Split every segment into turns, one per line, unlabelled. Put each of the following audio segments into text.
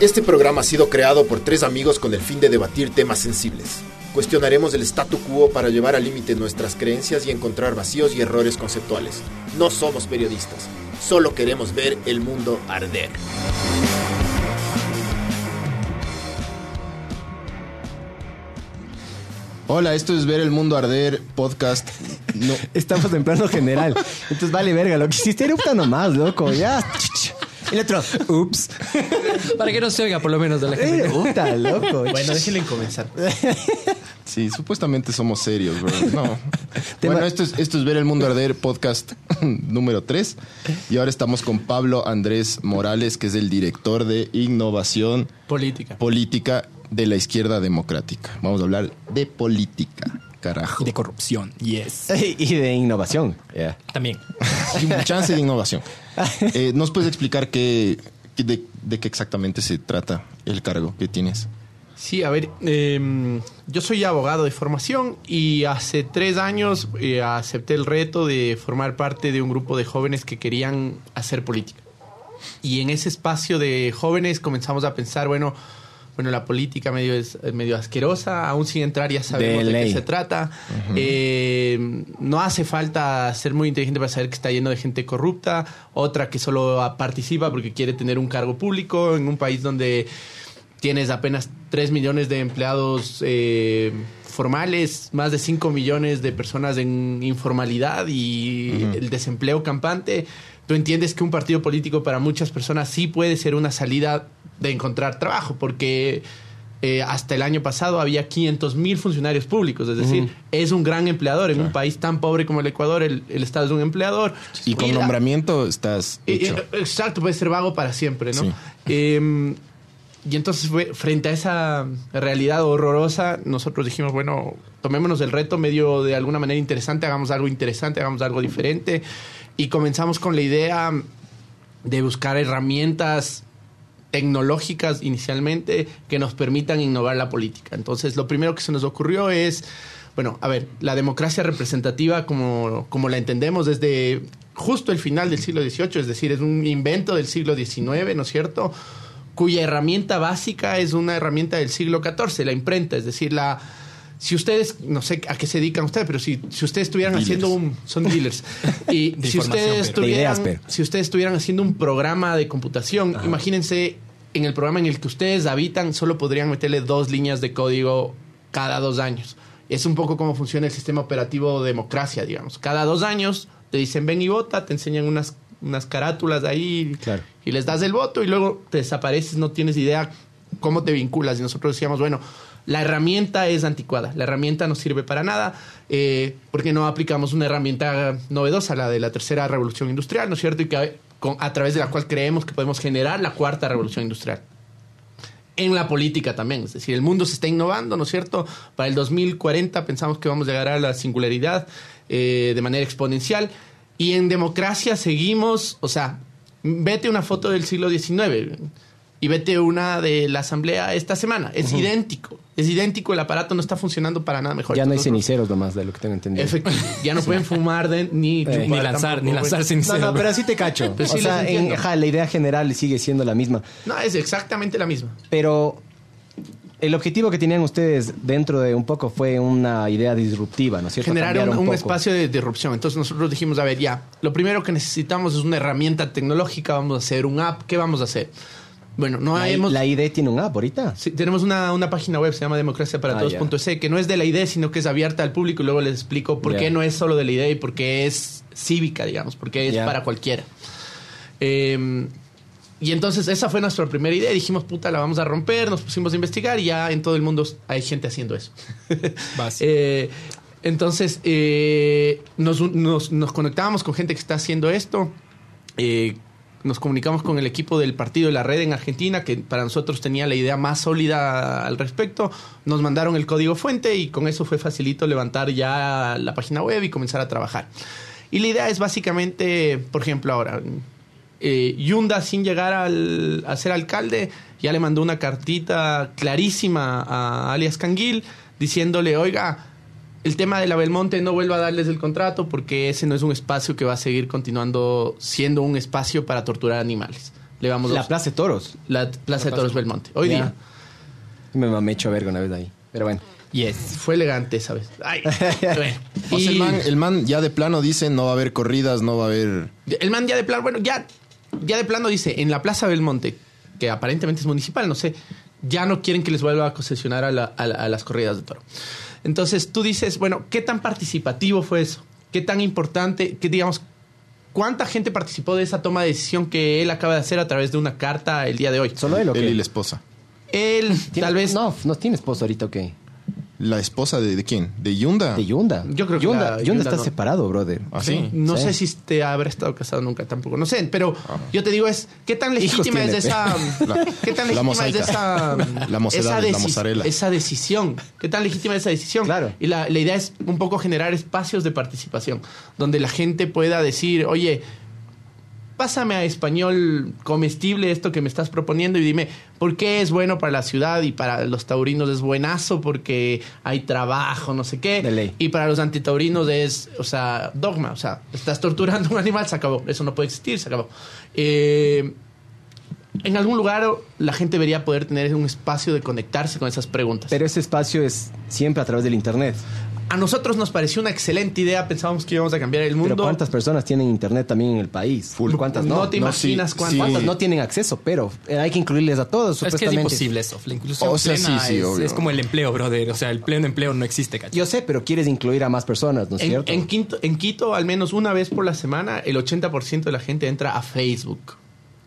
Este programa ha sido creado por tres amigos con el fin de debatir temas sensibles. Cuestionaremos el statu quo para llevar al límite nuestras creencias y encontrar vacíos y errores conceptuales. No somos periodistas, solo queremos ver el mundo arder.
Hola, esto es Ver el Mundo Arder podcast. No,
Estamos en plano general. Entonces, vale, verga, lo que hiciste erupta nomás, loco. Ya. El otro, ups.
Para que no se oiga, por lo menos, de
Eh.
la gente.
Erupta, loco.
Bueno, déjenle comenzar.
sí, supuestamente somos serios, bro. No.
Tema-
Bueno, esto es, esto es Ver el Mundo Arder podcast número 3. Y ahora estamos con Pablo Andrés Morales, que es el director de Innovación
Política.
Política de la Izquierda Democrática. Vamos a hablar de política, carajo.
De corrupción, yes.
Y de innovación. ya.
También. eh,
Y un chance de innovación. Eh, ¿Nos puedes explicar qué, qué- de, de qué exactamente se trata el cargo que tienes?
Sí, a ver, eh, yo soy abogado de formación y hace tres años eh, acepté el reto de formar parte de un grupo de jóvenes que querían hacer política. Y en ese espacio de jóvenes comenzamos a pensar, bueno, bueno, la política medio es eh, medio asquerosa, aún sin entrar ya
De
sabemos de,
ley.
qué se trata. Eh, no hace falta ser muy inteligente para saber que está lleno de gente corrupta, otra que solo ah, participa porque quiere tener un cargo público en un país donde tienes apenas 3 millones de empleados eh, formales, más de 5 millones de personas en informalidad y el desempleo campante, tú entiendes que un partido político para muchas personas sí puede ser una salida de encontrar trabajo, porque eh, hasta el año pasado había 500 mil funcionarios públicos, es decir, es un gran empleador. En un país tan pobre como el Ecuador, el, el Estado es un empleador.
Y con
la-
nombramiento estás
eh,
hecho.
eh, Exacto, puede ser vago para siempre, ¿no?
Sí.
Eh, y entonces, fue- frente a esa realidad horrorosa, nosotros dijimos, bueno, tomémonos el reto medio de alguna manera interesante, hagamos algo interesante, hagamos algo diferente. Y comenzamos con la idea de buscar herramientas tecnológicas inicialmente que nos permitan innovar la política. Entonces, lo primero que se nos ocurrió es, bueno, a ver, la democracia representativa como, como la entendemos desde justo el final del siglo XVIII, es decir, es un invento del siglo XIX, ¿no es cierto? Cuya herramienta básica es una herramienta del siglo XIV, la imprenta, es decir, la... Si ustedes, no sé a qué se dedican ustedes, pero si, si ustedes estuvieran
Dealers.
haciendo un... Son dealers. Y si
información,
ustedes
pero.
De ideas,
estuvieran-
pero.
si ustedes estuvieran haciendo un programa de computación, imagínense en el programa en el que ustedes habitan, solo podrían meterle dos líneas de código cada dos años. Es un poco como funciona el sistema operativo democracia, digamos. Cada dos años te dicen ven y vota, te enseñan unas, unas carátulas ahí
Claro.
y les das el voto y luego te desapareces, no tienes idea cómo te vinculas. Y nosotros decíamos, bueno, la herramienta es anticuada, la herramienta no sirve para nada, eh, porque no aplicamos una herramienta novedosa, la de la tercera revolución industrial, ¿no es cierto? Y que a, con- a través de la cual creemos que podemos generar la cuarta revolución industrial. En la política también, es decir, el mundo se está innovando, ¿no es cierto? Para el 2040 pensamos que vamos a llegar a la singularidad eh, de manera exponencial. Y en democracia seguimos, o sea, vete una foto del siglo XIX y vete una de la asamblea esta semana. Es idéntico, es idéntico, el aparato no está funcionando para nada mejor.
Ya no hay
Entonces,
ceniceros nomás, de lo que tengo entendido.
efectivamente, ya no pueden fumar de- ni,
Eh,
Ni
chupar
lanzar,
tampoco,
ni
güey.
lanzar
No,
sincero.
no, pero sí te cacho.
Pero sí
o
les
sea, en-
entiendo.
ajá, la idea general sigue siendo la misma.
No, es exactamente la misma.
Pero el objetivo que tenían ustedes dentro de un poco fue una idea disruptiva, ¿no es cierto?
generar
Cambiar
un, un
poco.
espacio de disrupción. Entonces nosotros dijimos, a ver, ya, lo primero que necesitamos es una herramienta tecnológica, vamos a hacer un app, ¿qué vamos a hacer? Bueno, no
La,
hemos...
la ID tiene un app ahorita.
Sí, tenemos una, una página web, se llama
Ah,
democraciaparatodos.es, que no es de la idea, sino que es abierta al público y luego les explico por
Ya.
qué no es solo de la idea y por qué es cívica, digamos, porque es
Ya.
para cualquiera. Eh, y entonces esa fue nuestra primera idea. Dijimos, puta, la vamos a romper, nos pusimos a investigar y ya en todo el mundo hay gente haciendo eso.
Básico.
Eh, entonces, eh, nos, nos, nos conectábamos con gente que está haciendo esto. eh, nos comunicamos con el equipo del partido de la red en Argentina, que para nosotros tenía la idea más sólida al respecto. Nos mandaron el código fuente y con eso fue facilito levantar ya la página web y comenzar a trabajar. Y la idea es básicamente, por ejemplo, ahora, eh, Yunda, sin llegar al- a ser alcalde, ya le mandó una cartita clarísima a alias Canguil diciéndole, oiga, el tema de la Belmonte no vuelva a darles el contrato porque ese no es un espacio que va a seguir continuando siendo un espacio para torturar animales. Le vamos
La
dos.
Plaza de Toros.
La Plaza de Toros Belmonte. Hoy
Ya.
día.
Me mamé hecho verga una vez ahí. Pero bueno.
Yes.
Fue elegante esa vez. Ay, bueno.
O sea,
Y
el man, el man ya de plano dice no va a haber corridas, no va a haber...
el man ya de plano, bueno, ya, ya de plano dice, en la Plaza Belmonte, que aparentemente es municipal, no sé, ya no quieren que les vuelva a concesionar a, la- a la- a las corridas de toro. Entonces tú dices, bueno, ¿qué tan participativo fue eso? ¿Qué tan importante? ¿Qué digamos? ¿Cuánta gente participó de esa toma de decisión que él acaba de hacer a través de una carta el día de hoy?
Solo él o
Él
qué?
y la esposa.
Él,
¿Tiene-
tal vez,
No, no tiene esposo ahorita, ¿o qué?
¿La esposa de, de quién? ¿De Yunda?
De Yunda.
Yo creo que
Yunda,
la-
Yunda
Yunda
está
no.
separado, brother.
¿Ah, sí? Ah.
No
Sí.
sé si te habrá estado casado nunca tampoco. No sé, pero yo te digo es qué tan
Hijos
legítima es
tiene,
esa
La-
qué tan
la
legítima es
mosaica.
esa
La mocedad
esa,
es la
deci-
mozzarella.
esa decisión, qué tan legítima es esa decisión.
Claro.
Y la, la idea es un poco generar espacios de participación donde la gente pueda decir, "Oye, pásame a español comestible esto que me estás proponiendo y dime por qué es bueno para la ciudad y para los taurinos es buenazo porque hay trabajo, no sé qué.
De ley.
Y para los antitaurinos es, o sea, dogma, o sea, estás torturando a un animal, se acabó, eso no puede existir, se acabó. Eh, en algún lugar la gente debería poder tener un espacio de conectarse con esas preguntas.
Pero ese espacio es siempre a través del internet.
a nosotros nos pareció una excelente idea, pensábamos que íbamos a cambiar el
Pero
mundo.
¿cuántas personas tienen internet también en el país? ¿Cuántas no?
No te imaginas
sí,
cuántas.
sí.
¿Cuántas no tienen acceso? Pero eh, hay que incluirles a todos,
Es que es
supuestamente.
imposible eso. La inclusión
O sea,
plena
sí, sí,
es,
obvio.
es como el empleo, brother. O sea, el pleno empleo no existe, cacho.
Yo sé, pero quieres incluir a más personas, ¿no es
En,
cierto?
en Quito, en Quito, al menos una vez por la semana, el 80% de la gente entra a Facebook.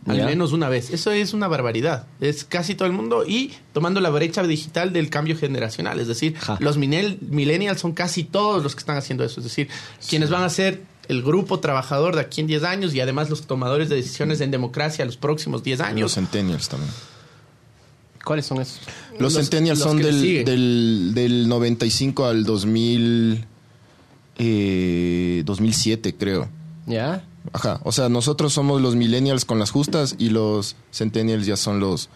Al
Ya.
menos una vez. Eso es una barbaridad. Es casi todo el mundo y tomando la brecha digital del cambio generacional. Es decir,
Ja.
los minel- millennials son casi todos los que están haciendo eso. Es decir, quienes van a ser el grupo trabajador de aquí en 10 años y además los tomadores de decisiones en democracia los próximos 10
Los
años.
Centennials también.
¿Cuáles son esos?
Los,
Los-
Centennials
los
son
que le
del,
siguen.
del, del 95 al 2000, eh, 2007, creo.
¿Ya?
Ajá, o sea, nosotros somos los millennials con las justas y los centennials ya son los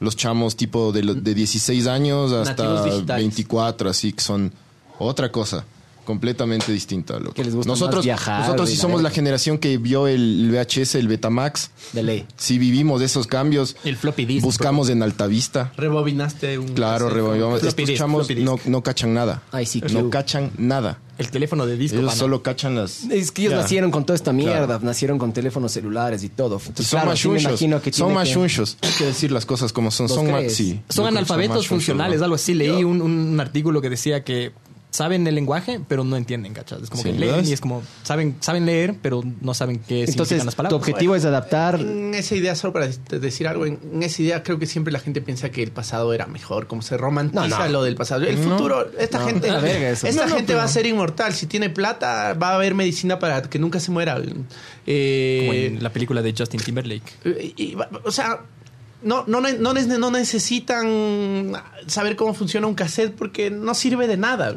los chamos tipo de, lo- de 16 años hasta
Nativos digitales.
24, así que son otra cosa completamente distinta. loco.
Que les gusta más
nosotros,
viajar,
nosotros sí
güey, la
somos la
verga.
generación que vio el VHS, el Betamax.
De ley.
Sí vivimos esos cambios.
El floppy disk,
Buscamos en Altavista.
Rebobinaste un...
Claro,
cassette.
revivamos.
floppy
Estos
disk,
chamos
floppy disk.
no, no cachan nada.
ICQ.
No cachan nada.
El teléfono de disco.
Ellos
pana.
solo cachan las...
Es que ellos
Ya.
nacieron con toda esta mierda,
Claro.
nacieron con teléfonos celulares y todo. Entonces,
son
claro, sí me
machunchos.
imagino que
son
tiene que-
machunchos. Hay que decir las cosas como son.
¿Vos
Son, ma-
crees?
sí. Yo creo
Son
que
analfabetos
machunchos,
funcionales,
¿no?
algo así. Leí un, un artículo que decía que saben el lenguaje, pero no entienden, ¿cachas? Es como
Sí,
que leen
¿ves?
y es como, saben, saben leer, pero no saben qué
Entonces,
significan las
tu
palabras.
objetivo es adaptar...
En esa idea, solo para de- decir algo, en en esa idea creo que siempre la gente piensa que el pasado era mejor, como se romantiza
No, no.
lo del pasado. El futuro, esta gente,
la verga eso.
esta
No, no,
gente va a ser inmortal. Si tiene plata, va a haber medicina para que nunca se muera.
Como
Eh,
en la película de Justin Timberlake.
eh, y va- o sea, no, no, ne- no, ne- no necesitan saber cómo funciona un cassette porque no sirve de nada.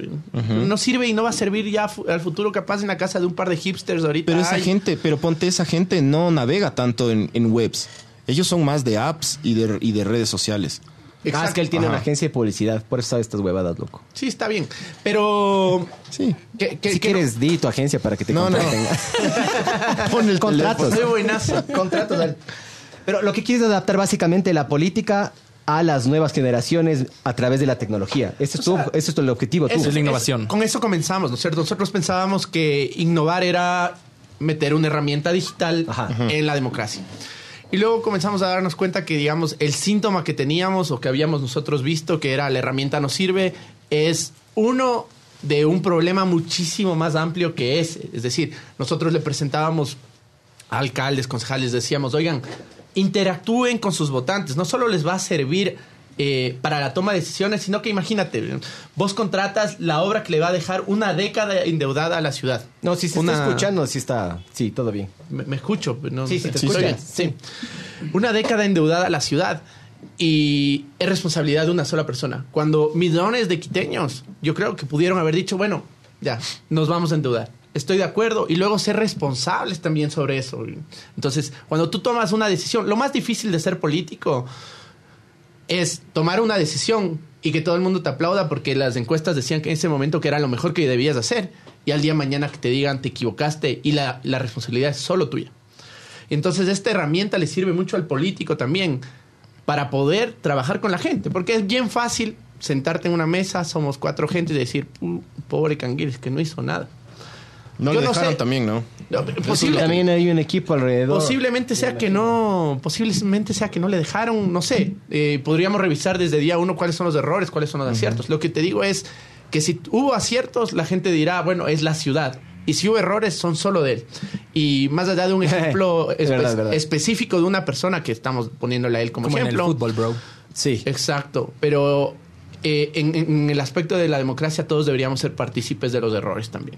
No sirve y no va a servir ya fu- al futuro capaz en la casa de un par de hipsters ahorita.
Pero esa
Ay,
gente, pero ponte, esa gente no navega tanto en, en webs. Ellos son más de apps y de, y de redes sociales.
Ah, es que él tiene
Ajá.
una agencia de publicidad, por eso sabe estas huevadas, loco.
Sí, está bien. Pero...
Sí.
que- que-
si
que no-
quieres, di tu agencia para que te
No, no.
contraten.
Pon el
Contratos.
Soy buenazo.
Contratos. al- Pero lo que quieres es adaptar básicamente la política a las nuevas generaciones a través de la tecnología. Ese es, tu, ese es tu- el objetivo. tú.
es la innovación.
con eso comenzamos, ¿no es cierto? Nosotros pensábamos que innovar era meter una herramienta digital
Ajá.
en la democracia. Y luego comenzamos a darnos cuenta que, digamos, el síntoma que teníamos o que habíamos nosotros visto, que era la herramienta no sirve, es uno de un problema muchísimo más amplio que ese. Es decir, nosotros le presentábamos a alcaldes, concejales, decíamos, oigan, interactúen con sus votantes, no solo les va a servir eh, para la toma de decisiones, sino que imagínate, vos contratas la obra que le va a dejar una década endeudada a la ciudad.
No, si se
Una-
está escuchando, sí está. Sí, todo bien.
Me, me escucho. No,
Sí, sí, te
estoy
escuchas.
bien, sí. Una década endeudada a la ciudad y es responsabilidad de una sola persona. Cuando millones de quiteños, yo creo que pudieron haber dicho, bueno, ya, nos vamos a endeudar. Estoy de acuerdo. Y luego ser responsables también sobre eso. Entonces, cuando tú tomas una decisión, lo más difícil de ser político es tomar una decisión y que todo el mundo te aplauda porque las encuestas decían que en ese momento que era lo mejor que debías hacer y al día de mañana que te digan te equivocaste y la, la responsabilidad es solo tuya. Entonces esta herramienta le sirve mucho al político también para poder trabajar con la gente, porque es bien fácil sentarte en una mesa, somos cuatro gente y decir, "Pu- pobre Canguil, que no hizo nada.
No
Yo
le
no
dejaron
sé.
también, ¿no?
No, pues
Sí,
posible-
también hay un equipo alrededor.
Posiblemente sea que no, posiblemente sea que no le dejaron, no sé. Eh, podríamos revisar desde día uno cuáles son los errores, cuáles son los aciertos. Lo que te digo es que si hubo aciertos, la gente dirá, bueno, es la ciudad. Y si hubo errores, son solo de él. Y más allá de un ejemplo
Es verdad,
espe-
es verdad.
específico de una persona que estamos poniéndole a él como,
Como en el
ejemplo.
fútbol, bro.
Sí.
Exacto, pero eh, en, en el aspecto de la democracia todos deberíamos ser partícipes de los errores también.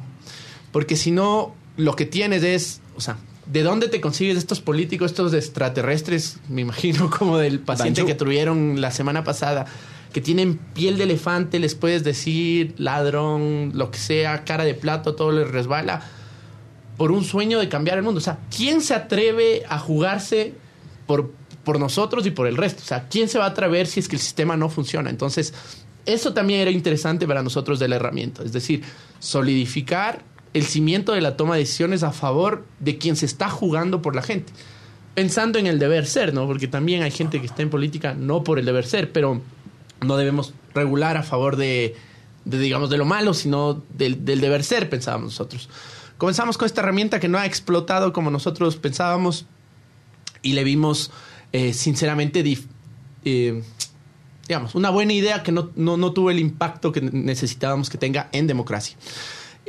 Porque si no, lo que tienes es, o sea, ¿de dónde te consigues estos políticos, estos extraterrestres, me imagino, como del paciente
Banjo.
que tuvieron la semana pasada, que tienen piel de elefante, les puedes decir ladrón, lo que sea, cara de plato, todo les resbala, por un sueño de cambiar el mundo? O sea, ¿quién se atreve a jugarse por, por nosotros y por el resto. O sea, ¿quién se va a atrever si es que el sistema no funciona? Entonces, eso también era interesante para nosotros de la herramienta. Es decir, solidificar el cimiento de la toma de decisiones a favor de quien se está jugando por la gente. Pensando en el deber ser, ¿no? Porque también hay gente que está en política no por el deber ser, pero no debemos regular a favor de, de, digamos, de lo malo, sino del, del deber ser, pensábamos nosotros. Comenzamos con esta herramienta que no ha explotado como nosotros pensábamos, y le vimos, eh, sinceramente, dif- eh, digamos, una buena idea que no, no, no tuvo el impacto que necesitábamos que tenga en democracia.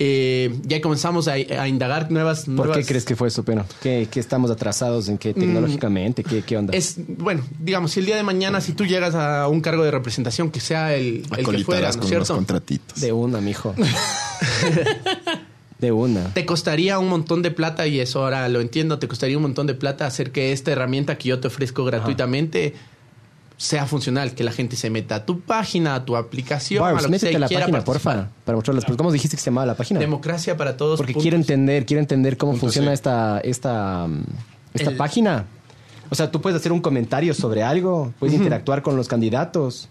Eh, ya comenzamos a, a indagar nuevas...
¿Por
nuevas
qué crees que fue eso, Pero? ¿Qué, qué estamos atrasados? ¿En qué tecnológicamente? ¿Qué, qué onda?
Es, bueno, digamos, si el día de mañana, si tú llegas a un cargo de representación, que sea el, el que fuera,
Acolitarás
¿no es
con unos
cierto?
contratitos.
De una, mijo. De una.
Te costaría un montón de plata, y eso ahora lo entiendo, te costaría un montón de plata hacer que esta herramienta que yo te ofrezco gratuitamente sea funcional, que la gente se meta a tu página, a tu aplicación, a
Barbs,
lo que sea,
métete
y
a la
quiera
página,
participar.
porfa. Para mostrarles. Pero ¿Cómo dijiste que se llamaba la página?
Democracia para todos.
Porque
punto.
quiero entender, quiero entender cómo funciona
C.
esta, esta, mm, esta
El-
página. O sea, tú puedes hacer un comentario sobre algo, puedes interactuar con los candidatos.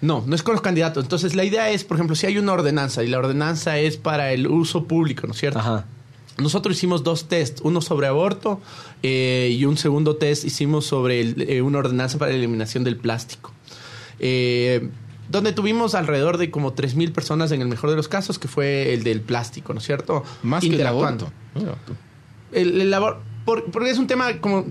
No, no es con los candidatos. Entonces, la idea es, por ejemplo, si hay una ordenanza y la ordenanza es para el uso público, ¿no es cierto?
Ajá.
Nosotros hicimos dos test, uno sobre aborto eh, y un segundo test hicimos sobre el- eh, una ordenanza para la eliminación del plástico. Eh, donde tuvimos alrededor de como 3.000 personas en el mejor de los casos, que fue el del plástico, ¿no es cierto?
Más que el
Interactuando.
aborto. Mira tú.
El, el labor- por- porque es un tema como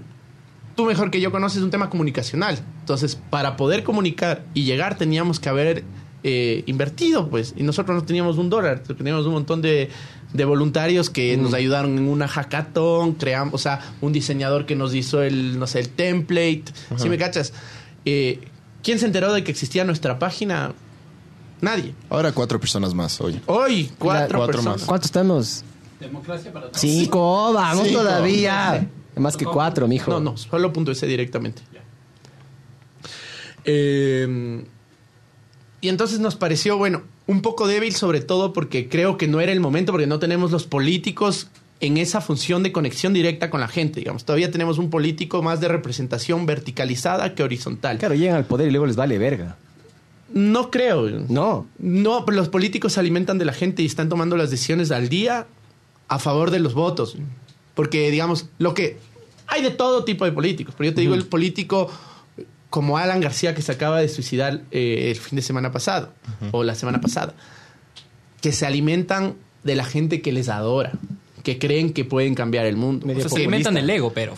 tú mejor que yo conoces, es un tema comunicacional. Entonces, para poder comunicar y llegar teníamos que haber eh, invertido, pues. Y nosotros no teníamos un dólar, teníamos un montón de, de voluntarios que nos ayudaron en una hackathon, creamos, o sea, un diseñador que nos hizo el, no sé, el template. ¿Sí me cachas? Eh, ¿Quién se enteró de que existía nuestra página? Nadie.
Ahora cuatro personas más, oye.
Hoy, cuatro,
cuatro
personas.
¿Cuántos estamos?
Democracia para todos.
Cinco, vamos
Cinco.
todavía. Más que cuatro, mijo.
No, no, solo punto ese directamente. Eh, y entonces nos pareció, bueno, un poco débil, sobre todo porque creo que no era el momento, porque no tenemos los políticos en esa función de conexión directa con la gente, digamos. Todavía tenemos un político más de representación verticalizada que horizontal.
Claro, llegan al poder y luego les vale verga.
No creo.
No.
No, pero los políticos se alimentan de la gente y están tomando las decisiones al día a favor de los votos. Porque, digamos, lo que. Hay de todo tipo de políticos. Pero yo te digo, el político como Alan García que se acaba de suicidar eh, el fin de semana pasado o la semana pasada, que se alimentan de la gente que les adora, que creen que pueden cambiar el mundo.
O sea, se
populista.
alimentan el ego, pero.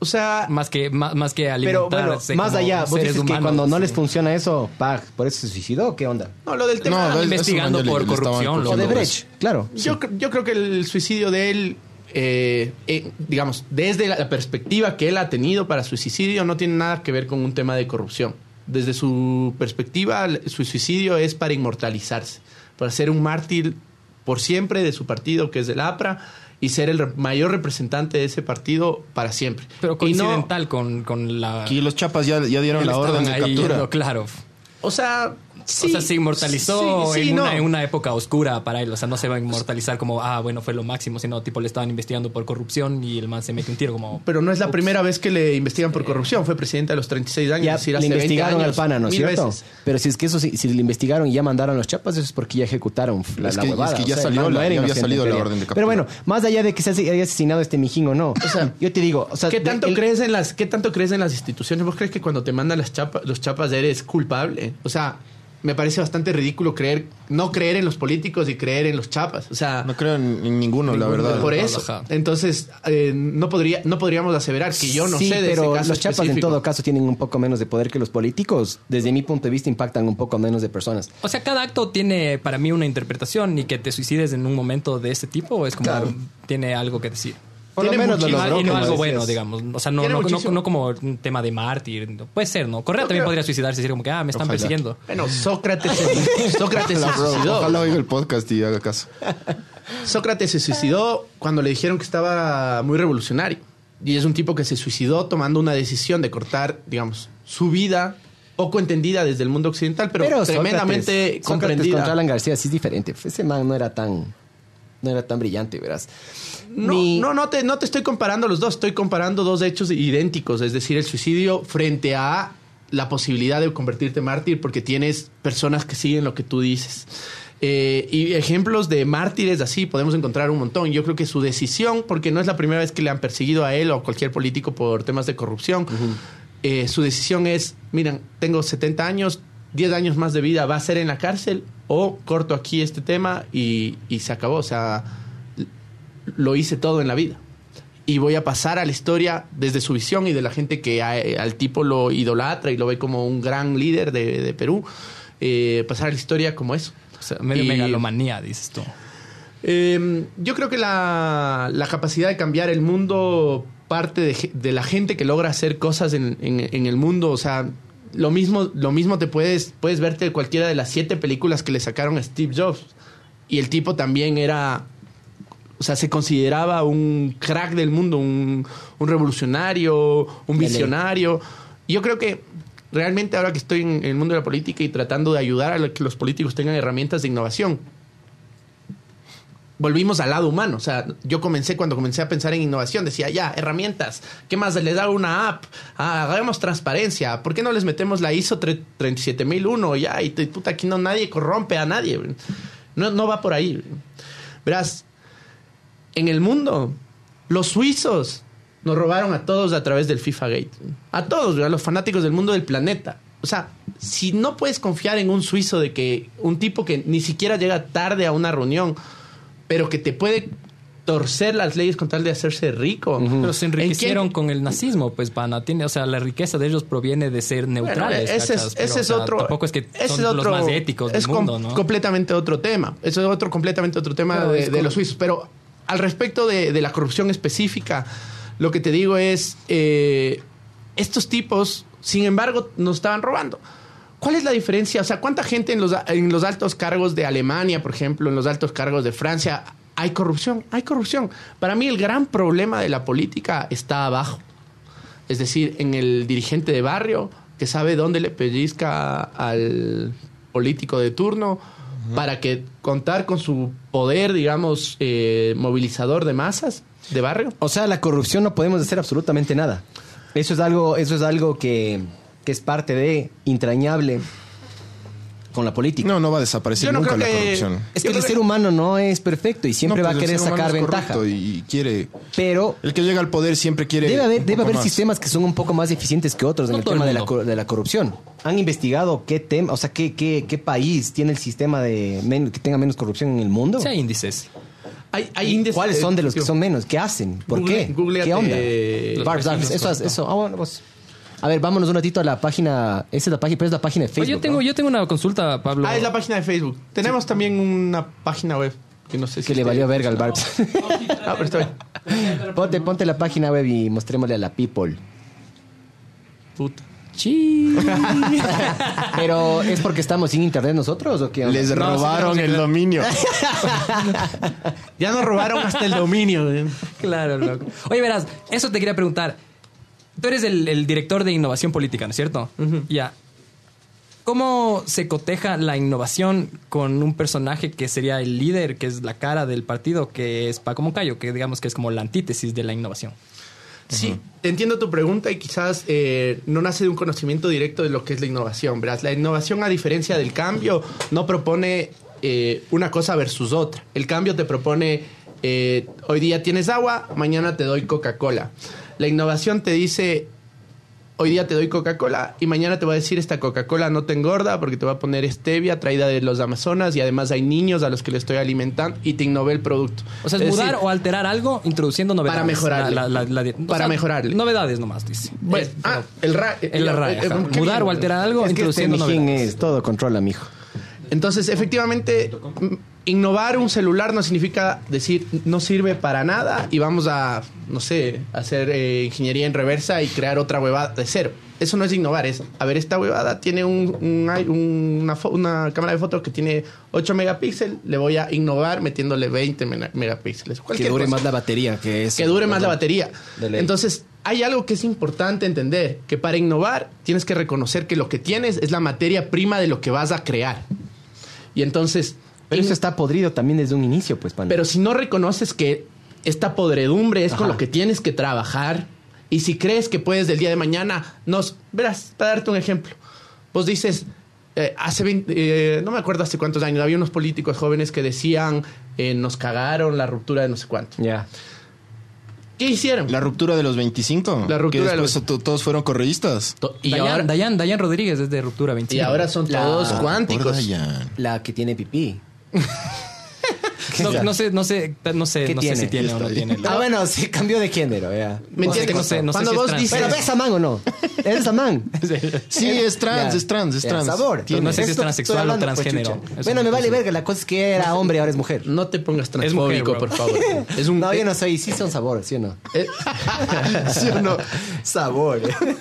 O sea,
Más que, más, más que
Pero
alimentarse
bueno, más
como
allá, vos
seres
dices que
humanos,
cuando no
sí.
les funciona eso, pag, ¿por eso se suicidó? o ¿Qué onda?
no, lo del tema.
No,
investigando
eso, man, ya
por
le- le estaban
corrupción,
acusando
loco.
O de
de
Brecht, claro.
Yo, cre- yo creo que el suicidio de él, eh, eh, digamos, desde la, la perspectiva que él ha tenido para su suicidio, no tiene nada que ver con un tema de corrupción. Desde su perspectiva, el- su suicidio es para inmortalizarse, para ser un mártir por siempre de su partido, que es el APRA, y ser el re- mayor representante de ese partido para siempre.
Pero
Y no-
coincidental con, con la.
Aquí los chapas ya, ya dieron
que le
la orden de
estaban ahí
captura.
yendo, claro.
o sea, Sí,
o sea, se inmortalizó
sí, sí,
en,
no.
una, en una época oscura para él. O sea, no se va a inmortalizar como, ah, bueno, fue lo máximo, sino tipo le estaban investigando por corrupción y el man se mete un tiro como...
Pero no es la
ups.
primera vez que le investigan por corrupción. Fue presidente a los 36 años.
Ya
es decir,
le
hace 20
investigaron
años,
al pana, ¿no es
mil
cierto?
veces.
Pero si es que eso, sí- si, le investigaron y ya mandaron los chapas, eso es porque ya ejecutaron la,
Es
la
que-
huevada.
es que ya
O sea,
salió
no- no
la-
era
ya había
inocente
salido
en
la
teoría.
orden de captura.
Pero bueno, más allá de que se haya asesinado este mijín o no, o sea, yo te digo, o sea,
¿Qué
de-
tanto,
el-
crees en las, ¿Qué tanto crees en las instituciones? ¿Vos crees que cuando te mandan las chapas, los chapas eres culpable? O sea, me parece bastante ridículo creer, no creer en los políticos y creer en los chapas. O sea,
No creo en, en ninguno, la verdad.
por eso.
Ajá.
Entonces, eh, no, podría, no podríamos aseverar que yo no
Sí,
sé de
pero
ese caso
los chapas en
específico.
todo caso tienen un poco menos de poder que los políticos. Desde mi punto de vista impactan un poco menos de personas.
O sea, cada acto tiene para mí una interpretación y que te suicides en un momento de este tipo es como... Tiene algo que decir.
por lo
Tiene
menos lo
muchísima-
logró,
y no
como
algo
decías.
bueno, digamos. O sea, no,
Tiene
no, no-
muchísimo-
no como un tema de mártir. No, Puede ser, ¿no? Correa también podría suicidarse y decir como que, ah, me están
Ojalá.
persiguiendo.
Bueno, Sócrates se, Sócrates se
Bro,
suicidó.
ojalá oiga el podcast y haga caso.
Sócrates se suicidó cuando le dijeron que estaba muy revolucionario. Y es un tipo que se suicidó tomando una decisión de cortar, digamos, su vida poco entendida desde el mundo occidental, pero,
Pero
tremendamente
Sócrates, Sócrates
comprendida.
contra Alan García sí es diferente. Ese man no era tan, no era tan brillante, verás.
No,
Ni-
no, no te, no te estoy comparando los dos, estoy comparando dos hechos idénticos, es decir, el suicidio frente a la posibilidad de convertirte en mártir porque tienes personas que siguen lo que tú dices. Eh, y ejemplos de mártires así podemos encontrar un montón. Yo creo que su decisión, porque no es la primera vez que le han perseguido a él o a cualquier político por temas de corrupción, eh, su decisión es, miren, tengo 70 años, 10 años más de vida, va a ser en la cárcel o corto aquí este tema y, y se acabó. O sea, lo hice todo en la vida. Y voy a pasar a la historia desde su visión y de la gente que a- eh, al tipo lo idolatra y lo ve como un gran líder de, de Perú. eh, pasar a la historia como eso.
O sea, medio
Y-
megalomanía, dices tú.
Eh, yo creo que la, la capacidad de cambiar el mundo parte de, ge- de la gente que logra hacer cosas en, en- en el mundo. O sea, lo mismo, lo mismo te puedes, puedes verte cualquiera de las siete películas que le sacaron a Steve Jobs. Y el tipo también era. O sea, se consideraba un crack del mundo, un, un revolucionario, un visionario. Yo creo que realmente ahora que estoy en el mundo de la política y tratando de ayudar a lo- que los políticos tengan herramientas de innovación, volvimos al lado humano. O sea, yo comencé cuando comencé a pensar en innovación, decía, ya, herramientas, ¿qué más les da una app? Ah, hagamos transparencia, ¿por qué no les metemos la ISO tre- 37001? Ya, y te- puta, aquí no nadie corrompe a nadie. No, no va por ahí. Verás, en el mundo, los suizos nos robaron a todos a través del FIFA Gate. A todos, a los fanáticos del mundo del planeta. O sea, si no puedes confiar en un suizo de que un tipo que ni siquiera llega tarde a una reunión, pero que te puede torcer las leyes con tal de hacerse rico.
Pero se
¿En qué-
enriquecieron con el nazismo, pues, pana. Tiene, o sea, la riqueza de ellos proviene de ser
Bueno,
neutrales.
ese es,
¿cachas? Pero,
ese es
o sea,
otro.
Tampoco es que
ese
son
es
los
otro-
más éticos del
es com-
mundo, ¿no?
completamente otro tema. Eso es otro completamente otro tema
Pero
de,
es
de
como-
los suizos. Pero al respecto de, de la corrupción específica, lo que te digo es: eh, estos tipos, sin embargo, nos estaban robando. ¿Cuál es la diferencia? O sea, ¿cuánta gente en los, en los altos cargos de Alemania, por ejemplo, en los altos cargos de Francia, hay corrupción? Hay corrupción. Para mí el gran problema de la política está abajo. Es decir, en el dirigente de barrio que sabe dónde le pellizca al político de turno para que contar con su poder, digamos, eh, movilizador de masas de barrio.
O sea, la corrupción no podemos hacer absolutamente nada. Eso es algo, eso es algo que, que es parte de entrañable con la política.
No, no va a desaparecer
Yo no
nunca
creo
la
que-
corrupción.
Es que
Yo
el
creo que-
ser humano no es perfecto y siempre
No,
va a
pues, el
querer
ser humano
sacar
es
ventaja.
corrupto Y, y quiere.
Pero
El que llega al poder siempre quiere.
debe haber,
un
debe
poco
haber
más.
sistemas que son un poco más eficientes que otros
No
en el
todo el
tema de la,
mundo.
cor- de la corrupción. ¿Han investigado qué tema, o sea, qué, qué, qué país tiene el sistema de men- que tenga menos corrupción en el mundo?
Sí, hay índices.
Hay, hay índices-
¿Cuáles son de los que
Tío,
son menos? ¿Qué hacen? ¿Por
Google-
qué?
googleate-
¿Qué onda?
Los
Barbs,
vecinos
Barbs, eso,
corruptos.
eso. Ah, bueno, vos. A ver, vámonos un ratito a la página. Esa es la página, pero es la página de
Oye,
Facebook.
Pues yo, tengo,
¿no?
yo tengo una consulta, Pablo.
Ah, es la página de Facebook. Tenemos también una página web que no sé si
Que le
te-
valió verga al Barbs.
Ah, pero está bien.
ponte, ponte la página web y mostrémosle a la people.
Puta.
Chi.
Pero, ¿es porque estamos sin internet nosotros o qué? onda?
Les
No, sí,
robaron el dominio.
Ya nos robaron hasta el dominio. güey.
Claro, loco. Oye, verás, eso te quería preguntar. Tú eres el, el director de innovación política, ¿no es cierto? Ya. ¿Cómo se coteja la innovación con un personaje que sería el líder, que es la cara del partido, que es Paco Moncayo, que digamos que es como la antítesis de la innovación?
Sí, te entiendo tu pregunta y quizás eh, no nace de un conocimiento directo de lo que es la innovación. Verás, la innovación, a diferencia del cambio, no propone eh, una cosa versus otra. El cambio te propone, eh, hoy día tienes agua, mañana te doy Coca-Cola. La innovación te dice, hoy día te doy Coca-Cola y mañana te va a decir esta Coca-Cola no te engorda porque te va a poner stevia traída de los Amazonas y además hay niños a los que le estoy alimentando y te innové el producto.
O sea, es, mudar
decir,
o alterar algo introduciendo novedades.
Eh, Para mejorarle.
La- la- la- la- o
Para
sea,
mejorarle.
Novedades nomás, dice.
bueno,
Es-
ah, el ra-
es la raya,
eh,
ajá.
¿qué
Mudar o
bien?
alterar algo
Es que este
introduciendo
mijín
novedades.
es todo controla, mijo.
Entonces, efectivamente, m- innovar un celular no significa decir no sirve para nada y vamos a, no sé, hacer eh, ingeniería en reversa y crear otra huevada de cero. Eso no es innovar, es, a ver, esta huevada tiene un- un i- una, fo- una cámara de fotos que tiene 8 megapíxeles, le voy a innovar metiéndole 20 mena- megapíxeles.
Que
Cualquier
dure
cosa.
más la batería, que es.
que dure más la batería.
De ley.
Entonces, hay algo que es importante entender, que para innovar tienes que reconocer que lo que tienes es la materia prima de lo que vas a crear. Y entonces,
Pero
in-
eso está podrido también desde un inicio, pues, pana.
pero si no reconoces que esta podredumbre es con
Ajá.
lo que tienes que trabajar, y si crees que puedes del día de mañana, nos verás, para darte un ejemplo. Vos dices, eh, hace 20, eh, no me acuerdo hace cuántos años, había unos políticos jóvenes que decían, eh, nos cagaron la ruptura de no sé cuánto.
Ya.
¿Qué hicieron?
La ruptura de los 25.
La
que
ruptura de
después
los-
to- todos fueron correístas.
To-
Y Dayan,
ahora-
Dayan, Dayan Rodríguez es de Ruptura 25.
Y ahora son
La-
todos
Por
cuánticos.
Por Dayan.
La que tiene pipí.
No, no sé, no sé, no sé,
¿Qué
no sé si
tiene?
tiene o no
Está
tiene.
bien.
Ah, bueno, sí, cambió de género, ya.
¿Me
No sé,
entiendes?
no sé, no sé
Cuando
si es
vos
trans.
dices...
Pero ves a man o no. Eres a man.
Sí, es trans,
Ya.
es trans, es
Ya,
trans.
Sabor.
Tiene-
No sé si es
Esto que
transexual
estoy
o
hablando, pues,
transgénero.
chucha.
Es
bueno,
una
me vale
cosa.
verga. La cosa es que era hombre, ahora es mujer.
No te pongas
mujer,
transfóbico,
bro.
por favor. Es un...
No, yo
eh,
no soy. Sí son sabor, ¿sí o no?
eh,
¿Sí o no? Sabor.
eh.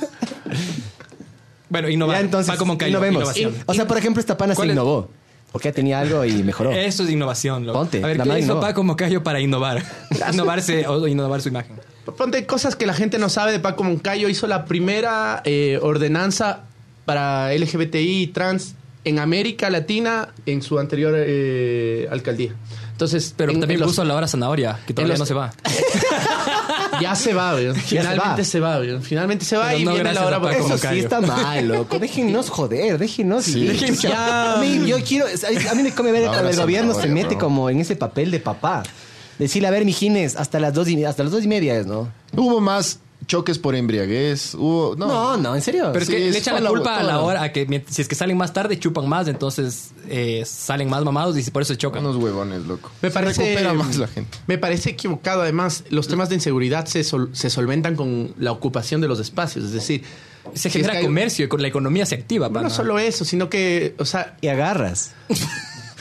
Bueno, innovar.
Ya, entonces,
Paco Moncayo,
innovemos.
innovación.
O sea, por ejemplo, esta pana se
¿Cuál es?
innovó. Porque ya tenía algo y mejoró.
Eso es innovación. loco.
Ponte,
A ver,
la
¿qué
madre
hizo
innova.
Paco Moncayo para innovar? Innovarse o innovar su imagen.
Ponte cosas que la gente no sabe de Paco Moncayo. Hizo la primera eh, ordenanza para LGBTI y trans en América Latina en su anterior eh, alcaldía. Entonces,
Pero
en-
también
en los-
puso la hora zanahoria, que todavía
los-
no se va.
ya se va, weón. Finalmente
va.
se va, weón. Finalmente se va
Pero
y
no
viene
gracias
la hora
a Paco
Paco
Eso sí
Moncayo.
está mal, loco. Déjennos joder, déjennos.
Sí.
vivir.
Déjennos.
Ya. A mí- Yo quiero. A mí me come ver
Ahora
cuando el
sí,
gobierno se
ahora,
mete
bro.
como en ese papel de papá. Decirle, a ver, mijines, hasta las dos y, hasta las dos y media es, ¿no?
Hubo más choques por embriaguez. Hubo. No,
No, no, en serio.
Pero es
Sí,
que
es
le echan
por
la
la
culpa a la
botana.
hora, a que mient- si es que salen más tarde, chupan más, entonces eh, salen más mamados y por eso se chocan.
unos huevones, loco.
Me
Se
parece-
recupera más la gente.
Me parece equivocado. Además, los temas de inseguridad se, sol- se solventan con la ocupación de los espacios. Es decir, si
Se
es
genera
que hay-
comercio y con la economía se activa.
No,
pana.
no solo eso, sino que, o sea,
Y agarras.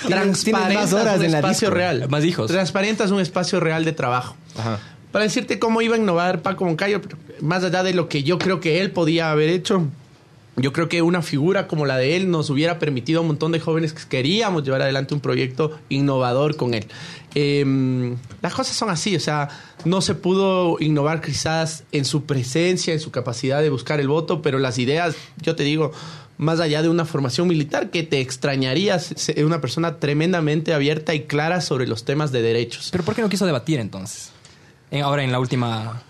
Tienes- tienes
transparentas
más horas
un
en la
espacio
disco.
real.
Más hijos.
Transparentas un espacio real de trabajo.
Ajá.
Para decirte cómo iba a innovar Paco Moncayo, más allá de lo que yo creo que él podía haber hecho, yo creo que una figura como la de él nos hubiera permitido a un montón de jóvenes que queríamos llevar adelante un proyecto innovador con él. Eh, las cosas son así, o sea, no se pudo innovar quizás en su presencia, en su capacidad de buscar el voto, pero las ideas, yo te digo, más allá de una formación militar que te extrañarías, es una persona tremendamente abierta y clara sobre los temas de derechos.
Pero ¿por qué no quiso debatir entonces? En- ahora en la última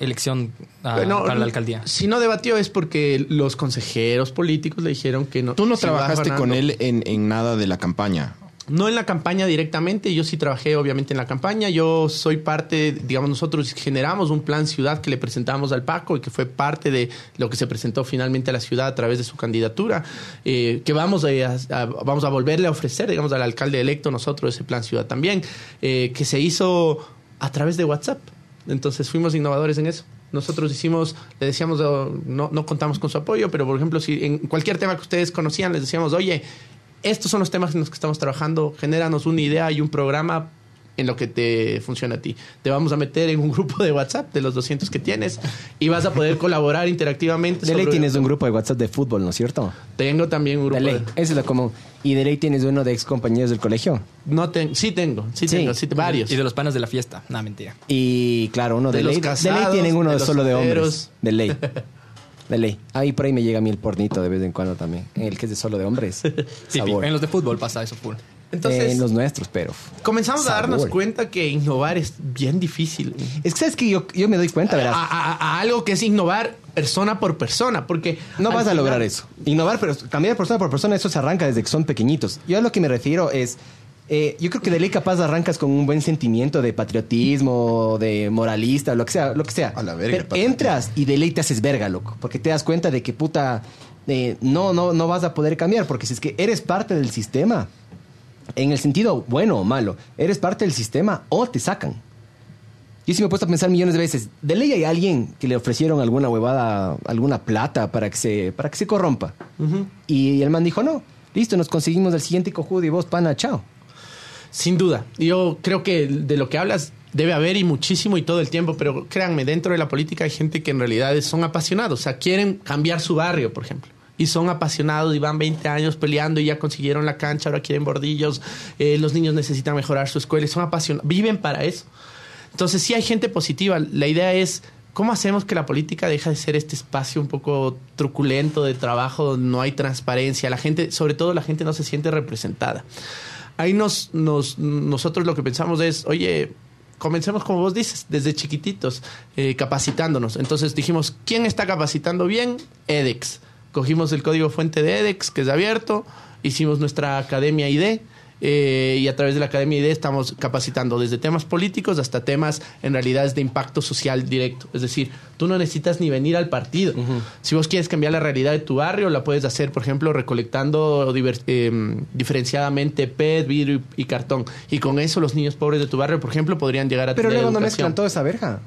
elección ah,
No,
para la alcaldía.
Si no debatió es porque los consejeros políticos le dijeron que no.
Tú no
si va
trabajaste
ganando.
con él en, en nada de la campaña.
No en la campaña directamente, yo sí trabajé obviamente en la campaña, yo soy parte, digamos, nosotros generamos un plan ciudad que le presentamos al Paco y que fue parte de lo que se presentó finalmente a la ciudad a través de su candidatura, eh, que vamos eh, a, a- vamos a volverle a ofrecer, digamos, al alcalde electo nosotros ese plan ciudad también, eh, que se hizo a través de WhatsApp. Entonces fuimos innovadores en eso. Nosotros hicimos, le decíamos, oh, no, no contamos con su apoyo, pero por ejemplo, si en cualquier tema que ustedes conocían, les decíamos, oye, estos son los temas en los que estamos trabajando, genéranos una idea y un programa en lo que te funciona a ti. Te vamos a meter en un grupo de WhatsApp de los 200 que tienes y vas a poder colaborar interactivamente.
De ley
sobre-
tienes un grupo de WhatsApp de fútbol, ¿no es cierto?
Tengo también un grupo.
De ley.
de-
Eso es lo común. Y de ley tienes uno de ex compañeros del colegio.
no ten- sí tengo, sí,
Sí.
tengo, sí, varios.
Y de los panas de la fiesta. No, mentira.
Y claro, uno de,
De los
ley. de
casados,
ley tienen uno
de los
solo de hombres.
solteros.
De ley. De ley. Ahí por ahí me llega a mí el pornito de vez en cuando también. El que es de solo de hombres.
Típico.
Sabor.
En los de fútbol pasa eso full.
Entonces,
en eh, los nuestros, pero.
comenzamos a darnos
Sabor.
cuenta que innovar es bien difícil.
Es que sabes que yo, yo me doy cuenta,
A,
verás.
a- a algo que es innovar persona por persona, porque
No
al
vas a
final-
lograr eso. Innovar, pero cambiar persona por persona, eso se arranca desde que son pequeñitos. Yo a lo que me refiero es, eh, yo creo que de ley capaz arrancas con un buen sentimiento de patriotismo, de moralista, lo que sea, lo que sea.
A la verga,
pero
patriotismo.
entras y de ley te haces verga, loco, porque te das cuenta de que puta, eh, no, no, no vas a poder cambiar, porque si es que eres parte del sistema, en el sentido bueno o malo, eres parte del sistema o te sacan. Yo sí me he puesto a pensar millones de veces, de ley hay alguien que le ofrecieron alguna huevada, alguna plata para que se, para que se corrompa. Y el man dijo, no, listo, nos conseguimos el siguiente cojudo y vos, pana, chao.
Sin duda. Yo creo que de lo que hablas debe haber y muchísimo y todo el tiempo, pero créanme, dentro de la política hay gente que en realidad son apasionados, o sea, quieren cambiar su barrio, por ejemplo. Y son apasionados y van 20 años peleando y ya consiguieron la cancha, ahora quieren bordillos, eh, los niños necesitan mejorar su escuela, y son apasionados, viven para eso. Entonces sí hay gente positiva. La idea es cómo hacemos que la política deje de ser este espacio un poco truculento de trabajo, donde no hay transparencia, la gente, sobre todo la gente no se siente representada. Ahí nos, nos- nosotros lo que pensamos es, oye, comencemos como vos dices, desde chiquititos, eh, capacitándonos. Entonces dijimos, ¿quién está capacitando bien? EDEX. Cogimos el código fuente de EDEX, que es abierto, hicimos nuestra academia ID. eh, y a través de la Academia ID estamos capacitando desde temas políticos hasta temas en realidades de impacto social directo. Es decir, tú no necesitas ni venir al partido. Si vos quieres cambiar la realidad de tu barrio, la puedes hacer, por ejemplo, recolectando diver- em, diferenciadamente PET, vidrio y, y cartón. Y con eso los niños pobres de tu barrio, por ejemplo, podrían llegar a
Pero
tener
luego no
educación.
mezclan toda esa verga.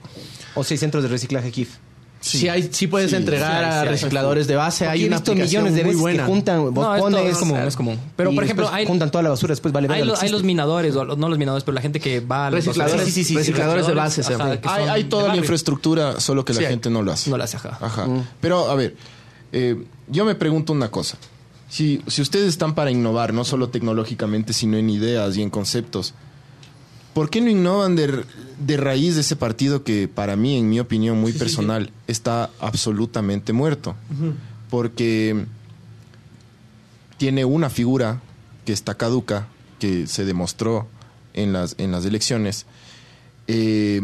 O si hay centros de reciclaje KIF.
Sí, hay, sí puedes entregar
sí hay, sí
a
hay.
recicladores de base.
Aquí
hay
he
una
visto
aplicación
millones de
muy
veces
buena.
que juntan, vos
No, esto
pones...
es común, es común. Pero,
y
por ejemplo,
después
hay-
juntan toda la basura, después vale
Hay,
verga lo
lo-
que
hay
existe.
los minadores, o lo- no los minadores, pero la gente que va a los
Recicladores,
procesos.
sí, sí, sí, recicladores de base, se
ajá,
llama.
que son
Hay, hay
de
toda la
barrio.
infraestructura, solo que la
Sí, hay.
gente no lo hace.
No la hace, Mm. ajá.
Ajá. Pero, a ver, eh, yo me pregunto una cosa. Si, si ustedes están para innovar, no solo tecnológicamente, sino en ideas y en conceptos, ¿por qué no innovan de, r- de raíz de ese partido que para mí, en mi opinión muy personal, está absolutamente muerto? Porque tiene una figura que está caduca, que se demostró en las, en las elecciones. Eh,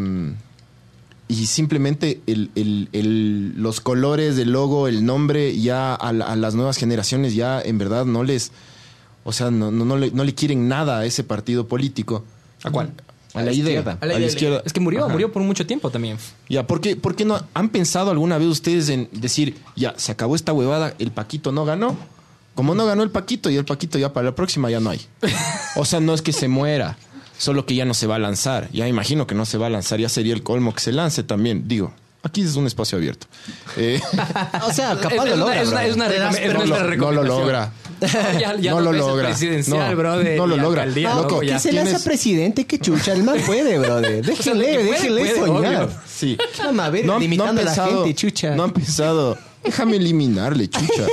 y simplemente el- el- el- los colores, el logo, el nombre, ya a, la- a las nuevas generaciones ya en verdad no les, o sea, no, no, no le, no le quieren nada a ese partido político.
¿A cuál?
A la idea.
A la
A la
idea.
izquierda.
Es que murió,
Ajá.
murió por mucho tiempo también.
Ya, ¿por qué, por qué no han pensado alguna vez ustedes en decir, ya, se acabó esta huevada, el Paquito no ganó? Como no ganó el Paquito y el Paquito ya para la próxima ya no hay. O sea, no es que se muera, solo que ya no se va a lanzar. Ya imagino que no se va a lanzar, ya sería el colmo que se lance también. Digo, aquí es un espacio abierto. Eh,
O sea,
Es-
capaz
es
lo
una-
logra,
es una-
bro.
es una recome- es
no, lo,
nuestra
no lo
recomendación.
logra.
Ya- ya
no lo
dos veces
logra.
presidencial,
no,
brother,
no lo
y
logra.
alcaldía,
Loco,
loco,
que
ya.
se lanza
tienes-
presidente, que chucha, el man puede, brother. Déjenle,
que puede,
déjenle
puede,
soñar.
obvio.
Sí.
Qué mamaver,
han-
limitando
han
a la gente, chucha.
No han pensado, déjame eliminarle, chucha.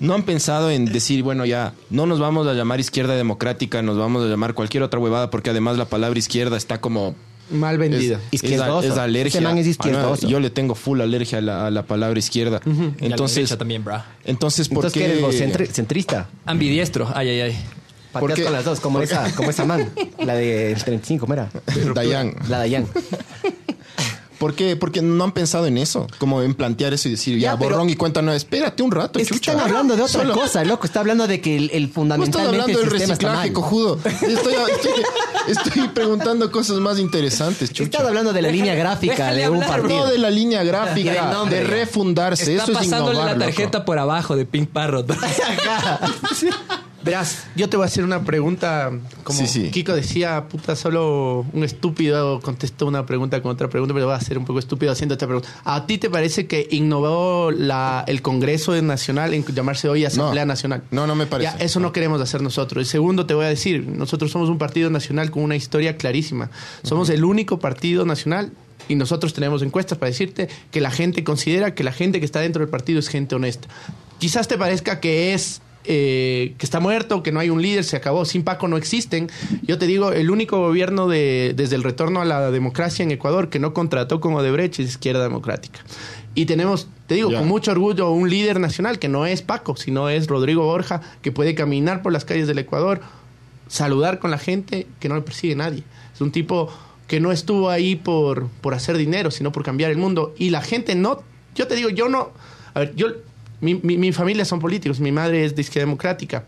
No han pensado en decir, bueno, ya, no nos vamos a llamar izquierda democrática, nos vamos a llamar cualquier otra huevada, porque además la palabra izquierda está como.
Mal vendida.
Es,
Izquierdoso.
es a- es alergia.
Ese Este man es izquierdoso.
Ah, no, yo le tengo full alergia a la, a la palabra izquierda.
Y a la
Entonces,
derecha también, bra.
entonces, ¿por
Entonces, ¿qué eres vos?
qué?
Centri- centrista.
Ambidiestro, ay, ay, ay.
¿Por
Pateas
qué?
con las dos, como esa, como esa man. La de 35, mira.
Dayan,
La Dayan.
¿por qué, por qué no han pensado en eso? Como en plantear eso y decir, ya,
Ya, pero-
borrón y cuenta nueva. Espérate un rato,
Es que
chucha.
están hablando de otra
Solo-
cosa, loco. Está hablando de que el, el
No estás
fundamentalmente
hablando
el
del
sistema está
reciclaje,
mal.
cojudo. Estoy, estoy- estoy preguntando cosas más interesantes,
Estás
chucha.
hablando de la línea gráfica
déjale
de un
hablar,
partido.
No de la línea
Y del
gráfica,
nombre.
de refundarse.
Está
Eso es
pasándole
innovar,
la
loco.
tarjeta por abajo de Pink Parrot.
Verás, yo te voy a hacer una pregunta. Como
Sí, sí.
Kiko decía, puta, solo un estúpido contestó una pregunta con otra pregunta, pero voy a ser un poco estúpido haciendo esta pregunta. ¿A ti te parece que innovó la, el Congreso Nacional en llamarse hoy Asamblea
No.
Nacional?
No, no me parece.
Ya, eso no queremos hacer nosotros. Y segundo, te voy a decir, nosotros somos un partido nacional con una historia clarísima. Somos el único partido nacional y nosotros tenemos encuestas para decirte que la gente considera que la gente que está dentro del partido es gente honesta. Quizás te parezca que es... eh, que está muerto, que no hay un líder, se acabó, sin Paco no existen. Yo te digo, el único gobierno de, desde el retorno a la democracia en Ecuador que no contrató como Debrecht es Izquierda Democrática. Y tenemos, te digo,
Ya.
con mucho orgullo, un líder nacional que no es Paco, sino es Rodrigo Borja, que puede caminar por las calles del Ecuador, saludar con la gente, que no le persigue nadie. Es un tipo que no estuvo ahí por, por hacer dinero, sino por cambiar el mundo. Y la gente no, yo te digo, yo no, a ver, yo, mi, mi- mi familia son políticos, mi madre es de izquierda democrática.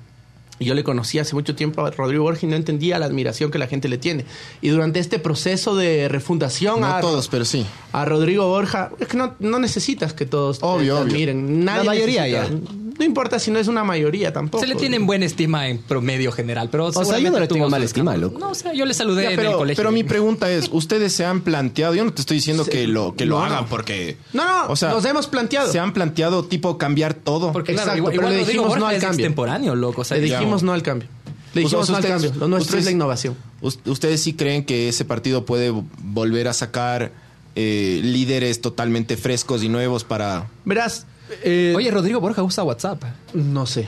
Y yo le conocí hace mucho tiempo a Rodrigo Borges y no entendía la admiración que la gente le tiene. Y durante este proceso de refundación
No
a,
todos, pero sí.
a Rodrigo Borja, es que no, no necesitas que todos te-
Obvio,
te
obvio.
admiren. Nadie
La mayoría
necesita. No importa si no es una mayoría tampoco.
Se le tiene en buena estima en promedio general, pero
sea, yo no
seguramente
le tengo
tuvo
mala
sus
estima,
campos.
loco.
No, o sea, yo le saludé
Ya,
en el
pero,
colegio.
pero mi pregunta es, ¿ustedes se han planteado? Yo no te estoy diciendo que lo, que lo
no,
hagan
no.
porque...
No, no, nos hemos planteado.
¿Se han planteado tipo cambiar todo?
Porque
Exacto,
claro, igual,
pero
igual
le
Rodrigo
dijimos no
Borja
al
es
cambio.
extemporáneo, loco. O sea,
Le
ya-
dijimos no al cambio. Le dijimos
O sea,
no al
ustedes-
cambio. Lo nuestro
ustedes-
es la innovación.
us- ¿Ustedes sí creen que ese partido puede volver a sacar eh, líderes totalmente frescos y nuevos para...?
Verás, eh,
Oye, Rodrigo Borja usa WhatsApp.
no sé.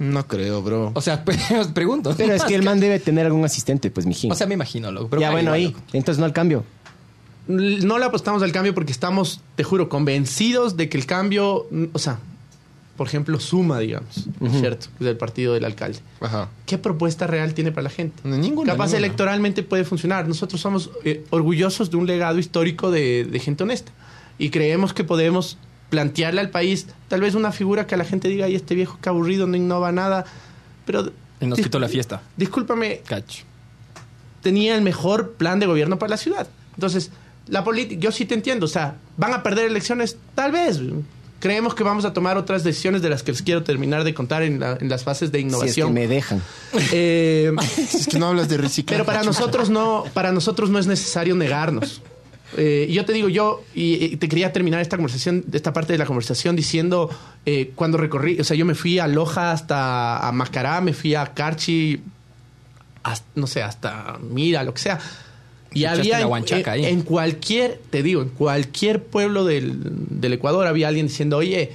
No creo, bro.
O sea, os pregunto.
Pero es que el man debe tener algún asistente, pues, mijín.
O sea, me imagino, loco. pero
ya
cae
bueno,
igual,
ahí.
loco.
Entonces no al cambio.
No le apostamos al cambio porque estamos, te juro, convencidos de que el cambio, mm, o sea, por ejemplo, suma, digamos, ¿cierto? Del partido del alcalde.
Ajá.
¿Qué propuesta real tiene para la gente?
Ninguna.
Capaz
ninguna.
electoralmente puede funcionar. Nosotros somos eh, orgullosos de un legado histórico de, de gente honesta y creemos que podemos plantearle al país tal vez una figura que a la gente diga, ay, este viejo que aburrido, no innova nada, pero...
Y nos
dis-
quitó la fiesta.
Discúlpame,
Cacho.
tenía el mejor plan de gobierno para la ciudad. Entonces, la política, yo sí te entiendo, o sea, van a perder elecciones, tal vez. Creemos que vamos a tomar otras decisiones de las que les quiero terminar de contar en, la- en las fases de
Si es que
innovación.
me dejan.
Eh,
Es que no hablas de reciclaje.
pero para nosotros no, para nosotros no es necesario negarnos. Eh, yo te digo, yo y, y te quería terminar esta conversación, esta parte de la conversación diciendo eh, cuando recorrí, o sea, yo me fui a Loja hasta a Macará, me fui a Carchi, hasta- no sé, hasta Mira, lo que sea. Y
Echaste
había
la
en- eh,
guanchaca
en,
ahí.
en cualquier, te digo, en cualquier pueblo del, del Ecuador había alguien diciendo, oye,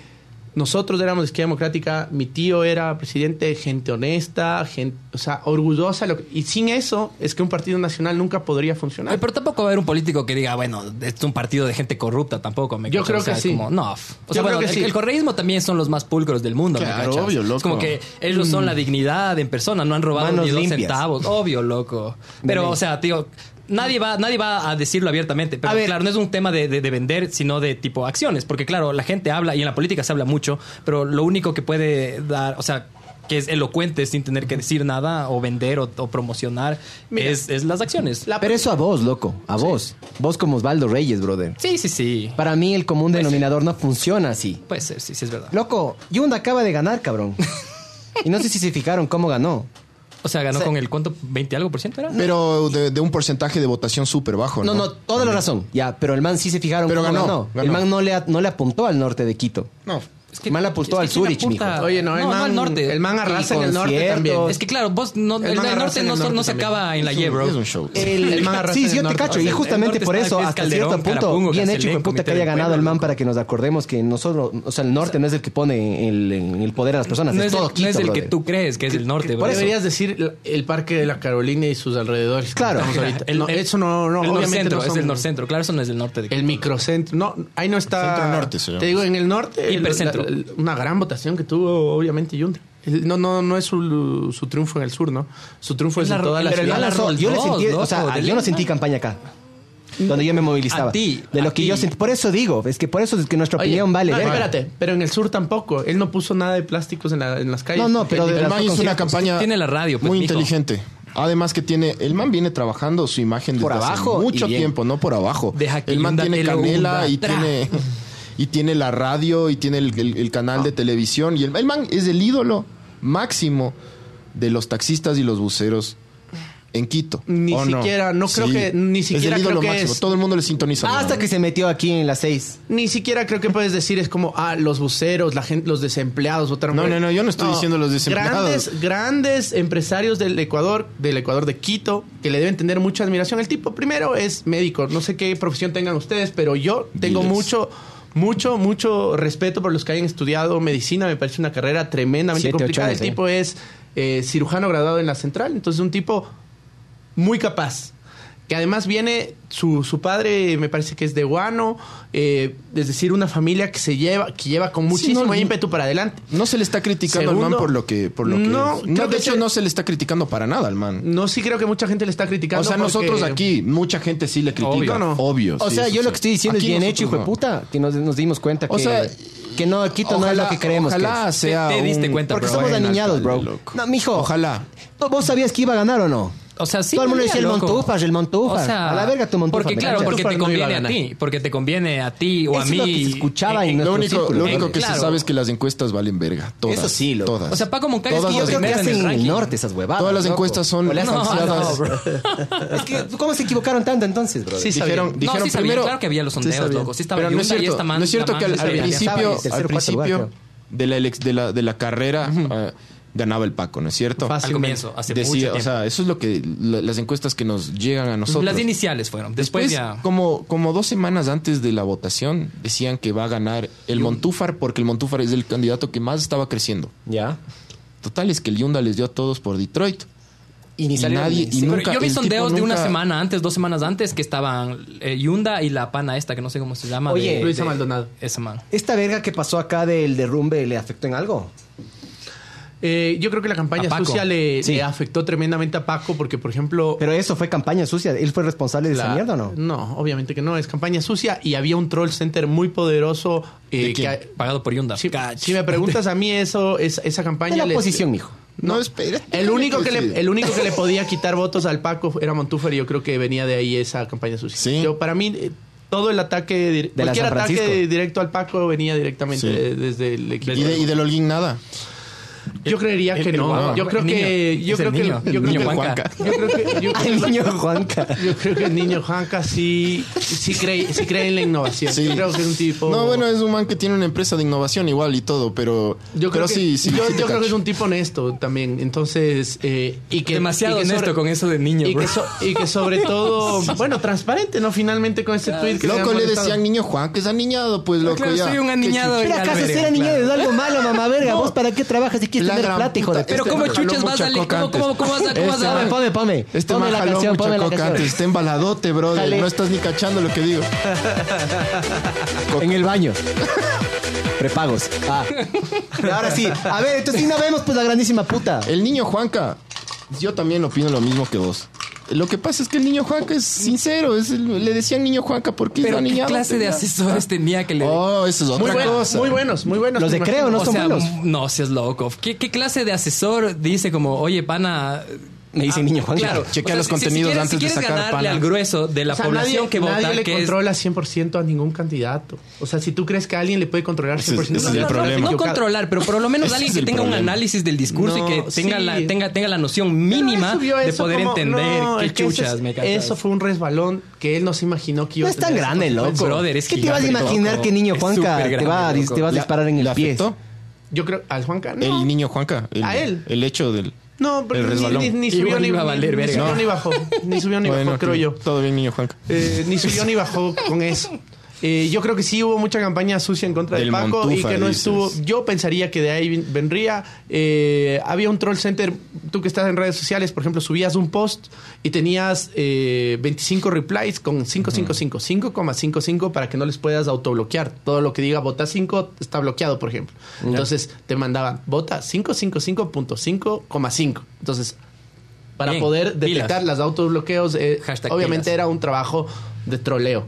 nosotros éramos de izquierda democrática, mi tío era presidente, gente honesta, gente, o sea, orgullosa. lo que- y sin eso es que un partido nacional nunca podría funcionar.
Oye, pero tampoco va a haber un político que diga, bueno, es un partido de gente corrupta tampoco. ¿me
Yo
cachas?
creo
O sea,
que
es
sí.
como, no. f- O
Yo
sea,
creo
bueno,
que
el,
sí.
el correísmo también son los más pulcros del mundo. ¿me
Claro,
cachas?
obvio, loco.
Es como que ellos son la dignidad en persona, no han robado
Manos
ni dos
limpias.
centavos. Obvio, loco. Pero, o sea, tío. Nadie va, nadie va a decirlo abiertamente, pero
A ver.
claro, no es un tema de, de- de vender, sino de tipo acciones, porque claro, la gente habla y en la política se habla mucho, pero lo único que puede dar, o sea, que es elocuente sin tener que decir nada o vender o, o promocionar,
Mira.
es, es las acciones.
La-
Pero eso a vos, loco. A vos. Vos como Osvaldo Reyes, brother.
Sí, sí, sí.
Para mí el común
Pues sí.
denominador no funciona así.
Puede ser, sí, sí, es verdad.
Loco, Yunda acaba de ganar, cabrón. Y no sé si se fijaron cómo ganó.
O sea, ganó con el cuánto, 20 algo por ciento era.
Pero de, de un porcentaje de votación súper bajo, ¿no?
No, no, toda la razón. Ya, pero el man sí se fijaron
Pero
cómo
ganó,
El
ganó.
man no le, a- no le apuntó al norte de Quito.
No.
Es
mal apuntó al
¿quién
Zurich,
apunta?
mijo.
Oye, no, el man,
al norte.
El man arrasa en el norte
conciertos.
también.
Es que claro, vos no, el,
El man
del
arrasa
norte
en el
no,
norte
no se
también.
acaba en la
Es un-
Y, bro.
Es un show.
Eh,
El,
El man arrasa
sí,
en
yo
el
te
norte.
cacho.
O sea,
Y
el
justamente
norte
por
está
eso,
Pérez
hasta
Calderón,
cierto punto,
Carapungo,
bien hecho,
Gacelén,
hijo de puta, que
Comité
haya
del
ganado el
Pueblo,
man
loco.
para que nos acordemos que nosotros, o sea, el norte no es el que pone el, el poder a las personas,
no
es,
es,
todo
el,
Quito,
no es el que
brother.
tú crees que es el norte,
Por
bro.
eso deberías decir el- el parque de la Carolina y sus alrededores. que
Claro.
estamos ahorita.
El-
No,
el-
eso no, no,
el
obviamente
norcentro,
no
es
son-
el norcentro. Claro, eso no es el norte de
El microcentro. No, ahí no está.
Centro norte se llama.
Te digo, en el norte. el-
Hipercentro.
la- la- una gran votación que tuvo, obviamente, Yunda. El- No, no, no es su, su triunfo en el sur, ¿no? Su triunfo es en
la-
toda la
pero el
ciudad.
Yo la so- yo le sentí, o
Loco,
sea,
de
yo no
ley.
sentí campaña acá. Donde yo me movilizaba.
A ti,
de lo
a
que
ti.
yo sentí. Por eso digo, es que por eso es que nuestra
Oye,
opinión vale. ¿eh?
no,
verga.
espérate, pero en el sur tampoco. Él no puso nada de plásticos en, la- en las calles.
No, no, pero de
El
las
man hizo una campaña
Tiene la radio, pues,
muy
mijo.
inteligente. Además que tiene, el man viene trabajando su imagen desde
Por
hace
abajo y
mucho
bien.
tiempo, no por abajo.
Deja que
el man
Yunda
tiene
te lo
canela
hunda.
y
Tra.
tiene y tiene la radio y tiene el, el- el canal de televisión y el, el man es el ídolo máximo de los taxistas y los buceros en Quito.
Ni
¿o
siquiera, no creo que- ni
es
siquiera
el ídolo
creo que
máximo.
es- Ah,
Todo el mundo le sintoniza.
Ah, Hasta que se metió aquí en las seis.
Ni siquiera creo que puedes decir es como, ah, los buceros, la gente, los desempleados votaron
No,
por él.
no, no, yo no estoy diciendo los desempleados.
Grandes, grandes empresarios del Ecuador, del Ecuador de Quito, que le deben tener mucha admiración. El tipo primero es médico, no sé qué profesión tengan ustedes, pero yo tengo
Diles.
mucho, mucho, mucho respeto por los que hayan estudiado medicina. Me parece una carrera tremendamente
Siete, ocho
complicada.
años,
El
eh.
tipo es eh, cirujano graduado en la central, entonces un tipo muy capaz. que además viene su, su padre, me parece que es de Guano, eh, es decir, una familia que se lleva, que lleva con muchísimo
no,
ímpetu para adelante.
No se le está criticando al
Segundo,
man por lo que, por lo que
no,
es.
creo
de
que
hecho
se-
no se le está criticando para nada al man.
No, sí creo que mucha gente le está criticando.
O sea,
porque-
nosotros aquí, mucha gente sí le critica.
Obvio,
Obvio.
no.
O
sí,
sea,
eso
yo lo
sí.
que estoy diciendo
Aquí
es bien
nosotros
hecho, hijo de
no.
puta, que nos, nos dimos cuenta
O
que,
sea,
que no, Quito no es lo que creemos. que
Ojalá
es.
sea.
Te- te diste
un-
cuenta,
Porque
bro.
somos
Buen
dañados, bro.
alcalde, loco.
No, mijo.
Ojalá.
¿Vos sabías que iba a ganar o no?
O sea, sí.
Todo el mundo
podría,
decía el
loco.
Montúfar, el Montúfar.
O sea,
a la verga tu Montúfar.
Porque,
¿me
claro,
cachas?
porque te
Montúfar no iba a
conviene a
ganar.
ti. Porque te conviene a ti o a
Eso es
mí.
lo que se escuchaba en
Lo
nuestro
único,
círculo.
lo único que
Claro.
se sabe es que las encuestas valen verga. Todas.
Eso sí, loco.
Todas.
O sea, Paco Moncayo
Todas
estuvo
Yo
las
creo que
primero en el
hacen en el
ranking.
norte esas huevadas.
Todas las
loco.
encuestas son
O las
No,
falseadas.
no, bro.
Es que, ¿cómo se equivocaron tanto entonces, bro?
Sí, sabía.
dijeron, dijeron
no, sí sabía,
primero.
claro que había los
Sí
sondeos,
sabía.
loco. Sí estaba
Pero no es
Hyundai y
cierto,
esta man-
no es cierto
la
que
man
al, al
sí sabía.
Estaba en
principio,
el tercer
al
o cuarto lugar,
principio de, la elex- de, la, de la carrera ah, ganaba el Paco, ¿no es cierto?
Fácil.
Al comienzo, hace
Decía,
mucho
o
tiempo.
sea, eso es lo que la- las encuestas que nos llegan a nosotros.
Las iniciales fueron. Después,
Después,
ya.
como, como dos semanas antes de la votación, decían que va a ganar el Montúfar porque el Montúfar es el candidato que más estaba creciendo.
Ya.
Total, es que el Yunda les dio a todos por Detroit.
Y ni
Y
salieron.
nadie-
ni-
y
Sí, pero
nunca-
yo vi
el
sondeos
tipo
de una
nunca-
semana antes, dos semanas antes, que estaban eh, Yunda y la pana esta, que no sé cómo se llama.
Oye,
de-
Luisa
de-
Maldonado.
Esa man.
¿Esta verga que pasó acá del derrumbe le afectó en algo?
Eh, yo creo que la campaña
A Paco.
sucia le,
Sí.
le afectó tremendamente a Paco porque, por ejemplo...
Pero eso fue campaña sucia. ¿Él fue responsable de esa
la-
mierda o no?
No, obviamente que no. Es campaña sucia y había un troll center muy poderoso. eh, que-
Pagado por Yunda.
si,
Cach.
si me preguntas a mí eso, es- esa campaña...
De la
les-
oposición,
este-
mijo.
No, espera.
El único, que le, el único que le podía quitar votos al Paco era Montúfar y yo creo que venía de ahí esa campaña sucia.
Sí.
Yo, para mí, eh, todo el ataque, dir-
De la
cualquier
San Francisco.
ataque directo al Paco venía directamente
Sí.
de- desde el equipo.
Y, de- y del Holguín nada.
yo creería que
el
no.
guagua.
Yo creo
El
que.
niño.
Yo
Es
creo
el
que.
niño.
Yo
El
creo
niño
que.
Juanca.
Yo creo que. yo creo
El
que-
niño Juanca.
Yo creo que el niño Juanca sí, sí, cree, sí cree en la innovación.
Sí.
Yo creo que es un tipo.
No, bueno, es un man que tiene una empresa de innovación igual y todo, pero.
Yo creo,
pero
que,
sí, sí.
yo,
sí te
yo creo que es
cacho.
un tipo honesto también. Entonces, eh, y que
Demasiado
y que sobre-
honesto con eso de niño,
y
bro.
que, so- y que sobre todo, bueno, transparente, ¿no? Finalmente con este tweet que
Loco,
han
le
molestado.
decían niño Juan, que es aniñado, pues loco.
claro,
ya.
soy un
Qué
aniñado.
chucha.
Pero
la
acaso
verga,
si era niña
claro.
de algo malo, mamá verga. ¿Vos para qué trabajas si quieres
La
tener
gran
plata, hijo de
puta.
puta?
Pero
Este
¿cómo
man jaló
chuchas vas
mucha
a... li-
coca
¿Cómo, cómo,
antes.
cómo vas a...? ¿Cómo vas
Este
a...?
man-
Ponme, ponme.
Este
ponme
man
la
jaló
canción,
mucha
ponme la
coca
canción.
antes. Está embaladote, bro.
Jale.
No estás ni cachando lo que digo.
En el baño. Prepagos. Ah. Ahora sí. A ver, entonces sí no vemos pues la grandísima puta.
El niño Juanca, yo también opino lo mismo que vos. Lo que pasa es que el niño Juanca es sincero. es el- le decían niño Juanca porque es
Pero qué
aniñado.
clase de asesores tenía que le...
Oh, eso es
Muy,
otra
buenos,
cosa.
muy buenos, muy buenos.
Los
me
de creo,
imagino.
¿no?
o
son
sea,
buenos.
m- no seas loco. ¿Qué, qué clase de asesor dice como, oye, pana... ah,
Me dicen niño Juanca.
Claro.
Chequea
O sea,
los
si- si
contenidos
quieres-
antes
si
de
quieres
sacar
ganarle
pana.
al grueso de la
O sea,
población
nadie,
que vota,
nadie le
que es-
controla 100% a ningún candidato. O sea, si tú crees que alguien le puede controlar 100%,
Ese es- ese es
no,
el
no, no,
problema.
estás
No
equivocado.
controlar, pero por lo menos
Ese
alguien
es
que
el
tenga un
problema.
análisis del discurso
No,
y que tenga,
sí.
la, tenga, tenga la noción
Pero él
mínima
subió
de
eso
poder
como-
entender
no,
qué
es que ese
chuchas,
es-
me cachas.
Eso fue un resbalón que él no se imaginó que iba
No
a
es tan
tener esa
grande,
consecuencia.
loco.
Brother, es
¿Qué te vas a
gigante,
imaginar
loco.
que niño
Es
Juanca
súper
te va, a,
grande, loco.
te vas a
La-
disparar en
¿le
el pie?
afectó
Yo creo, al Juanca, no.
El niño Juanca. El,
A él.
El hecho del.
No, porque
el resbalón.
ni, ni- ni subió
Igual
ni,
iba a valer
ni,
verga.
subió
No.
ni bajó. Ni subió ni
Bueno,
bajó, creo
que-
yo.
Todo bien, niño Juanca.
Eh, ni subió ni bajó con eso. Eh, yo creo que sí hubo mucha campaña sucia en contra de
Del
Paco y
Montufa,
que no
dices.
estuvo. Yo pensaría que de ahí vin- vendría. eh, había un troll center. Tú que estás en redes sociales, por ejemplo, subías un post y tenías eh, 25 replies con 555, 5,55 para que no les puedas autobloquear. Todo lo que diga vota 5 está bloqueado, por ejemplo. Entonces te mandaban vota 555.5,5. Entonces para
Bien,
poder
pilas.
detectar las autobloqueos. eh,
Hashtag
obviamente
pilas.
era un trabajo de troleo,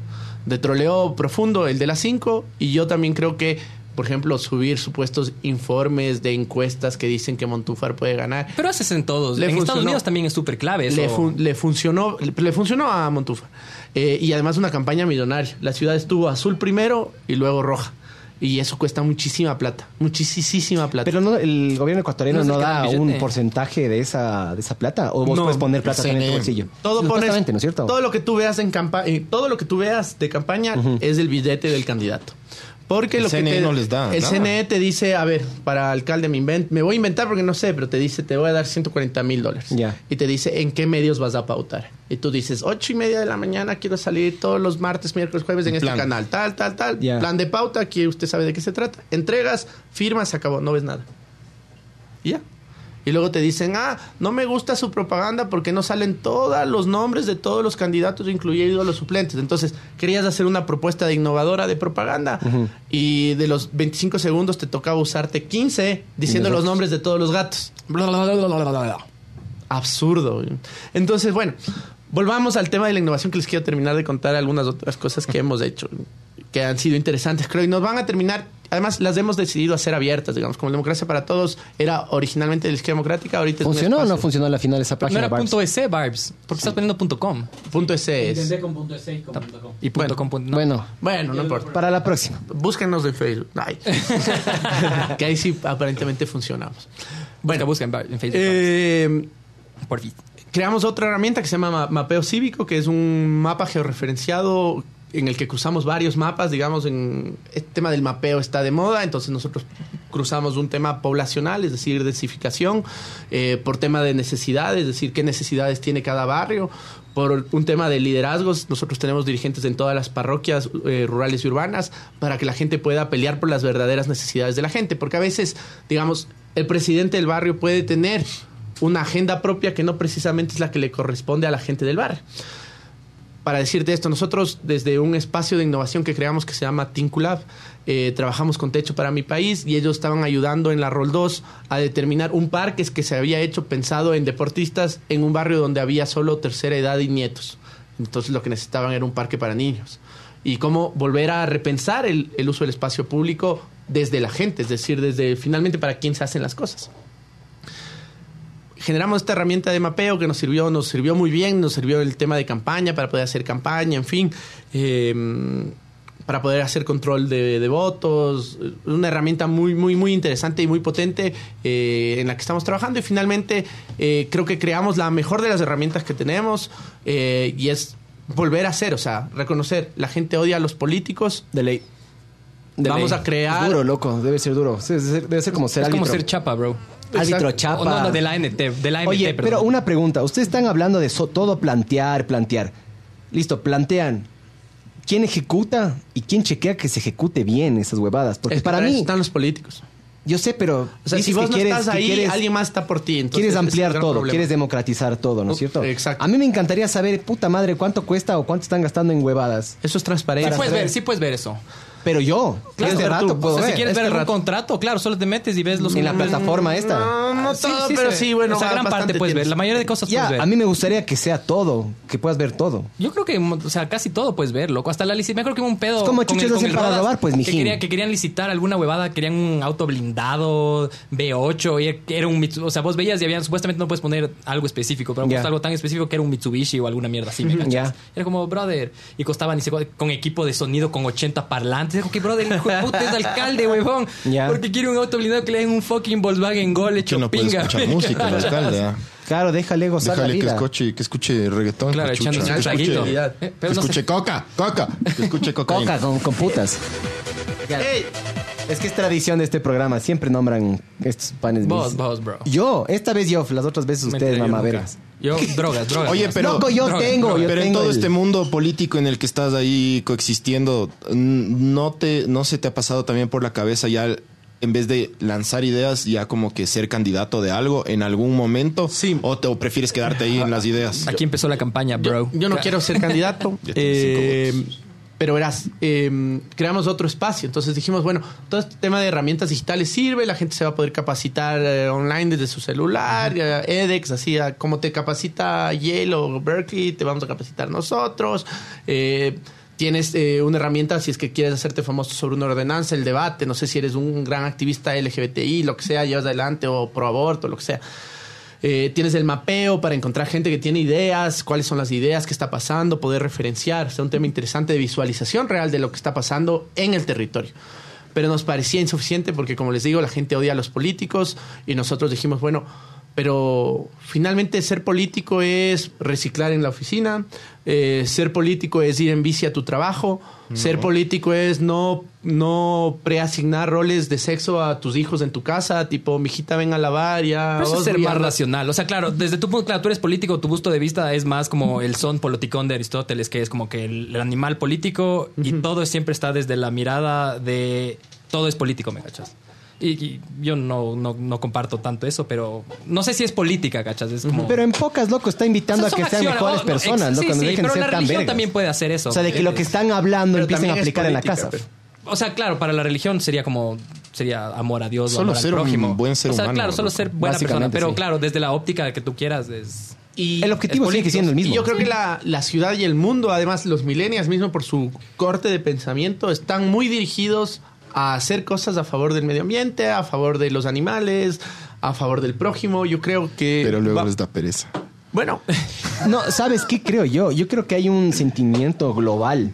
de troleo profundo, el de las 5. Y yo también creo que, por ejemplo, subir supuestos informes de encuestas que dicen que Montúfar puede ganar.
Pero haces en todos.
Le
en Estados
funcionó.
Unidos también es súper clave eso.
Le, fun- le funcionó le, le funcionó a Montúfar. Eh, y además una campaña millonaria. La ciudad estuvo azul primero y luego roja. Y eso cuesta muchísima plata, muchísima plata.
Pero no, el gobierno ecuatoriano
No se
no,
queda
da
billete.
un porcentaje de esa, de esa plata. O vos
No,
puedes poner plata
sí,
también en tu
eh.
bolsillo.
Todo pones,
Supuestamente, ¿no es cierto?
Todo lo que tú veas en campaña, todo lo que tú veas de campaña es el billete del candidato. Porque
El
lo que
CNE
te-
no les da
El
nada.
CNE te dice, a ver, para alcalde me invent, me voy a inventar porque no sé, pero te dice, te voy a dar 140 mil dólares.
Ya.
Y te dice en qué medios vas a pautar. Y tú dices, ocho y media de la mañana quiero salir todos los martes, miércoles, jueves en
plan.
este canal, tal, tal, tal.
Ya.
Plan de pauta, que usted sabe de qué se trata. Entregas, firmas, se acabó, no ves nada. Y ya. Y luego te dicen, ah, no me gusta su propaganda porque no salen todos los nombres de todos los candidatos, incluidos los suplentes. Entonces, querías hacer una propuesta de innovadora de propaganda y de los 25 segundos te tocaba usarte 15 diciendo los nombres de todos los gatos. Bla, bla, bla, bla, bla, bla, bla. Absurdo. güey. Entonces, bueno, volvamos al tema de la innovación que les quiero terminar de contar algunas otras cosas que hemos hecho que han sido interesantes, creo, y nos van a terminar. Además, las hemos decidido hacer abiertas, digamos, como Democracia para Todos era originalmente de la izquierda democrática, ahorita es un
¿Funcionó o no
espacio.
funcionó la final esa
No
página?
era
Barbs?
punto .ec, Barbs. Porque estás poniendo punto .com.
Punto ese es.
Intenté con punto .6 con punto .com.
Y punto .com. punto- no.
Bueno,
Bueno, no importa.
para la próxima.
Búsquenos de Facebook. Ay. que ahí sí aparentemente funcionamos.
Bueno, busca en, Bar- en Facebook.
Eh,
Barbs. Por fin.
creamos otra herramienta que se llama ma- Mapeo Cívico, que es un mapa georreferenciado en el que cruzamos varios mapas, digamos, en el tema del mapeo está de moda, entonces nosotros cruzamos un tema poblacional, es decir, densificación, eh, por tema de necesidades, es decir, qué necesidades tiene cada barrio, por un tema de liderazgos, nosotros tenemos dirigentes en todas las parroquias eh, rurales y urbanas para que la gente pueda pelear por las verdaderas necesidades de la gente, porque a veces, digamos, el presidente del barrio puede tener una agenda propia que no precisamente es la que le corresponde a la gente del bar. Para decirte esto, nosotros desde un espacio de innovación que creamos que se llama Tinculab, eh, trabajamos con Techo para mi país y ellos estaban ayudando en la Rol 2 a determinar un parque que se había hecho pensado en deportistas en un barrio donde había solo tercera edad y nietos. Entonces lo que necesitaban era un parque para niños. Y cómo volver a repensar el, el uso del espacio público desde la gente, es decir, desde finalmente para quién se hacen las cosas generamos esta herramienta de mapeo que nos sirvió, nos sirvió muy bien, nos sirvió el tema de campaña para poder hacer campaña, en fin, eh, para poder hacer control de, de votos, eh, una herramienta muy, muy, muy interesante y muy potente eh, en la que estamos trabajando y finalmente eh, creo que creamos la mejor de las herramientas que tenemos eh, y es volver a hacer, o sea, reconocer, la gente odia a los políticos,
De ley. De
Vamos
ley.
a crear-
Es duro, loco. Debe ser duro. Debe ser, debe ser como ser
Es como
árbitro.
ser chapa, bro.
árbitro
Exacto.
chapa.
O no, no, de la ANT. De la ANT,
Oye,
perdón.
pero una pregunta. Ustedes están hablando de so- todo plantear, plantear. Listo, plantean. ¿ Quién ejecuta y quién chequea que se ejecute bien esas huevadas? Porque
es que
para mí,
están los políticos.
yo sé, pero
O sea,
dices
si vos
que
no
quieres-
estás
que
ahí,
quieres-
alguien más está por ti. entonces
Quieres
ese es el
ampliar
gran
todo,
problema.
quieres democratizar todo, ¿no es cierto?
Exacto.
A mí me encantaría saber, puta madre, cuánto cuesta o cuánto están gastando en huevadas.
Eso es
Sí
transparente.
puedes ver, sí puedes ver eso.
Pero yo,
Claro,
este
ver
rato
tú.
puedo
O sea,
ver.
si quieres
Este
ver algún
rato.
contrato, claro, solo te metes y ves los
en la
números.
plataforma esta.
No, no
Sí,
todo,
sí,
pero
se-
sí, bueno.
O sea, gran
bastante
parte puedes ver.
tienes.
La mayoría de cosas
Ya,
puedes ver.
a mí me gustaría que sea todo, que puedas ver todo.
Yo creo que, o sea, casi todo puedes ver, loco. Hasta la licitación. Me acuerdo que hubo un pedo.
Es como
con
chuches
el- con
hacen
el
para
Rodas,
robar, pues,
que,
mijín.
quería- que querían licitar alguna huevada, querían un auto blindado, B8, y era un Mitsu- O sea, vos veías y habían, supuestamente no puedes poner algo específico, pero
Ya.
puesto algo tan específico que era un Mitsubishi o alguna mierda así, ¿me cachas?
ya.
Era como, brother, y costaban y se, con equipo de sonido con 80 parlantes. Dijo que, brother, el hijo de puta es alcalde, huevón.
Ya.
Porque quiere un auto blindado que le den un fucking Volkswagen Gol hecho
Que no puede
pinga.
escuchar
¿me
música, el
cachas?
alcalde. ¿ah?
Claro, déjale gozar
Déjale
la
que
vida.
escuche, que escuche reggaetón.
Claro,
pues,
cachucha,
echándose
que
un traguito.
escuche,
Eh,
que
Pero no sé
escuche coca, coca. Que escuche cocaína.
Coca con, con putas.
Ey,
Es que es tradición de este programa. Siempre nombran estos panes.
Vos,
mis-
vos, bro.
Yo, esta vez yo, las otras veces
Mentira,
ustedes,
yo
mamá
nunca.
vergas.
Yo, drogas, drogas.
Oye, pero.
Loco, yo
Droga,
tengo,
droga.
yo
Pero en
tengo
todo
el-
este mundo político en el que estás ahí coexistiendo, n- ¿no, te, ¿no se te ha pasado también por la cabeza ya, el- en vez de lanzar ideas, ya como que ser candidato de algo en algún momento?
Sí.
¿O, te- o prefieres quedarte ahí en las ideas?
Aquí empezó la campaña, bro.
Yo no quiero ser candidato.
Ya tienes cinco
eh, pero verás, eh, creamos otro espacio. Entonces dijimos, bueno, todo este tema de herramientas digitales sirve, la gente se va a poder capacitar eh, online desde su celular, eh, edX, así ah, como te capacita Yale o Berkeley, te vamos a capacitar nosotros. Eh, Tienes eh, una herramienta si es que quieres hacerte famoso sobre una ordenanza, el debate, no sé si eres un gran activista LGBTI, lo que sea, llevas adelante o pro aborto, lo que sea. Eh, tienes el mapeo para encontrar gente que tiene ideas, cuáles son las ideas que está pasando, poder referenciar. O sea, un tema interesante de visualización real de lo que está pasando en el territorio. Pero nos parecía insuficiente porque, como les digo, la gente odia a los políticos y nosotros dijimos, bueno, pero finalmente ser político es reciclar en la oficina, eh, ser político es ir en bici a tu trabajo, ser político es no, no preasignar roles de sexo a tus hijos en tu casa, tipo, mijita, ven a lavar, ya.
Pero eso es
vos,
ser
voy a
más
la-
racional. O sea, claro, desde tu punto, claro, tú eres político, tu gusto de vista es más como el son politicón de Aristóteles, que es como que el, el animal político y todo siempre está desde la mirada de todo es político, ¿me cachas? Y, y yo no, no, no comparto tanto eso, pero no sé si es política, ¿cachas? Es como...
Pero en pocas, loco, está
O sea,
invitando
son
a que sean
acciones,
mejores
oh, no, ex-
personas,
sí,
loco, no
sí,
dejen de
pero
ser
la
tan
religión
vergas.
también puede hacer eso.
O sea, de que lo que están hablando
Pero
empiecen a
también es
aplicar en la casa.
política, pero-
O sea, claro, para la religión sería como sería amor a Dios, o
Solo
amor
ser
al
un
prójimo.
buen ser
o sea,
humano,
claro, solo
loco.
ser buena persona,
Básicamente,
pero
sí.
claro, desde la óptica que tú quieras es
Y
El objetivo
es
sigue siendo el mismo.
Y yo creo que la, la ciudad y el mundo, además los millennials mismo por su corte de pensamiento, están muy dirigidos a hacer cosas a favor del medio ambiente, a favor de los animales, a favor del prójimo. Yo creo que...
Pero luego
va-
les da pereza.
Bueno,
No, ¿sabes qué creo yo? Yo creo que hay un sentimiento global.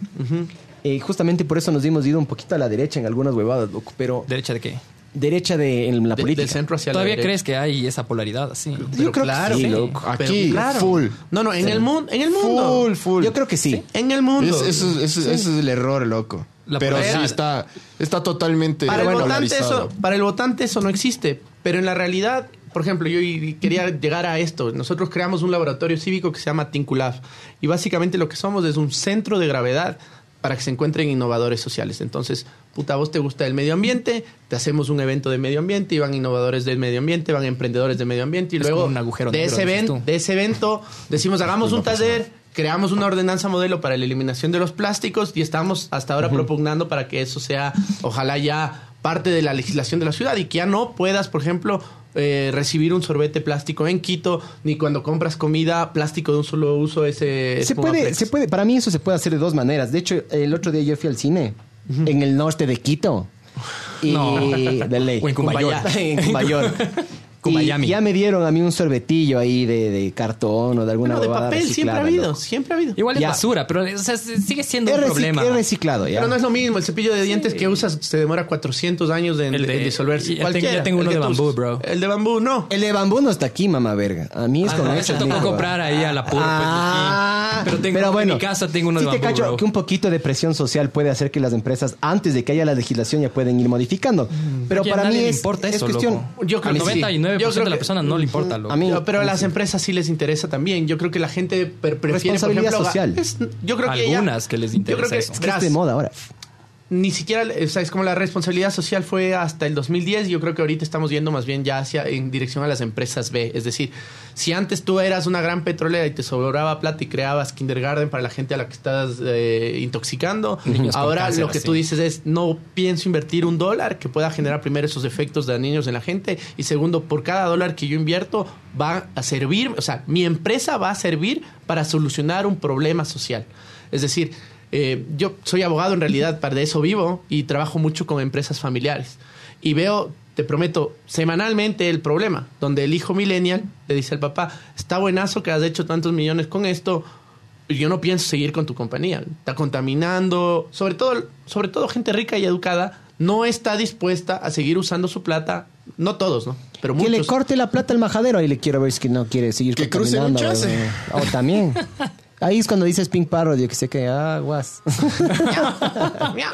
Eh, justamente por eso nos hemos ido un poquito a la derecha en algunas huevadas, loco, pero
derecha de qué.
derecha de, en la
de-
política.
del centro hacia la
Todavía
derecha.
crees que hay esa polaridad así.
Yo creo
claro,
que sí,
sí.
loco.
Pero
Aquí, full.
No, no, en el mundo, en el mundo.
Full, full.
Yo creo que sí.
En el mundo.
Es- eso, es- eso es- eso es el error, loco.
La
pero
polaridad.
sí está, está totalmente
para, el votante
polarizado.
eso, para el votante eso no existe, pero en la realidad, por ejemplo, yo y- quería llegar a esto. Nosotros creamos un laboratorio cívico que se llama Tinculab y básicamente lo que somos es un centro de gravedad para que se encuentren innovadores sociales. Entonces, puta, a vos te gusta el medio ambiente, te hacemos un evento de medio ambiente y van innovadores del medio ambiente, van emprendedores del medio ambiente y
Es
luego
como un agujero
de,
negro,
ese
dices
evento,
tú.
de ese evento decimos hagamos un taller, creamos una ordenanza modelo para la eliminación de los plásticos y estamos hasta ahora propugnando para que eso sea, ojalá ya parte de la legislación de la ciudad y que ya no puedas, por ejemplo, eh, recibir un sorbete plástico en Quito, ni cuando compras comida plástico de un solo uso ese...
Se
espuma
puede,
flex.
se puede, para mí eso se puede hacer de dos maneras. De hecho, el otro día yo fui al cine en el norte de Quito. Y de ley.
O en Cumbayol.
En Cumbayol.
Cumbayami.
Y ya me dieron a mí un sorbetillo ahí de, de cartón o de alguna
Bueno, de
huevada
papel siempre
reciclada,
ha habido,
loco.
siempre ha habido.
Igual es
Ya.
basura, pero o sea, sigue siendo
He,
un
recic-
problema.
he reciclado ya.
Pero no es lo mismo, el cepillo de dientes que usas se demora 400 años en,
El de-
en
ya
disolverse.
tengo-
Cualquiera,
ya tengo
el
uno
que
de
tú
bambú,
usas.
bro.
El de bambú, no.
El de bambú no está aquí, mamá verga. A mí es
Ah,
con
no,
esas
ese tocó
mierdas.
comprar ahí a la pulpa.
Ah,
pero tengo uno en mi casa, tengo uno
sí
de
te
bambú,
cacho
bro.
que un poquito de presión social puede hacer que las empresas, antes de que haya la legislación, ya pueden ir modificando. Pero
Aquí Mm. a
para mí
nadie le
es,
importa
es
eso,
cuestión.
loco.
Yo creo
Al
que sí.
99%
Yo creo
de la
que-
persona no le importa, loco.
A mí-
No, pero a
mí
las
sí.
empresas sí les interesa también. Yo creo que la gente pre- prefiere, por
Responsabilidad
ejemplo, ga-
social.
es- yo creo que ya-
Algunas que les interesa
Yo creo que,
eso. Es
que es
verás,
de moda ahora.
ni siquiera, o sea, es como la responsabilidad social fue hasta el 2010. Yo creo que ahorita estamos yendo más bien ya hacia en dirección a las empresas B. Es decir, si antes tú eras una gran petrolera y te sobraba plata y creabas kindergarten para la gente a la que estás eh, intoxicando,
Niños con
ahora
cáncer,
lo que
así.
tú dices es no pienso invertir un dólar que pueda generar primero esos efectos dañinos en la gente y segundo, por cada dólar que yo invierto va a servir, o sea, mi empresa va a servir para solucionar un problema social. Es decir, eh, yo soy abogado en realidad, para de eso vivo y trabajo mucho con empresas familiares y veo, te prometo, semanalmente el problema, donde el hijo millennial le dice al papá, está buenazo que has hecho tantos millones con esto, yo no pienso seguir con tu compañía. Está contaminando. Sobre todo, sobre todo gente rica y educada no está dispuesta a seguir usando su plata. No todos, ¿no? Pero
Que
muchos.
le corte la plata al majadero. Ahí le quiero ver si que no quiere seguir
Que crucen un
contaminando,
chance.
bro. O también. Ahí es cuando dices Pink Parody, que sé que aguas.
Mira.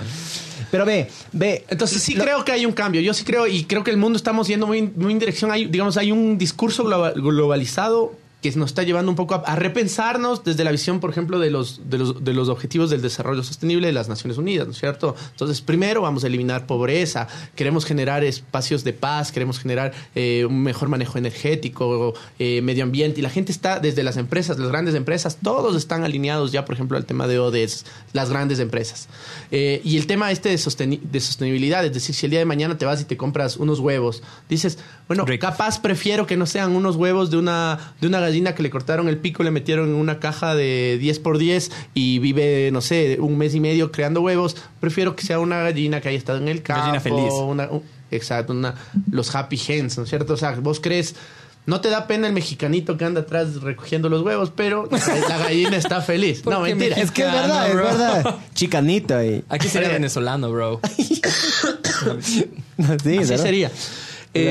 Pero ve, ve.
Entonces sí creo que hay un cambio. Yo sí creo y creo que el mundo estamos yendo muy, muy en dirección. Hay, digamos, hay un discurso globa- globalizado que nos está llevando un poco a, a repensarnos desde la visión, por ejemplo, de los, de, los, de los objetivos del desarrollo sostenible de las Naciones Unidas, ¿no es cierto? Entonces, primero vamos a eliminar pobreza, queremos generar espacios de paz, queremos generar eh, un mejor manejo energético, eh, medio ambiente, y la gente está desde las empresas, las grandes empresas, todos están alineados ya, por ejemplo, al tema de ODS, las grandes empresas. Eh, y el tema este de, sosteni- de sostenibilidad, es decir, si el día de mañana te vas y te compras unos huevos, dices, bueno,
Rico.
capaz prefiero que no sean unos huevos de una, de una gallina que le cortaron el pico, le metieron en una caja de 10 por 10 y vive, no sé, un mes y medio creando huevos. Prefiero que sea una gallina que haya estado en el campo.
Gallina feliz.
una- un- exacto, una, los happy hens, ¿no es cierto? O sea, vos crees... No te da pena el mexicanito que anda atrás recogiendo los huevos, pero la gallina está feliz. No,
Porque
mentira.
me-
Es que es
Ah, no,
verdad, es
bro.
verdad. Chicanito ahí.
Aquí sería
Oye,
venezolano, bro.
Sí,
Así
¿verdad?
sería.
De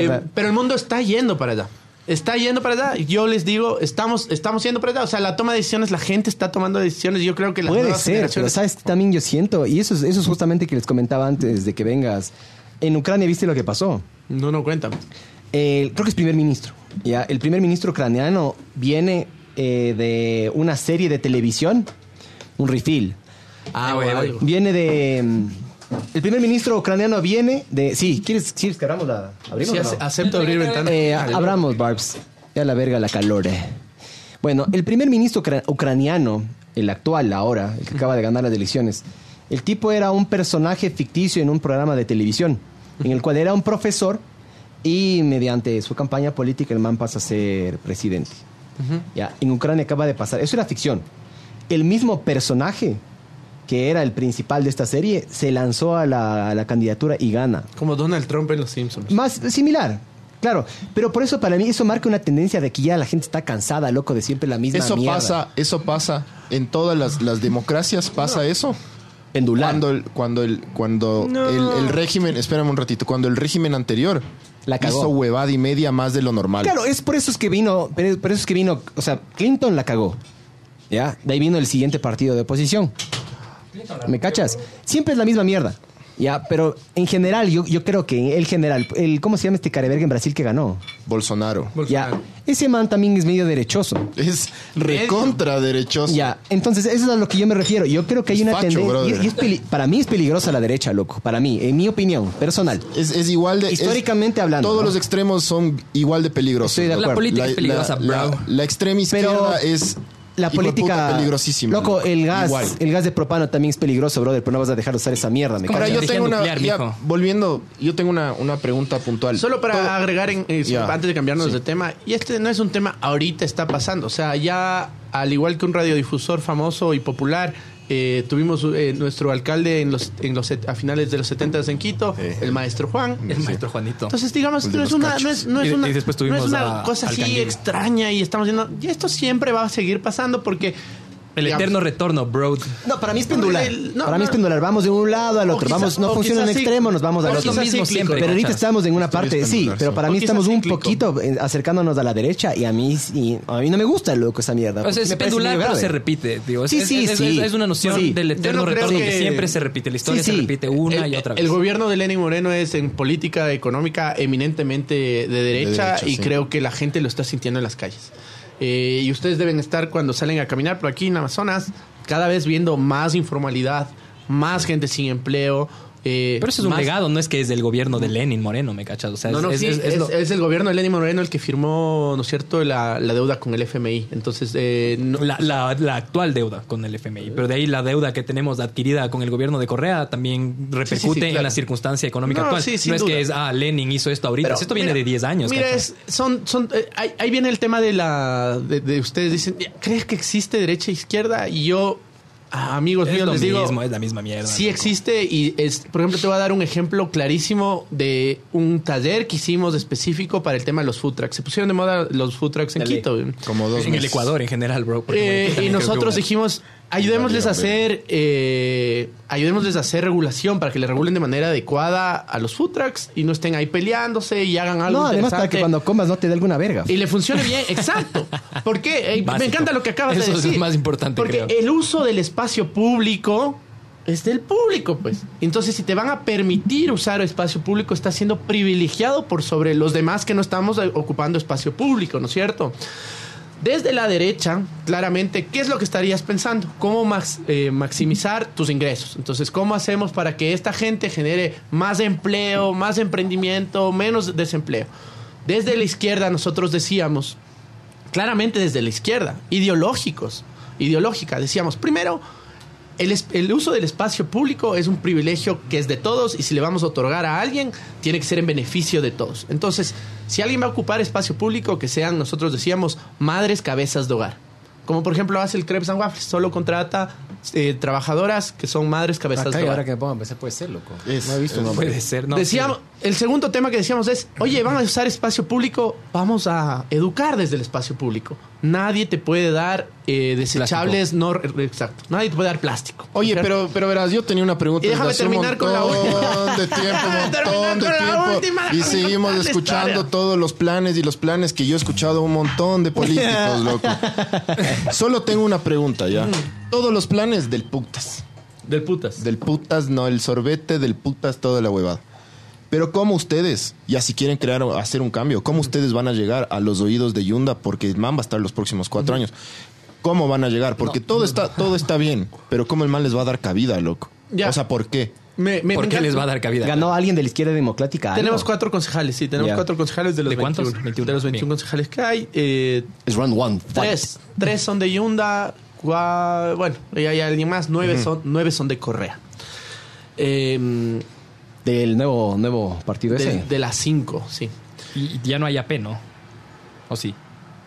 Eh,
verdad.
pero el mundo está yendo para allá. Está yendo para allá. Yo les digo, estamos, estamos yendo para allá. O sea, la toma de decisiones, la gente está tomando decisiones. Yo creo que las
Puede
nuevas
ser, pero
generaciones.
sabes, también yo siento, y eso es, eso es justamente que les comentaba antes de que vengas. En Ucrania, ¿viste lo que pasó?
No, no cuentan.
El- creo que es primer ministro. ¿ya? El primer ministro ucraniano viene eh, de una serie de televisión, un refill.
Ah, güey,
o
güey.
algo.
Viene de. mm, El primer ministro ucraniano viene de. Sí, ¿quieres, quieres que abramos la. ¿Abrimos
Sí,
o
ace-
no?
acepto abrir ventana.
Eh,
Dale.
abramos, Barbs. Ya la verga la calor. eh. Bueno, el primer ministro ucra- ucraniano, el actual ahora, el que acaba de ganar las elecciones, el tipo era un personaje ficticio en un programa de televisión, en el cual era un profesor y mediante su campaña política el man pasa a ser presidente. Ya, en Ucrania acaba de pasar. Eso era ficción. El mismo personaje que era el principal de esta serie se lanzó a la- a la candidatura y gana.
Como Donald Trump en Los Simpsons.
Más similar. Claro, pero por eso para mí eso marca una tendencia de que ya la gente está cansada, loco, de siempre la misma
Eso
mierda.
pasa, eso pasa. En todas las, las democracias pasa eso.
Pendular.
Cuando el, cuando el, cuando el, el régimen, espérame un ratito, cuando el régimen anterior
La cagó.
hizo huevada y media más de lo normal.
Claro, es por eso es que vino, pero- por eso es que vino, o sea, Clinton la cagó. ¿Ya? De ahí vino el siguiente partido de oposición. ¿Me cachas? Siempre es la misma mierda. Ya, pero en general, yo, yo creo que el general, el, ¿cómo se llama este careverga en Brasil que ganó?
Bolsonaro.
Ya, ese man también es medio derechoso.
Es recontra derechoso.
Ya, entonces eso es a lo que yo me refiero. Yo creo que hay
Es
una
facho,
tendencia.
brother.
y- y es peli- para mí es peligrosa la derecha, loco. Para mí, en mi opinión personal.
Es, es igual de. es-
Históricamente hablando,
Todos
¿no?
los extremos son igual de peligrosos.
Estoy de
¿no?
acuerdo. La
política es peligrosa,
la,
bro.
la extrema
Pero
izquierda es.
la
hijo de
política.
puta, peligrosísima.
Loco, el gas,
Igual.
el gas de propano también es peligroso, brother. Pero no vas a dejar de usar esa mierda, me
Ahora
cagas.
yo
energía
tengo una.
nuclear,
ya,
mijo.
volviendo, yo tengo una, una pregunta puntual.
Solo para
Todo-
agregar, en, eh,
Ya.
antes de cambiarnos
Sí.
de tema, y este no es un tema ahorita está pasando, o sea, ya al igual que un radiodifusor famoso y popular, eh, tuvimos eh, nuestro alcalde en los, en los set- a finales de los 70 en Quito, el maestro Juan.
El maestro Juanito.
Entonces, digamos,
Mm. El de
no es,
los
una,
cachos.
no, es, no es
Y de-
una,
y después
no es
tuvimos
una
a-
cosa
al
así
Canguil.
extraña y estamos viendo, y esto siempre va a seguir pasando porque...
El
digamos,
eterno retorno, bro.
No, para mí es pendular.
El- no,
para mí
no.
es pendular. Vamos de un lado al
O
otro.
quizá-
vamos, no
o
funciona en
quizá sí.
extremos, nos vamos al
O
otro.
quizá
Lo mismo
cíclico.
siempre.
Pero ahorita
¿cachas?
estamos en una
Esto ya es
parte, sí,
pendular,
pero
sí.
para
O
mí
quizá
estamos un
cíclico.
poquito eh, acercándonos a la derecha y a mí, y a mí no me gusta, loco, esa mierda.
O
porque
sea, es
me parece
pendular,
muy
pero
grave.
se repite. Digo. Es,
Sí,
es-
sí,
es,
sí.
es- es una noción
Sí.
del
Yo
eterno
no creo
retorno que...
que-
siempre se repite. La historia
Sí,
se
sí.
repite una
el,
y otra
el
vez.
gobierno de Lenin Moreno es en política económica eminentemente de derecha,
derecha,
y
sí.
creo que la gente lo está sintiendo en las calles. Eh, y ustedes deben estar cuando salen a caminar por aquí en Amazonas, cada vez viendo más informalidad, más gente sin empleo. eh,
Pero eso es un
más-
legado, no es que es del gobierno de Lenin Moreno, ¿me cachas? O sea,
No, no,
es,
sí,
es-
es,
es lo-
es el gobierno de Lenin Moreno el que firmó, ¿no es cierto?, la, la deuda con el FMI. Entonces, eh, no-
la, la- la actual deuda con el FMI. Pero de ahí la deuda que tenemos adquirida con el gobierno de Correa también repercute en
claro.
la circunstancia económica
No,
actual.
sí, sin
no es
duda.
que es, ah, Lenin hizo esto ahorita.
Pero,
esto viene de
mira,
10 años.
Mira,
¿cachas?
es- son, son, eh, ahí, ahí viene el tema de la de, de ustedes dicen, ¿crees que existe derecha e izquierda? Y yo, a amigos
Es
míos,
lo
les digo,
mismo, es la misma mierda.
sí
loco.
existe y es, por ejemplo, te voy a dar un ejemplo clarísimo de un taller que hicimos específico para el tema de los food trucks. Se pusieron de moda los food trucks en
Dale.
Quito.
Como dos
En el
meses.
Ecuador en general, bro. porque
Eh,
aquí
y
también creo que
nosotros
hubo.
dijimos, ayudémosles a
Vale, vale.
hacer, eh, ayudémosles a hacer regulación para que le regulen de manera adecuada a los food trucks y no estén ahí peleándose y hagan algo
No, además para que
interesante.
cuando comas no te dé alguna verga.
Y le funcione bien, exacto. Porque eh, me
Básico.
encanta lo que acabas de
Eso es
decir.
más importante,
Porque
creo.
el uso del espacio público es del público, pues. Entonces, si te van a permitir usar espacio público, estás siendo privilegiado por sobre los demás que no estamos eh, ocupando espacio público, ¿no es cierto? Desde la derecha, claramente, ¿qué es lo que estarías pensando? ¿Cómo max- eh, maximizar tus ingresos? Entonces, ¿cómo hacemos para que esta gente genere más empleo, más emprendimiento, menos desempleo? Desde la izquierda nosotros decíamos, claramente desde la izquierda, ideológicos, ideológica, decíamos, primero, el, es- el uso del espacio público es un privilegio que es de todos y si le vamos a otorgar a alguien, tiene que ser en beneficio de todos. Entonces, si alguien va a ocupar espacio público, que sean, nosotros decíamos, madres cabezas de hogar. Como por ejemplo hace el Krebs and Waffles, solo contrata eh, trabajadoras que son madres cabezas
Acá y
de hogar.
ahora que me pongan a pensar, puede ser, loco.
Es-
no he visto un
es-
hombre.
Puede ser, no.
decíamos, el segundo tema que decíamos es, oye, van a usar espacio público, vamos a educar desde el espacio público. Nadie te puede dar eh, desechables, no, re- exacto, nadie te puede dar plástico.
Oye, pero, pero verás, yo tenía una pregunta.
Y déjame
desde hace
terminar con la última.
montón de tiempo,
Déjame terminar
montón de
con la
tiempo.
última,
Y
déjame
seguimos
contar la
escuchando
historia.
todos los planes y los planes que yo he escuchado a un montón de políticos, loco. Solo tengo una pregunta ya.
Mm.
Todos los planes del putas.
Del putas.
Del putas, no, el sorbete del putas, toda la huevada. Pero cómo ustedes, ya si quieren crear o hacer un cambio, cómo ustedes van a llegar a los oídos de Yunda, porque el man va a estar los próximos cuatro años. ¿Cómo van a llegar? Porque todo está, todo está bien, pero cómo el man les va a dar cabida, loco.
Ya.
O sea, ¿por qué?
Me, me-
¿Por
me
qué
encanta-
les va a dar cabida?
¿Ganó alguien de la izquierda democrática? algo?
Tenemos cuatro concejales, sí, tenemos
Ya.
cuatro concejales de los
¿De cuántos?
21,
21,
De los 21
bien.
concejales que hay. eh,
Es round one.
tres, tres son de Yunda, cua- bueno, y hay alguien más, nueve, son, nueve son de Correa. Em,
Del nuevo, nuevo partido
de,
ese.
de las cinco, sí.
Y y ya no hay AP, ¿no? ¿O sí?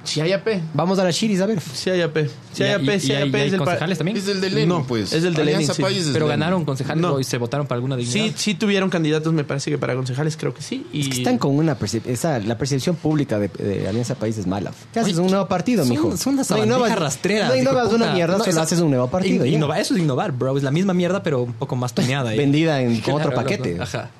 Si hay AP,
Vamos a la Shiris, a ver.
si hay AP, si
¿Y-
hay
y-
AP, si
y
hay
hay-
AP.
y hay
es del pa-
concejales también?
Es el de Lenin,
No,
pues.
es el de
Alianza
Lenin, sí.
País es
Pero
Lenin.
ganaron concejales
No.
o se votaron para alguna dignidad.
Sí, sí tuvieron candidatos, me parece que para concejales creo que sí. Y
Es que están con una percep- esa, la percepción pública de, de Alianza País es mala. ¿Qué haces? Un nuevo partido,
Son-
mijo.
Son las sabandijas rastreras.
No
hijo
innovas
puta.
una mierda,
No,
solo
esa-
haces un nuevo partido.
In-
ya.
innova- eso es innovar, bro. Es la misma mierda, pero un poco más tuneada. eh.
Vendida en
Claro,
otro
lo-
paquete.
lo- Ajá.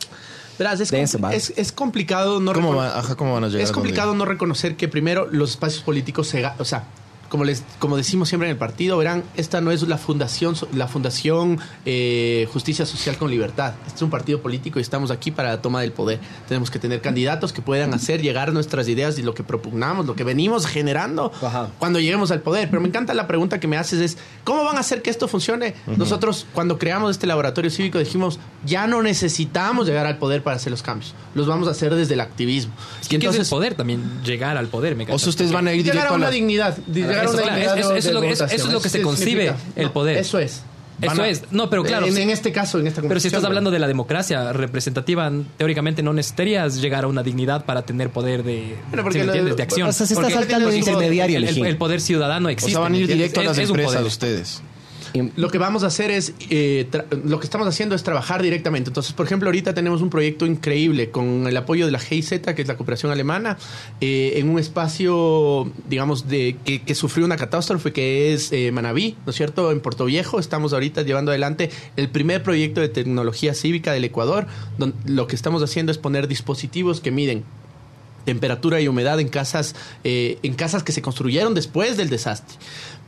Verás, es,
Dense,
compli-
vale.
es- es complicado no
¿Cómo,
recono-
va- ajá, ¿Cómo van a llegar?
Es
a donde-
complicado no reconocer que primero los espacios políticos se, ga- o sea, como les como decimos siempre en el partido, verán, esta no es la fundación so- la fundación eh, Justicia Social con Libertad. Este es un partido político y estamos aquí para la toma del poder. Tenemos que tener candidatos que
Mm.
puedan hacer llegar nuestras ideas y lo que propugnamos, lo que venimos generando
Ajá.
cuando lleguemos al poder. Pero me encanta la pregunta que me haces es, ¿cómo van a hacer que esto funcione? Nosotros cuando creamos este laboratorio cívico dijimos, ya no necesitamos llegar al poder para hacer los cambios. Los vamos a hacer desde el activismo.
Es que es el poder también, llegar al poder, me
O sea, ustedes van a ir
Llegar
directo
a
a
una
la...
dignidad. Llegar a
Eso,
una
claro,
dignidad.
eso-
de-
eso es lo
de
que- eso-
votación.
eso es lo que se concibe
significa-
el poder.
Eso es.
Eso
Van a-
es. No, pero claro,
En,
sí.
en este caso, en esta
Pero si
conversación,
estás hablando
¿no?
de la democracia representativa, teóricamente no necesitarías llegar a una dignidad para tener poder de,
Bueno,
¿sí
porque
me
lo-
entiendes? de acción.
O sea, se está
Porque-
saltando
porque
un intermediario,
El,
Lejín.
el poder ciudadano
O
existe.
sea, van a
¿me
ir
entiendes?
directo a
Es-
las
es un
empresas
poder.
ustedes.
Lo que vamos a hacer es, eh, tra- lo que estamos haciendo es trabajar directamente. Entonces, por ejemplo, ahorita tenemos un proyecto increíble con el apoyo de la GIZ, que es la cooperación alemana, eh, en un espacio, digamos, de que, que sufrió una catástrofe, que es eh, Manabí, ¿no es cierto? En Puerto Viejo estamos ahorita llevando adelante el primer proyecto de tecnología cívica del Ecuador, donde lo que estamos haciendo es poner dispositivos que miden temperatura y humedad en casas, eh, en casas que se construyeron después del desastre,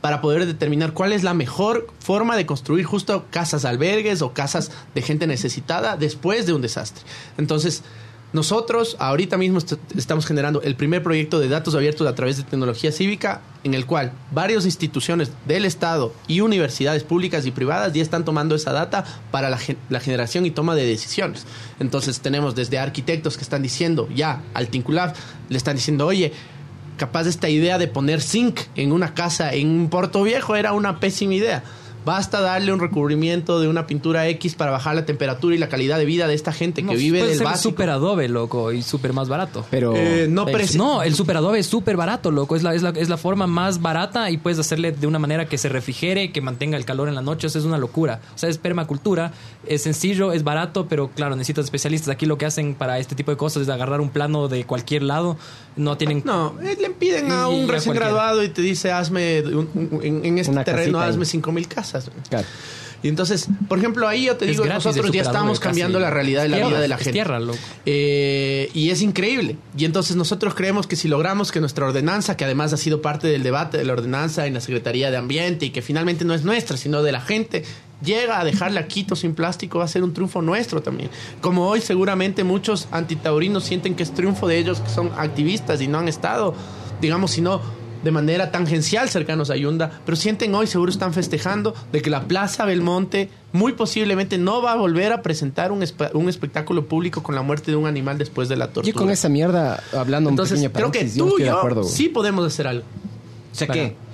para poder determinar cuál es la mejor forma de construir justo casas albergues o casas de gente necesitada después de un desastre. Entonces, nosotros ahorita mismo est- estamos generando el primer proyecto de datos abiertos a través de tecnología cívica, en el cual varias instituciones del Estado y universidades públicas y privadas ya están tomando esa data para la, gen- la generación y toma de decisiones. Entonces tenemos desde arquitectos que están diciendo ya al Tinculab, le están diciendo, oye, capaz esta idea de poner zinc en una casa en un Puerto Viejo era una pésima idea. Basta darle un recubrimiento de una pintura X para bajar la temperatura y la calidad de vida de esta gente
No,
que vive
puede
del
ser
básico.
super Adobe, loco, y super más barato.
Pero
Eh, no,
Es-
pero es-
no, el Super Adobe es súper barato, loco. Es la, es, la, es la forma más barata y puedes hacerle de una manera que se refrigere, que mantenga el calor en la noche. Eso es una locura. O sea, es permacultura. Es sencillo, es barato, pero claro, necesitas especialistas. Aquí lo que hacen para este tipo de cosas es agarrar un plano de cualquier lado. No tienen...
No, eh, le piden
Y
a un
a
recién
cualquiera.
graduado y te dice, hazme, un- un- en, en este
Una
terreno,
casita ahí.
hazme 5.000 casas.
claro,
Y entonces, por ejemplo, ahí yo te
es
digo,
gratis de
nosotros ya
Super
estamos
Adobe, casi.
cambiando la realidad de la
Es
vida
tierra,
de la
es
gente.
tierra, loco.
Eh, y es increíble. Y entonces nosotros creemos que si logramos que nuestra ordenanza, que además ha sido parte del debate de la ordenanza en la Secretaría de Ambiente y que finalmente no es nuestra, sino de la gente, llega a dejarla a Quito sin plástico, va a ser un triunfo nuestro también. Como hoy seguramente muchos antitaurinos sienten que es triunfo de ellos que son activistas y no han estado, digamos, sino de manera tangencial cercanos a Yunda, pero sienten hoy, seguro están festejando, de que la Plaza Belmonte muy posiblemente no va a volver a presentar un, espe- un espectáculo público con la muerte de un animal después de la tortura.
yo con esa mierda, hablando
Entonces,
un pequeño
creo que
paréntesis, yo no
tú y
estoy de
yo
acuerdo. güey.
sí podemos hacer algo.
O sea,
Claro.
¿qué?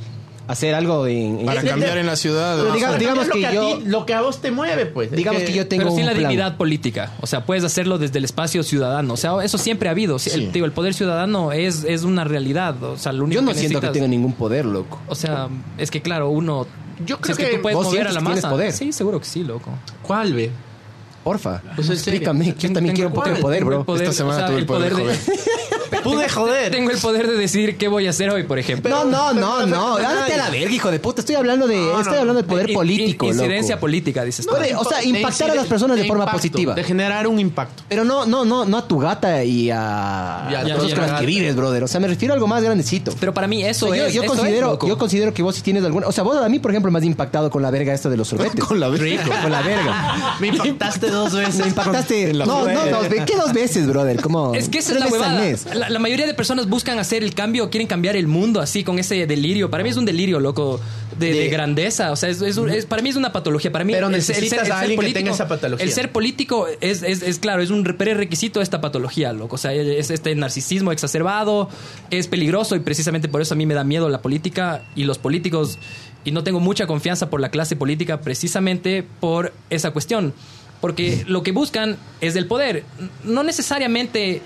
Hacer algo en... en-
Para
de-
cambiar en la ciudad.
Pero diga-
Pero
digamos
lo
que
a
yo-
ti- lo que a vos te mueve, pues. es
digamos que, yo tengo
Pero sin
un
la
plan.
dignidad política. O sea, puedes hacerlo desde el espacio ciudadano. O sea, eso siempre ha habido. Si-
Sí.
El, digo, el poder ciudadano es, es una realidad. O sea, lo
Yo
único
no
que
siento que
necesitas-
tengo ningún poder, loco.
O sea, es que claro, uno.
Yo
si
creo
es que,
que
tú puedes
vos
mover a
sientes
la
que tienes
masa.
poder.
Sí, seguro que sí, loco.
¿Cuál, ve?
Porfa,
Pues, en serio.
explícame. Yo
Tengo-
también
tengo
quiero un poco de
el
poder,
tengo
bro.
el poder,
Esta semana
o sea,
tuve el
el
poder,
poder de-
joder.
Pude joder.
Tengo el poder de decidir qué voy a hacer hoy, por ejemplo.
No, no,
pero-
no,
pero-
no.
pero-
Ándate a la verga, hijo de puta. Estoy hablando de,
No,
estoy
no.
hablando de poder
In-
político,
in- Eh, Incidencia
loco.
política, dices. tú.
No, de- o sea,
De
impactar a las personas de forma
impacto,
positiva.
De generar un impacto.
Pero no, no, no, no a tu gata y a
Y a
las
tu
cosas con las
gata.
que vives, brother. O sea, me refiero a algo más grandecito.
Pero para mí eso
O sea, yo,
es.
yo
eso es,
considero,
loco.
yo considero que vos si tienes alguna. O sea, vos a mí, por ejemplo, me has impactado con la verga esta de los sorbetes.
Con la
Rico, con la verga.
Me impactaste dos veces.
Me impactaste.
En la
No, no,
verga.
dos veces. ¿Qué dos veces, brother? Como
Es que esa
tres
es la
veces al
huevada.
mes.
La la, la mayoría de personas buscan hacer el cambio, quieren cambiar el mundo así, con ese delirio. Para mí es un delirio, loco, de, de grandeza. O sea, es, es un- es- para mí es una patología. Para mí
Pero
el- el
necesitas
ser- el
a
ser
alguien que
político-
tenga esa patología.
El ser político es, es- es claro, es un prerequisito de esta patología, loco. O sea, es este narcisismo exacerbado, es peligroso y precisamente por eso a mí me da miedo la política y los políticos. Y no tengo mucha confianza por la clase política precisamente por esa cuestión. Porque lo que buscan es del poder. No necesariamente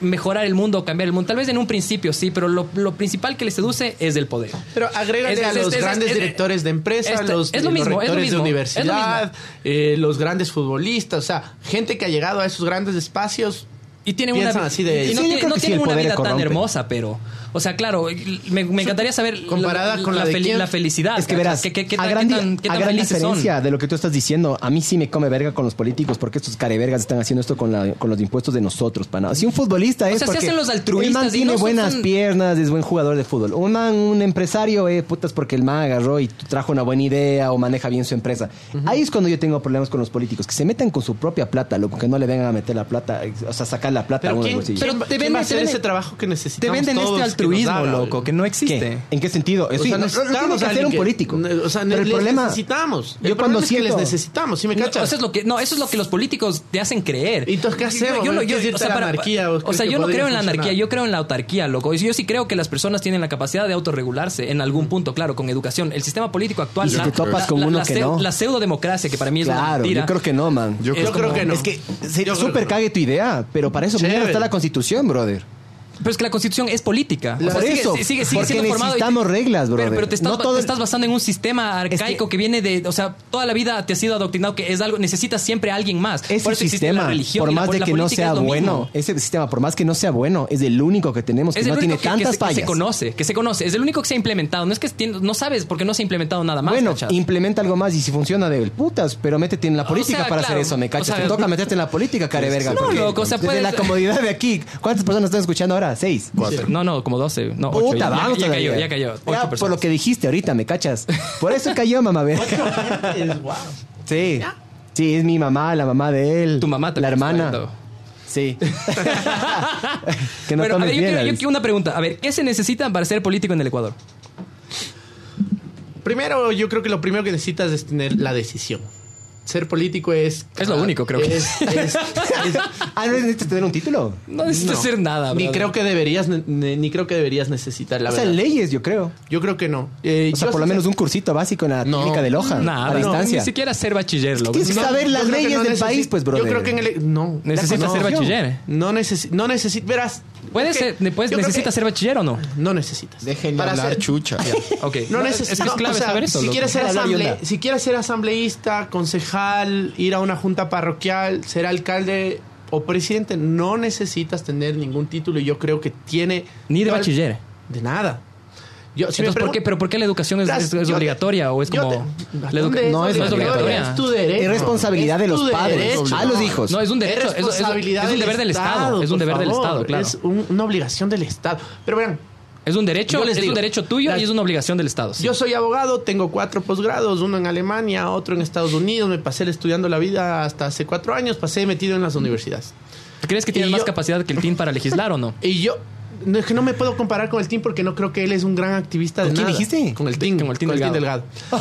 mejorar el mundo o cambiar el mundo. Tal vez en un principio sí, pero lo, lo principal que les seduce es del poder.
Pero agrégale
Es-
a
es-
los
es- es-
grandes
es-
directores de empresa,
este-
los,
es lo
los
mismo, es lo
rectores
mismo,
de
es lo mismo.
universidad, eh, los grandes futbolistas, o sea, gente que ha llegado a esos grandes espacios.
Y tienen
Piensan
una,
así de-
y no,
Sí, yo
tiene-
creo
no
que sí,
tienen
el
una
poder
vida tan
corrompe.
hermosa, pero. O sea, claro, me, me encantaría saber.
Comparada
la,
con la
la,
de
fel-
quién.
la felicidad.
Es que
¿cachas?
verás,
¿Qué- qué- qué
a
tan-
gran,
qué tan- qué
a
tan
gran
felices son?
diferencia de lo que tú estás diciendo, a mí sí me come verga con los políticos, porque estos carevergas están haciendo esto con, la- con los impuestos de nosotros, pana. Si un futbolista es
sea, se
porque
hacen los altruistas
el man
y
tiene
no son-
buenas piernas, es buen jugador de fútbol. Un man, un empresario, eh, putas, porque el man agarró y trajo una buena idea o maneja bien su empresa. Ahí es cuando yo tengo problemas con los políticos, que se metan con su propia plata, loco, que no le vengan a meter la plata, eh, o sea, sacar la plata a
Pero
uno del
¿quién,
bolsillo.
pero
Pero te
te
venden-
va a
te
hacer
venden-
ese trabajo que
Te
necesitamos
venden
todos
este
que nos
altruismo,
haga?
loco, que no existe.
¿Qué? ¿En qué sentido? Eso
O sea,
no, no tiene
necesitamos
que
a
hacer
alguien
un
que-
político.
ne- O sea,
Pero
les
el problema,
necesitamos. El
yo
problema
cuando
es que les
siento-
necesitamos, ¿sí me
No,
cachas?
o sea, es lo que, no, eso es lo que los políticos te hacen creer.
¿Y entonces qué hacemos?
no-
¿Quieres irte a la anarquía o
o
crees
sea,
que
yo no
podría
creo en la
funcionar?
anarquía, yo creo en la autarquía, loco. Y Yo sí creo que las personas tienen la capacidad de autorregularse en algún punto, claro, con educación. El sistema político actual.
Y si te topas con uno que no.
La pseudodemocracia, que para mí es una
Claro,
mentira.
yo creo que no, man.
Yo
Yo
creo
creo que no.
Es que se
Yo creo
super
que no.
cague tu idea, pero para eso
Chévere.
mierda está la constitución, brother.
Pero es que la constitución es política.
Por eso, porque
formado y-
necesitamos reglas, brother.
Pero, pero te, estás,
No todo-
te estás basando en un sistema
que-
arcaico que, viene de. O sea, toda la vida te has sido adoctrinado que es algo. Necesitas siempre a alguien más.
Ese
eso existe
sistema,
la religión
por
y la-
más de
la
que no
política es
sea
lo mismo.
bueno, ese sistema, por más que no sea bueno, es el único que tenemos que
Es el
no
único
tiene
que, que
tantas
se, que se
fallas.
conoce, que se conoce. Es el único que se ha implementado. No es que tiene- no sabes porque no se ha implementado nada más.
bueno,
¿cachas?
implementa algo más y si funciona de putas, pero métete en la política
sea,
para
claro,
hacer eso, me cachas.
o sea,
Te toca meterte en la política, careverga.
No,
porque
loco, o sea,
desde
puedes-
la comodidad de aquí, ¿cuántas personas están escuchando ahora? Seis.
no, no, como 12. No, ocho,
Puta,
ya- ya,
vamos
ya
todavía.
cayó, ya cayó. Ocho
Ya, por
personas.
lo que dijiste ahorita, me cachas. Por eso cayó, mamá, verga.
Es guau.
Sí. Sí, es mi mamá, la mamá de él.
Tu mamá te
La
lo está
hermana.
diciendo.
Sí. que no
Bueno, a
tomes
ver,
bien,
yo quiero- yo
Alex.
quiero una pregunta. A ver, ¿qué se necesita para ser político en el Ecuador?
Primero, yo creo que lo primero que necesitas es tener la decisión. Ser político es... Ah,
Es lo único, creo que.
es- es- es-
Ah, ¿no necesitas tener un título?
No necesitas
no.
hacer nada,
Ni
brother.
creo que deberías, ne- ne- ni creo que deberías necesitar, la
o sea,
verdad.
leyes, yo creo.
Yo creo que no. Eh,
O sea,
yo
por lo
sí-
menos un cursito básico en la
No.
técnica de Loja.
Nada,
a
no,
distancia.
ni siquiera ser bachiller, loco.
¿Qué es
No,
saber
yo
las
creo que
leyes del
necesi-
país, pues, brother.
Yo creo que en el... No.
Necesitas
No,
ser
conocción.
bachiller. eh.
No necesitas... No necesi- Verás...
Puede
es que-
ser, ne- pues,
yo creo
¿Necesitas
que
ser bachiller o no?
No necesitas.
Dejen de
Para
hablar
ser-
chucha.
Ok.
No
es, es
necesitas.
que es clave saber eso.
si,
loco.
quieres ser
Hablar y
asamble-
onda.
si quieres ser asambleísta, concejal, ir a una junta parroquial, ser alcalde o presidente, no necesitas tener ningún título. Y yo creo que tiene.
Ni de
yo al-
bachiller.
De nada. Yo, si me
Entonces, ¿por
pregun-
qué, ¿pero por qué la educación es,
Verás,
es- es
yo-
obligatoria o es
yo
como...?
te-
la educa-
¿Dónde
No es obligatoria.
Es tu derecho.
Es responsabilidad de
Es
los
tu
padres,
derecho.
a los hijos.
No, es un derecho.
Es
es- es- Es,
responsabilidad
un deber del Estado. es un
por
deber del
favor.
Estado, claro.
Es
Es,
un- una obligación del Estado. Pero vean,
un derecho,
Yo les
es un
digo,
derecho tuyo
las-
y es una obligación del Estado. sí.
Yo soy abogado, tengo cuatro posgrados, uno en Alemania, otro en Estados Unidos. Me pasé estudiando la vida hasta hace cuatro años, pasé metido en las universidades.
¿Crees que tienes
y
más
yo-
capacidad que el TIN para legislar o no?
Y yo no, es que no me puedo comparar con el team porque no creo que él es un gran activista de
¿Con quién
nada.
dijiste?
Con el team,
Con el Tim Delgado. Ah.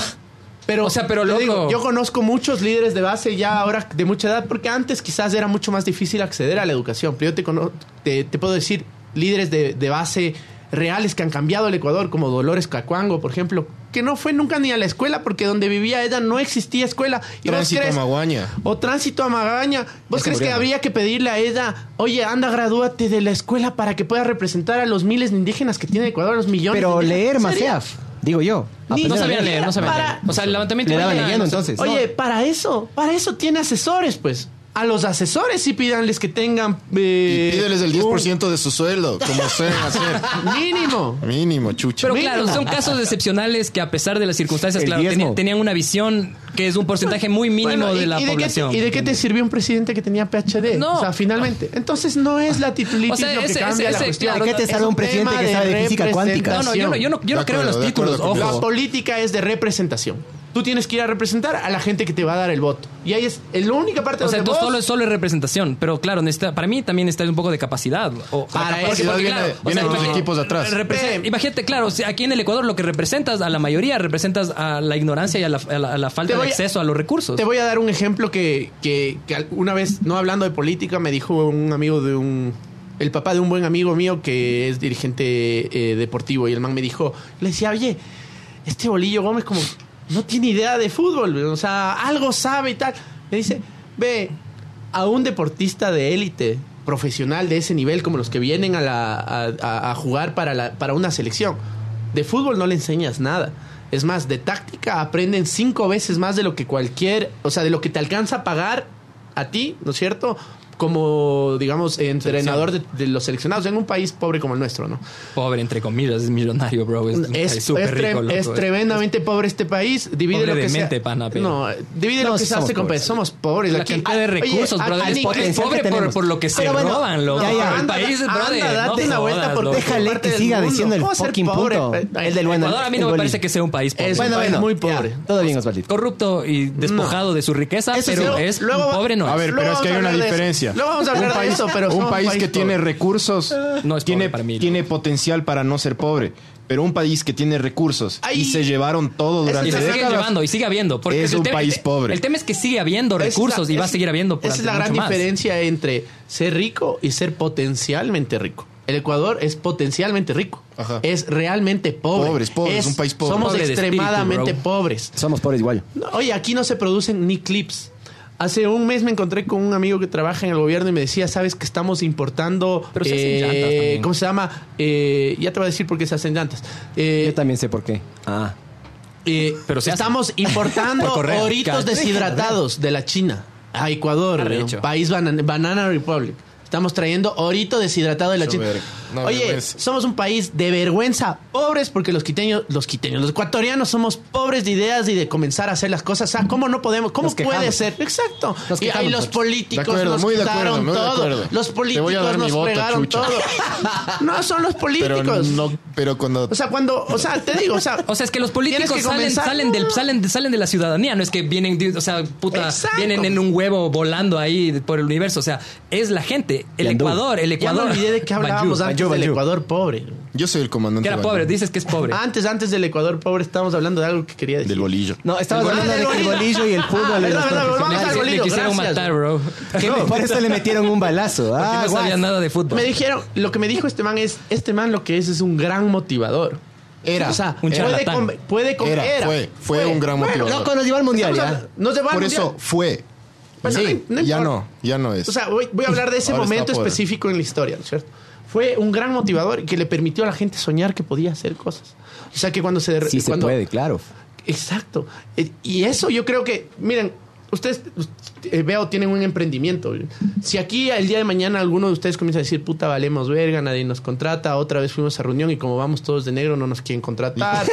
Pero,
O sea, pero
te
loco.
yo conozco muchos líderes de base ya ahora de mucha edad, porque antes quizás era mucho más difícil acceder a la educación. Pero yo te, cono- te, te puedo decir líderes de, de base reales que han cambiado el Ecuador, como Dolores Cacuango, por ejemplo, que no fue nunca ni a la escuela, porque donde vivía ella no existía escuela. Y vos
Tránsito
crees-
Maguaña.
o tránsito a Magaña. ¿Vos
Ya se
crees que
murió, ¿no?
habría que pedirle a ella, oye, anda, gradúate de la escuela para que puedas representar a los miles de indígenas que tiene Ecuador, los millones?
Pero
de indígenas"?
leer
¿En
más
serio?
EAF, digo yo. Aprender
No
a
sabían
leer.
leer, no sabían
Para-
leer. O sea, el levantamiento...
Le daban
indígena,
leyendo,
no sé.
entonces.
Oye, para eso, para eso tiene asesores, pues. A los asesores sí pídanles que tengan. eh,
Y pídeles el
un
10% de su sueldo, como suelen hacer.
Mínimo.
Mínimo, chucha.
Pero claro, son casos excepcionales que a pesar de las circunstancias,
El
claro,
diezmo.
tenía- tenían una visión que es un porcentaje muy mínimo
Bueno,
de la
y qué te-
población.
¿Y de qué te sirvió un presidente que tenía PhD?
No.
O sea, finalmente. Entonces no es la titulitis
O sea,
lo que
ese-
cambia
ese-
la
ese,
cuestión.
claro, ¿De qué
te sale un presidente
tema
que sabe de física cuántica?
no, no, yo no, yo no, yo no
De
creo en los
acuerdo, de
títulos,
acuerdo
La
ojo.
política es de representación. Tú tienes que ir a representar a la gente que te va a dar el voto. Y ahí es la única parte
O sea,
donde
tú
vos...
solo, solo es representación, pero claro, necesita, para mí también necesitas un poco de capacidad. O,
Para
capacidad,
eso viene-
o
vienen
sea,
tus
imagi-
equipos atrás.
represen- imagínate, claro, si aquí en el Ecuador lo que representas a la mayoría, representas a la ignorancia y a la, a la- a la falta
Te
de
voy a-
acceso a los recursos.
Te voy a dar un ejemplo que, que, que una vez, no hablando de política, me dijo un amigo de un... El papá de un buen amigo mío que es dirigente eh, deportivo y el man me dijo, le decía, oye, este Bolillo Gómez como no tiene idea de fútbol, o sea, algo sabe y tal. Me dice, ve, a un deportista de élite, profesional de ese nivel, como los que vienen a, la- a- a- a jugar para, la- para una selección, de fútbol no le enseñas nada. Es más, de táctica aprenden cinco veces más de lo que cualquier, o sea, de lo que te alcanza a pagar a ti, ¿no es cierto? Como, digamos, entrenador de, de los seleccionados en un país pobre como el nuestro, ¿no?
Pobre, entre comillas, es millonario, bro. Es,
Es,
Mm, es súper
es tre-
rico, loco. eh.
es tremendamente pobre este país. Divide
Pobre
lo que
de
sea-
mente, pana, pero-
No, divide
No,
lo que
sí
se hace
somos
con
pobres.
pe- Somos pobres.
La
aquí.
cantidad de
Ay, oye, ah,
recursos,
a-
brother,
al
es
inglés-
pobre
potencial que
por- por,
tenemos.
lo que se
Pero bueno,
roban, loco.
ya, ya.
El
Anda,
país,
anda,
brother, no
date una
jodas,
vuelta por
loco.
déjale
Déjale
parte
que
del
siga
mundo.
diciendo el
¿Cómo ser
fucking
pobre?
punto.
Eh,
El del bueno.
Ecuador a mí
el
no me
Bolivia.
parece que sea un país pobre.
Es un
Bueno,
país
bueno,
muy
ya,
pobre.
todo bien, Osvaldito.
corrupto y despojado de su riqueza,
Eso sí,
pero
luego-
es
luego va-
pobre no
A
es.
ver,
Luego
pero es que hay
vamos a
una
hablar de
diferencia.
eso. Luego vamos a hablar
un
de
país,
eso, pero
un
somos
país,
un país
que tiene
pobre.
recursos
No es
tiene,
pobre para mí,
tiene potencial para no ser pobre, pero un país que tiene recursos
Ahí-
y se llevaron todo
Ese
durante
Y se
Décadas.
sigue llevando
décadas.
y sigue habiendo. Porque
Es
el
un
tema-
país pobre.
El tema es que sigue habiendo
Esa es la-
recursos y va a
es-
seguir habiendo.
Esa es la gran diferencia entre ser rico y ser potencialmente rico. El Ecuador es potencialmente rico.
Ajá.
Es realmente pobre.
Pobres, pobres, un país pobre.
Somos
Pobre de espíritu,
extremadamente
bro.
pobres.
Somos pobres igual.
No, Oye, aquí no se producen ni clips. Hace un mes me encontré con un amigo que trabaja en el gobierno y me decía, sabes que estamos importando... eh,
Pero se hacen llantas también.
¿Cómo se llama? Eh, ya te voy a decir por qué se hacen llantas. Eh,
Yo también sé por qué. Ah.
eh,
Pero se hace.
estamos importando
Por correo.
oritos
Cada-
deshidratados de la China a Ecuador,
Arrecho.
eh, país banan- Banana Republic. Estamos trayendo orito deshidratado de la
Eso,
China.
verga. No,
Oye,
vergüenza.
somos un país de vergüenza, pobres porque los quiteños, los quiteños, los ecuatorianos somos pobres de ideas y de comenzar a hacer las cosas. O sea, ¿cómo no podemos? ¿Cómo
Nos quejamos.
puede ser? Exacto.
Nos
y ahí
quejamos,
los
pues.
políticos
De acuerdo,
nos
muy de
quitaron
acuerdo, muy de
todo.
acuerdo.
Los
Te voy a
políticos
dar mi
nos
voto,
fregaron
chucha.
todo. No son los
Pero,
políticos.
no, pero cuando
O sea, cuando, o sea, te digo, o sea,
O sea, es que los
tienes
políticos
que
salen,
comenzar-
salen, del, salen, salen de la ciudadanía, no es que vienen, de- o sea, puta,
Exacto.
vienen en un huevo volando ahí por el universo. O sea, es la gente. El
Yandú.
Ecuador, el
Ya me
Ecuador.
olvidé de qué hablábamos
Bayú,
antes
Bayú,
del
Bayú.
Ecuador pobre.
yo soy el
Que
comandante
era
Balú,
pobre, dices que es pobre.
Antes, antes del Ecuador pobre, estábamos hablando de algo que quería decir.
del bolillo.
No, estabas
Ah,
hablando
del
de que el
bolillo.
bolillo y el fútbol.
Ah,
y
verdad,
los
verdad,
Me
vamos al
quise- me
bolillo,
quisieron
gracias.
matar, bro. Que
No, por eso le metieron un balazo. Ah,
no sabía
guas.
nada de fútbol.
Me dijeron, lo que me dijo este man es, este man lo que es es un gran motivador.
Era.
O sea,
Un
puede,
charlatán.
con- puede con-
Era, fue, fue un gran
Bueno,
motivador.
Loco, nos llevó al mundial.
estamos
ya.
hablando- nos llevó al
Por
mundial.
eso fue.
Bueno,
Sí,
no- no
ya
importa.
no, ya no es.
O sea, voy, voy a hablar de ese
Ahora está
momento
pobre.
específico en la historia, ¿no es cierto? Fue un gran motivador que le permitió a la gente soñar que podía hacer cosas. O sea, que cuando se...
Sí se
cuando-
puede, claro.
Exacto. Eh, Y eso yo creo que, miren, ustedes, eh, veo, tienen un emprendimiento. Si aquí el día de mañana alguno de ustedes comienza a decir, puta, valemos verga, nadie nos contrata, otra vez fuimos a reunión y como vamos todos de negro, no nos quieren contratar.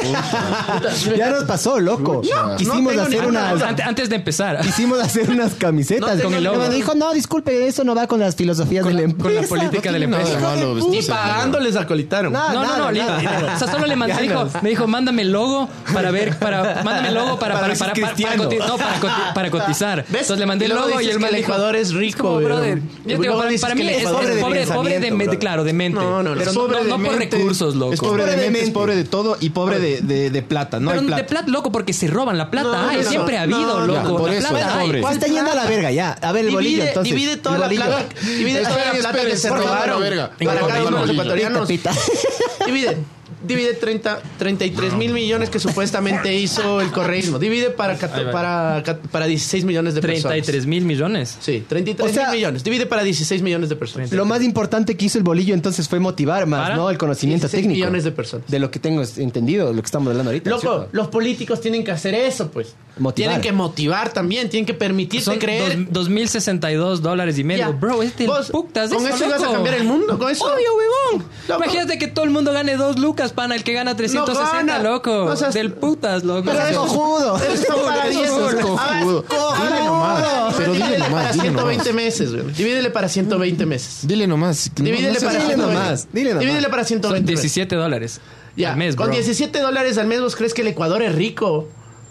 Ya nos pasó, loco.
No, no
Quisimos
tengo
hacer
ni- Ah,
una...
no, no,
Antes, antes de empezar.
Quisimos hacer unas camisetas.
No tengo
Y
el
me
logo.
dijo, no, disculpe, eso no va con las filosofías
Con
de la
la- con
empresa.
la política de la
Nada
empresa.
de malo
Ni
vestirse de negro.
pagándoles acolitaron.
No,
No, no,
Nada,
no, le-
nada.
o sea, solo le mandé,
Ya
me dijo,
no.
me dijo, mándame el logo para ver, para, mándame el logo
Para
para, para,
ver si
para,
es
para- para
cristiano.
coti- no, para, coti- para cotizar.
¿Ves?
Entonces le mandé
Y
el
luego
logo y
dices
el
que
man
el
dijo,
Ecuador es
como,
rico,
brother, yo
brother. Y
te-
luego
para,
dices
para
que
mí
el
es
Ecuador
pobre,
es
de
de
pobre, pobre de
pensamiento,
mente,
brother.
claro, de mente.
No, no, no.
Pero no,
Pobre
no
de
por
mente,
recursos, loco.
Es pobre de
Pobre de
mente, es
mente.
pobre de todo y pobre de, de- de plata. No
pero
hay
de
plata.
plata, loco, porque se roban la plata.
No,
ay,
no,
siempre ha habido,
no,
loco.
no, por
la
eso,
plata hay.
pobre.
¿Cuál Pues, está yendo a la verga ya? A ver, el bolillo,
divide,
entonces.
divide toda
El
la
bolillo.
plata. Divide toda la
Esperen,
plata que
esperen,
se
por favor,
robaron
la verga.
para cada uno de los
Bolillo.
ecuatorianos.
Pita,
Divide. Divide 30, 33 mil millones que supuestamente hizo el correísmo. Divide para, cat- para, cat- para 16 millones de personas.
33 mil millones.
Sí, 33
O sea-
mil millones. Divide para 16 millones de personas.
Lo más importante que hizo el bolillo entonces fue motivar más,
Para
¿no? El conocimiento
16
técnico.
millones de personas.
De lo que tengo entendido, lo que estamos hablando ahorita.
Loco,
¿cierto?
los políticos tienen que hacer eso, pues.
Motivar.
Tienen que motivar también, tienen que permitirse
Son
creer.
dos- 2.062 dólares y medio.
Ya.
Bro, este
Vos,
putas.
con eso vas a
loco.
cambiar el mundo, con eso.
Obvio, huevón.
Loco.
Imagínate que todo el mundo gane dos lucas, pana. El que gana 360,
gana.
loco.
No seas-
del putas, loco.
Pero es cojudo.
Eso es
Eso es
para
cojudo,
diestros.
loco.
cojudo. Dile nomás. Pero dile
Divídele para
nomás. Dile
120
nomás.
meses, güey. Divídele para 120 meses.
Dile nomás. No,
Divídele
no seas-
para
dile
120.
nomás, dile nomás.
Divídele para 120
Son
meses.
17 dólares
Ya,
al mes,
con
bro.
17 dólares al mes vos crees que el Ecuador es rico.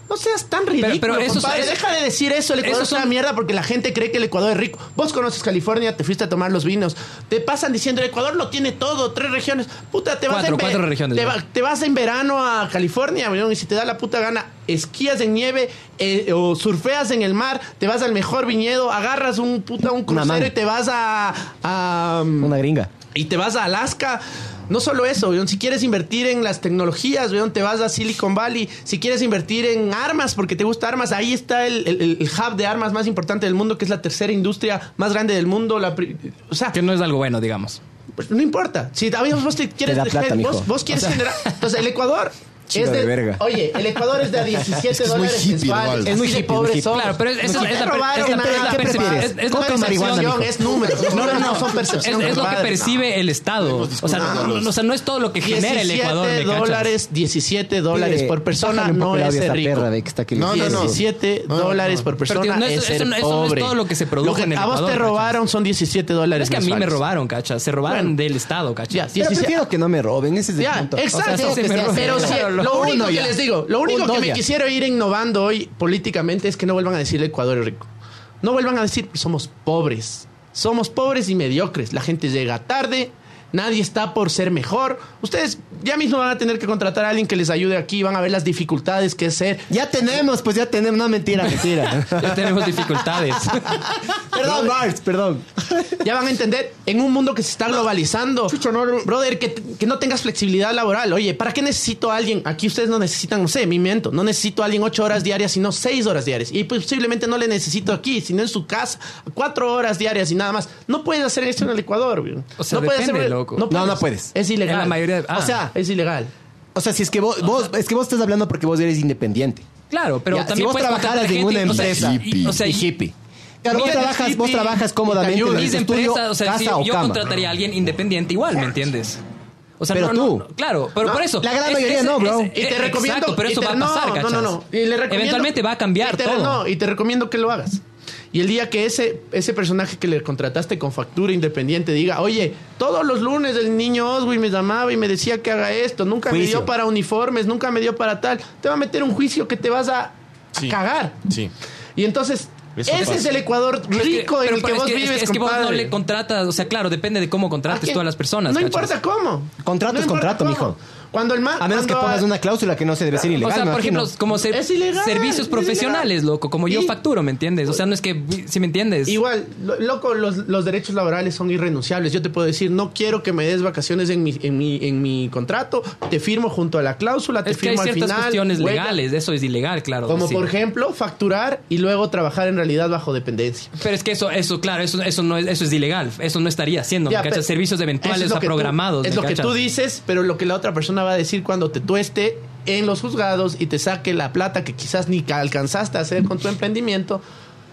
No seas tan ridículo,
pero esos-
compadre.
esos-
Deja de decir eso, el Ecuador
esos
es una
son-
mierda porque la gente cree que el Ecuador es rico. Vos conoces California, te fuiste a tomar los vinos. Te pasan diciendo, el Ecuador lo tiene todo, tres regiones. Puta, te vas
Cuatro,
en ve-
cuatro regiones,
Te,
bro.
va- te vas en verano a California, weón, y si te da la puta gana, esquías en nieve eh, o surfeas en el mar, te vas al mejor viñedo, agarras un puta un crucero
manga.
y te vas a- a um,
Una gringa.
y te vas a Alaska. No solo eso, weón, si quieres invertir en las tecnologías, weón, te vas a Silicon Valley. Si quieres invertir en armas, porque te gusta armas, ahí está el, el- el hub de armas más importante del mundo, que es la tercera industria más grande del mundo. La pri- o sea,
Que no es algo bueno, digamos.
pues, no importa. Si a veces vos te quieres
Te da plata, mijo.
vos, vos quieres generar. Entonces, el Ecuador.
Chido
es de,
de verga.
Oye, el Ecuador es de a 17
Es que es muy
dólares
hippie,
mensuales.
igual.
Es muy hippie, pobres
muy hippie.
somos.
Claro, pero es- esa-
No te
esa-
robaron
esa-
nada,
¿qué
percepción,
prefieres?
Es, es
Coca o
percepción,
marihuana, mijo.
es números. No, no, no, son
Es,
percepciones.
es lo que
compadre.
percibe el Estado.
Hemos
O sea,
discutido
no,
los-
no- o sea, no es todo lo que genera el Ecuador. ¿me cachas?
dólares, 17 dólares
Pide-
por persona
bájale Eh, un poco
no
el
es
audio a
ser
esta
rico.
perra, ve, que está que-
No, no, no.
17
No, no,
dólares
no.
por persona
Pero, tío, no,
es,
eso-
ser
eso no- eso no es
pobre.
todo lo que se produjo en el
A vos
Ecuador,
te
¿cachas?
robaron son 17
No
dólares
es que a mí me
mensuales.
robaron, cacha. Se robaron
Bueno.
del Estado, cacha.
Ya,
Pero
17
prefiero que no me roben, ese es el
Ya,
punto.
O
exacto.
sea, sí,
pero
pero-
pero sí,
pero
lo
uno
único que
ya.
les digo, lo único
Uno
que me
ya.
quisiera ir innovando hoy políticamente es que no vuelvan a decir Ecuador es rico. No vuelvan a decir somos pobres. Somos pobres y mediocres. La gente llega tarde. Nadie está por ser mejor. Ustedes ya mismo van a tener que contratar a alguien que les ayude aquí. Van a ver las dificultades que es ser.
Ya tenemos, pues ya tenemos. No, mentira, mentira.
Ya tenemos dificultades.
perdón, Mars, perdón.
Ya van a entender en un mundo que se está globalizando. Brother, que, que no tengas flexibilidad laboral. Oye, ¿para qué necesito a alguien? Aquí ustedes no necesitan, no sé, mi miento. No necesito a alguien ocho horas diarias, sino seis horas diarias. Y posiblemente no le necesito aquí, sino en su casa, cuatro horas diarias y nada más. No puedes hacer esto en el Ecuador, güey.
O sea,
no puedes
depende, loco.
No, no puedes.
Es ilegal.
En la mayoría de- ah.
O sea, es ilegal.
O sea, si es que vos, vos- es que vos estás hablando porque vos eres independiente.
Claro, pero
Ya, si
también
vos
puedes
trabajaras
contratar
en una
gente, o sea,
empresa
y- y- o sea,
y
y-
hippie. Claro, vos
Mira,
trabajas, vos
hippie,
trabajas cómodamente en
mis
el estudio,
empresas, o sea,
casa
si
o
yo
cama.
contrataría a alguien independiente igual, ¿me entiendes? O sea,
Pero
no, no,
tú.
no, claro, pero
No,
por eso.
la gran mayoría no, bro.
Y te recomiendo-
Exacto, pero
y
eso
te-
va a
no,
pasar,
no,
¿cachas?
no, no. Y le recomiendo-
Eventualmente va a cambiar
y te-
todo.
No, y te recomiendo que lo hagas. Y el día que ese, ese personaje que le contrataste con factura independiente diga, oye, todos los lunes el niño Oswi me llamaba y me decía que haga esto, nunca me
Juicio.
dio para uniformes, nunca me dio para tal, te va a meter un juicio que te vas a
Sí.
cagar.
Sí.
Y entonces,
Eso
ese
pasa.
es el Ecuador
Pero es que-
rico en
pero
el que
es
vos
es
vives,
Es que vos no
compadre.
le contratas, o sea, claro, depende de cómo
¿A
contrates
quién?
todas las personas.
No
¿cachas?
importa cómo.
Contrato
No
es
importa
contrato,
cómo.
mijo.
Cuando el ma-
A menos que
cuando
pongas una cláusula que no se debe ser ilegal.
o sea,
me
por
imagino.
ejemplo, como ser-
Es ilegal,
servicios
es
profesionales,
ilegal.
loco, como yo
Y-
facturo, ¿me entiendes? O sea, no es que, si me entiendes.
Igual, lo- loco, los, los derechos laborales son irrenunciables. Yo te puedo decir, no quiero que me des vacaciones en mi, en mi, en mi contrato. Te firmo junto a la cláusula, te
es que hay
firmo al
ciertas
final.
cuestiones
huelga.
legales, eso es ilegal, claro.
Como
decir.
por ejemplo, facturar y luego trabajar en realidad bajo dependencia.
Pero es que eso, eso, claro, eso, eso no es, eso es ilegal. Eso no estaría haciendo,
Ya,
¿me cachas?
pero-
Servicios
Eso
eventuales,
es lo
o sea,
que tú-
programados.
Es
¿me
lo que
cachas?
tú dices, pero lo que la otra persona va a decir cuando te tueste en los juzgados y te saque la plata que quizás ni ca- alcanzaste a hacer con tu emprendimiento,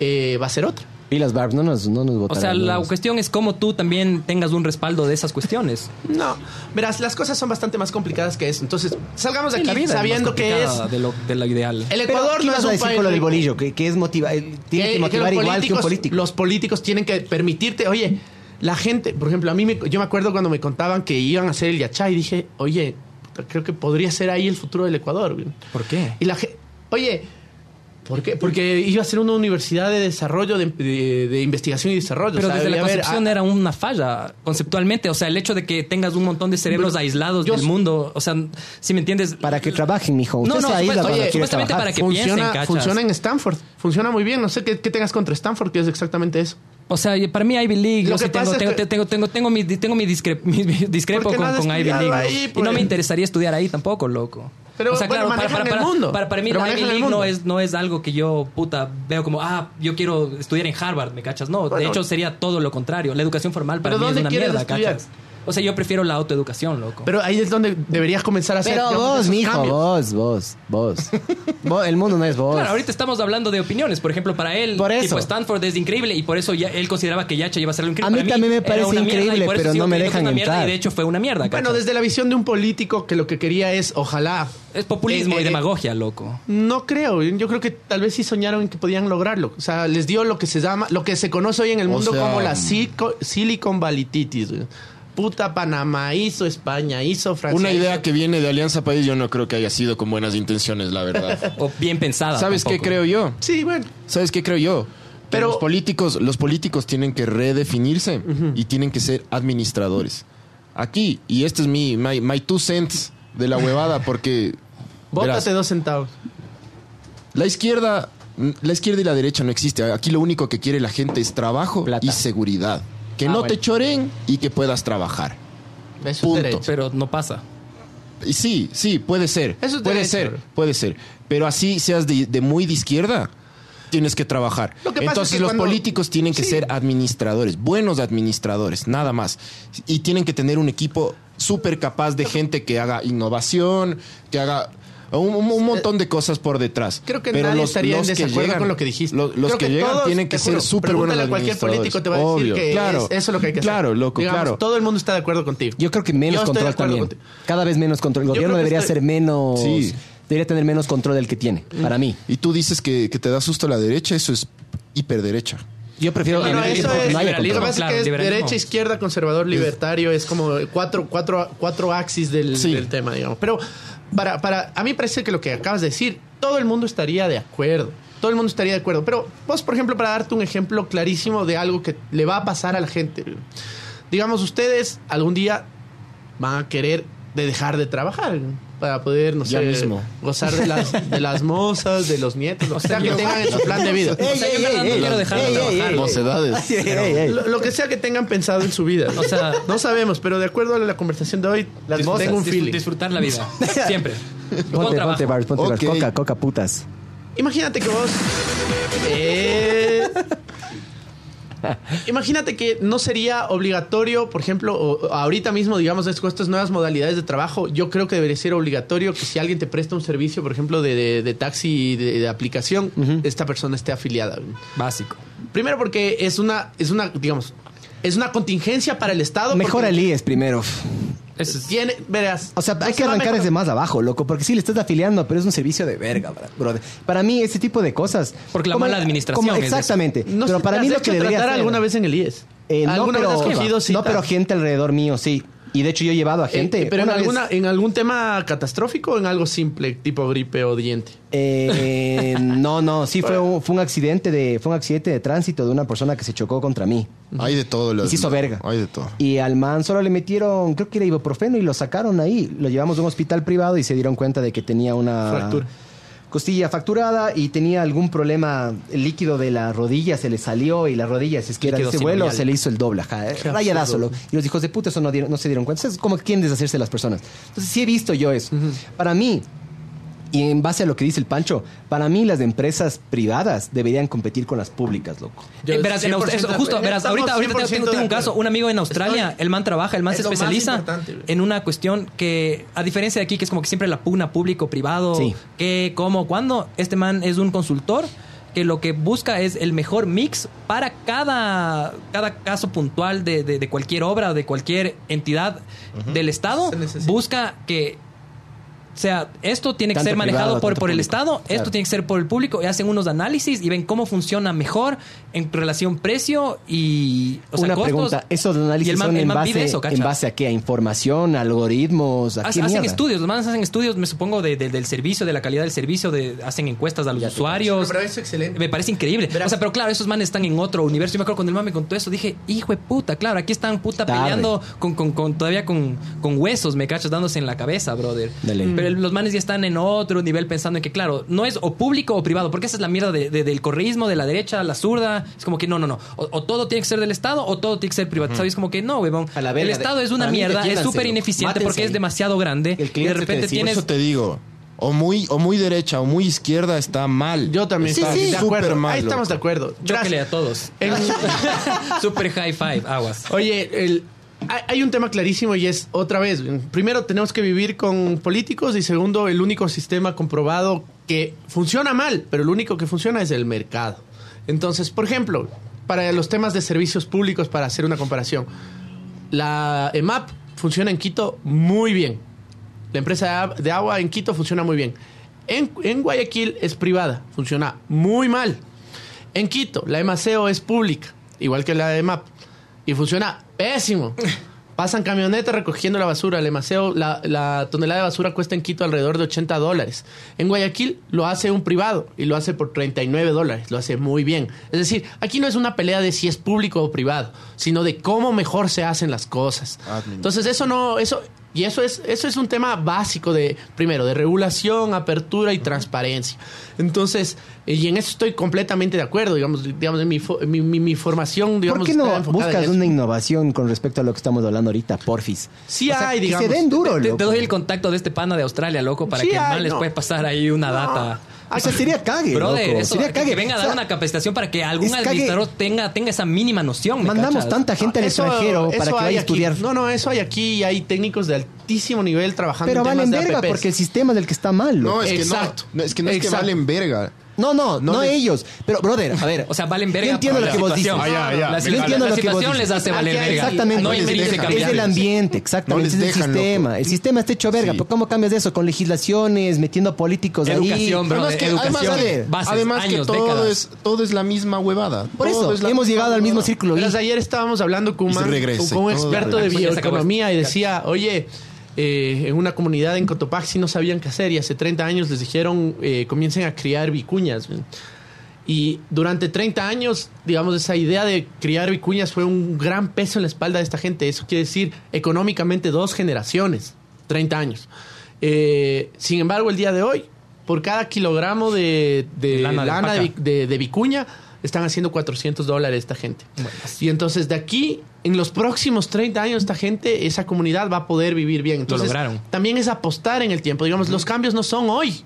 eh, va a ser otra.
Pilas, Barb, no nos, no nos
O
votarán,
sea,
no
la
nos-
cuestión es cómo tú también tengas un respaldo de esas cuestiones.
No, verás, las cosas son bastante más complicadas que eso. Entonces, salgamos de
Sí, la
aquí
vida es más
sabiendo que es.
complicada De lo, de lo ideal.
El
Pero,
Ecuador
¿qué
no
ibas
es
a
un
decir
país.
con lo del
rico?
bolillo? Que, que es motiva, eh, tiene
Eh,
que motivar
los
igual que un
políticos-
político.
Los políticos tienen que permitirte, oye, la gente, por ejemplo, a mí me, yo me acuerdo cuando me contaban que iban a hacer el yachá y dije, oye, puta, creo que podría ser ahí el futuro del Ecuador. güey.
¿Por qué?
Y la gente, oye, ¿por qué? Porque iba a ser una universidad de desarrollo, de, de- de investigación y desarrollo.
Pero
o sea,
desde la
debe haber-
concepción
ah,
era una falla conceptualmente. O sea, el hecho de que tengas un montón de cerebros aislados
yo-
del mundo. O sea, si me entiendes.
Para que trabajen, mijo. Usted se aísla
supuesto-
cuando
oye,
quiere
supuestamente
trabajar.
para que piensen,
funciona,
¿cachas?
funciona en Stanford, funciona muy bien. No sé qué, qué tengas contra Stanford, que es exactamente eso.
O sea, para mí Ivy League,
Lo
yo
que
sí tengo,
pasa es
tengo,
que-
tengo, tengo, tengo mi, tengo mi, discre- mi- mi discrepo
Porque
con,
no has
con Ivy
estudiado
League. ¿no?
ahí,
y no
pues.
me interesaría estudiar ahí tampoco, loco.
Pero,
o sea,
bueno,
claro, para,
manejan
para,
el
para-
mundo.
para- para mí
Pero
la Ivy
manejan el
League
mundo.
no es, no es algo que yo, puta, veo como, ah, yo quiero estudiar en Harvard, ¿me cachas? No,
Bueno.
de hecho sería todo lo contrario. La educación formal para
Pero
mí es
¿dónde
una
quieres
mierda,
estudiar?
¿cachas? O sea, yo prefiero la autoeducación, loco.
Pero ahí es donde deberías comenzar a hacer
Pero
digamos,
vos,
esos
mijo,
cambios.
vos, vos, vos, Vos, El mundo no es vos.
Claro, ahorita estamos hablando de opiniones. Por ejemplo, para él,
Por eso.
tipo Stanford es increíble y por eso ya, él consideraba que Yacha iba a ser un
A mí también me parece increíble, pero no me dejan
una mierda,
entrar.
Y de hecho fue una mierda.
Bueno,
¿cachas?
desde la visión de un político que lo que quería es, ojalá.
es populismo
Eh,
y
eh,
demagogia, loco.
No creo. Yo creo que tal vez sí soñaron que podían lograrlo. O sea, les dio lo que se llama, lo que se conoce hoy en el
O
mundo
sea, mm.
como la sico- Silicon Valititis. güey. Puta Panamá hizo, España hizo, Francia.
Una idea
hizo.
que viene de Alianza País yo no creo que haya sido con buenas intenciones, la verdad.
O bien pensada.
¿Sabes qué
tampoco.
creo yo?
Sí, bueno.
¿Sabes qué creo yo?
Pero-
Pero los políticos, los políticos tienen que redefinirse y tienen que ser administradores. Aquí, y este es mi my, my two cents de la huevada, porque verás,
Bótate dos centavos.
la izquierda, la izquierda y la derecha no existe. Aquí lo único que quiere la gente es trabajo
Plata.
y seguridad. Que
Ah,
no
bueno.
te choren y que puedas trabajar.
Eso es
Punto.
derecho.
Pero no pasa.
Y Sí, sí, puede ser.
Eso es
puede
derecho.
ser, puede ser. Pero así seas de, de muy de izquierda, tienes que trabajar.
Lo que pasa
Entonces
es que
los
cuando-
políticos tienen que
Sí.
ser administradores, buenos administradores, nada más. Y tienen que tener un equipo súper capaz de gente que haga innovación, que haga... Un, un- un montón de cosas por detrás.
Creo que
Pero
nadie
los-
estaría
los
en
que
desacuerdo
llegan-
con lo que dijiste.
lo- Los
Creo
que,
que
llegan
todos,
tienen que
te
ser
juro,
súper buenos
pregúntale a cualquier
administradores.
político, te va a decir
Obvio,
que
claro,
es- eso es lo que hay que hacer.
Claro, loco,
Digamos,
claro.
Todo el mundo está de acuerdo contigo.
Yo creo que menos
Yo estoy de
control
acuerdo
también.
contigo.
Cada vez menos control. El
Yo
gobierno
creo que
debería
estoy- Mm.
ser menos.
Sí.
Debería tener menos control del que tiene, para mí.
Y tú dices que, que te da susto la derecha, eso es hiperderecha.
Yo prefiero
Pero
Liberalismo,
eso
porque
es,
no haya
lo que
control.
pasa es
Claro,
que es
liberalismo.
derecha, izquierda, conservador, libertario, es como cuatro, cuatro, cuatro axis del,
Sí.
del tema, digamos. Pero para, para, a mí parece que lo que acabas de decir, todo el mundo estaría de acuerdo. Todo el mundo estaría de acuerdo. Pero vos, por ejemplo, para darte un ejemplo clarísimo de algo que le va a pasar a la gente. Digamos, ustedes algún día van a querer de dejar de trabajar para poder, no
Ya
sé,
mismo.
gozar de las, de las mozas, de los nietos, lo que sea que tengan en su plan de vida.
O sea, yo en verdad no quiero dejar de trabajar. loco.
Mocedades.
Ey, ey, ey.
Lo, lo que sea que tengan pensado en su vida.
O sea,
no sabemos, pero de acuerdo a la conversación de hoy,
Las
tengo
mozas.
un
Disfr-
feeling.
Disfrutar la vida. Siempre. Con
Ponte,
trabajo.
ponte, Bart, ponte, Bart.
Ok.
Coca, coca, putas.
Ah, Imagínate que vos. Eh, imagínate que no sería obligatorio, por ejemplo, o- o ahorita mismo, digamos, es- con estas nuevas modalidades de trabajo, yo creo que debería ser obligatorio que si alguien te presta un servicio, por ejemplo, de, de- de taxi, de, de aplicación, esta persona esté afiliada.
Básico.
Primero porque es una, es una, digamos, es una contingencia para el Estado.
Mejor
porque
el IES primero.
Eso es-
Tiene, verás.
O sea, hay
no
que
se va a
arrancar
mejorar.
desde más abajo, loco, porque sí le estás afiliando, pero es un servicio de verga, bra- brother. Para mí, ese tipo de cosas.
Porque la mala administración es eso.
exactamente.
No
pero
sé,
para
¿te
mí,
has
lo que
hecho
debería
tratar
hacer-
alguna vez en el IES?
Eh, no,
¿Alguna
pero,
vez has cogido cita?
no, pero gente alrededor mío, sí. Y de hecho, yo he llevado a
Eh,
gente.
pero en,
Una vez-
alguna, en algún tema catastrófico o en algo simple, tipo gripe o diente.
Eh, no, no, sí fue un, fue un accidente de fue un accidente de tránsito de una persona que se chocó contra mí
Hay de todo.
y
los-
se hizo verga.
Hay de todo.
Y al man solo le metieron, creo que era ibuprofeno y lo sacaron ahí. Lo llevamos a un hospital privado y se dieron cuenta de que tenía una
Fractura.
costilla fracturada y tenía algún problema el líquido de la rodilla se le salió y la rodilla si es que era de
Líquido
ese vuelo
sinovial.
se le hizo el doble ajá, eh, rayadazo loco. y los hijos de puta eso no, dieron- no se dieron cuenta Eso es como que quieren deshacerse de las personas entonces sí he visto yo eso para mí y en base a lo que dice el Pancho, para mí las empresas privadas deberían competir con las públicas, loco.
Yo
Eh, verás, en
100%
Aust- eso,
de
justo,
acuerdo.
verás, ahorita, ahorita tengo,
100%
tengo-
de
tengo un
acuerdo.
caso, un amigo en Australia,
Estoy-
el man trabaja, el man se
Es lo más
especializa
importante, güey.
en una cuestión que, a diferencia de aquí, que es como que siempre la pugna público-privado,
Sí.
qué, cómo, cuándo, este man es un consultor que lo que busca es el mejor mix para cada, cada caso puntual de, de- de cualquier obra, de cualquier entidad del Estado,
Se necesita.
busca que o sea, esto tiene que
Tanto
ser manejado
privado,
por,
tanto
por el
público.
Estado,
Claro.
esto tiene que ser por el público y hacen unos análisis y ven cómo funciona mejor en relación precio y o sea,
Una
costos.
pregunta, ¿esos
Y
análisis
el man-
son
el
en
man
base,
pide eso, ¿cachas?
en base a qué? ¿A información, algoritmos? Pues, ¿A
Haz-
qué
hacen
mierda?
estudios, los manes hacen estudios, me supongo, de- de- del servicio, de la calidad del servicio, de, hacen encuestas a los usuarios.
Pero eso es excelente.
Me parece increíble.
Verás.
O sea, pero claro, esos manes están en otro universo. Yo me acuerdo cuando el man me contó eso, dije, hijo de puta, claro, aquí están puta
Tarde.
peleando con, con- con- todavía con, con huesos, me cachas, dándose en la cabeza, brother.
Dale.
Pero el- los manes ya están en otro nivel pensando en que, claro, no es o público o privado, porque esa es la mierda de- de- del correísmo, de la derecha, la zurda. Es como que no, no, no. O, o todo tiene que ser del Estado o todo tiene que ser privado. ¿Sabes? Como que no, huevón.
A la
el
verga de-
Estado es una
para mí que
mierda, es
quiéranse,
súper
loco.
ineficiente
Mátense
porque es
ahí.
demasiado grande.
El
y de
cliente te
repente
decide,
Por
tienes
eso te digo, o muy, o muy derecha o muy izquierda está mal.
Yo también
Está
estoy de acuerdo.
súper mal,
Ahí estamos de
loco.
acuerdo.
Chóquele
Verás,
a todos.
en-
Super high five, aguas.
Oye, el- hay- hay un tema clarísimo y es otra vez, primero tenemos que vivir con políticos y segundo, el único sistema comprobado que funciona mal, pero el único que funciona es el mercado. Entonces, por ejemplo, para los temas de servicios públicos, para hacer una comparación, la EMAP funciona en Quito muy bien. La empresa de a- de agua en Quito funciona muy bien. En, en Guayaquil es privada, funciona muy mal. En Quito, la EMACEO es pública, igual que la de MAP, y funciona pésimo. Pasan camionetas recogiendo la basura. El EMACEO, la, la tonelada de basura cuesta en Quito alrededor de 80 dólares. En Guayaquil lo hace un privado y lo hace por 39 dólares. Lo hace muy bien. Es decir, aquí no es una pelea de si es público o privado, sino de cómo mejor se hacen las cosas. Entonces, eso no, eso, y eso es, eso es un tema básico de, primero, de regulación, apertura y transparencia. Entonces, eh, y en eso estoy completamente de acuerdo, digamos, digamos, en mi, fo- mi, mi- mi formación, digamos,
¿Por qué
está
no
enfocada en
buscas
eso.
una innovación con respecto a lo que estamos hablando ahorita, porfis?
Sí
O sea,
hay,
que
digamos.
se den duro,
Te,
loco.
te doy el contacto de este pana de Australia, loco, para
Sí,
que el
ay,
man les
no.
puede pasar ahí una data.
Ah, O sea, sería cague,
Brother,
loco.
eso,
sería
que-
cague.
que venga a
O
dar
sea,
una capacitación para que algún
es cague.
administrador tenga, tenga esa mínima noción. ¿me
Mandamos
cachas?
tanta gente al
Eso-
extranjero
eso
para que
hay
vaya a
aquí.
estudiar.
No, no, eso hay aquí y hay técnicos de altísimo nivel trabajando
pero
en
valen
temas de
verga
APPs.
porque el sistema es el que está mal. loco.
No, es
Exacto.
que no, no, es que no es que
Exacto.
valen verga.
No, no, no,
les-
ellos. Pero, brother, a ver.
O sea, valen verga.
Yo entiendo
por
lo
la
que vos dices.
situación.
Ah, ya, ya,
La,
me
situ-
vale.
Entiendo
la
lo que vos
situación
dices.
les hace
Aquí
valer
hay-
verga.
Exactamente.
No
No
hay
les
mérito de
dejan.
cambiar.
Es el ambiente,
No
exactamente.
les
es el
dejan,
sistema.
loco.
El sistema está hecho verga.
Sí.
pero ¿Cómo cambias de eso? Con legislaciones, metiendo políticos
Educación,
ahí.
bro.
Además
de
que, además,
educación,
que-
bases,
además que
años,
todo
décadas.
es, todo es la misma huevada.
Por
Todo
eso,
es la
hemos
misma
llegado al mismo
huevada.
círculo.
Verás,
Y-
ayer estábamos hablando con,
Y se
man-
regrese,
con un
todo
experto de
regrese. Ya se acabó
bioeconomía
esto.
y decía, oye, eh, en una comunidad en Cotopaxi no sabían qué hacer y hace 30 años les dijeron, eh, comiencen a criar vicuñas. Y durante 30 años, digamos, esa idea de criar vicuñas fue un gran peso en la espalda de esta gente. Eso quiere decir económicamente dos generaciones, 30 años. Eh, sin embargo, el día de hoí, por cada kilogramo de, de
Lana
lana,
de
de,
alpaca.
vi- de, de vicuña, están haciendo 400 dólares esta gente. Y entonces de aquí, en los próximos 30 años, esta gente, esa comunidad va a poder vivir bien. Entonces,
lograron.
También es apostar en el tiempo. Digamos, los cambios no son hoy.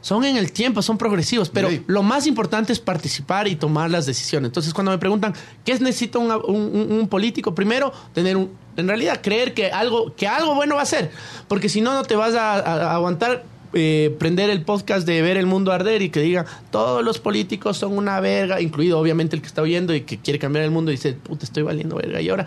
Son en el tiempo, son progresivos, pero
Sí.
lo más importante es participar y tomar las decisiones. Entonces, cuando me preguntan qué necesita un, un- un político, primero tener un, en realidad creer que algo, que algo bueno va a ser, porque si no, no te vas a, a- a aguantar eh, prender el podcast de ver el mundo arder y que diga todos los políticos son una verga, incluido obviamente el que está oyendo y que quiere cambiar el mundo y dice, puta, estoy valiendo verga y ahora,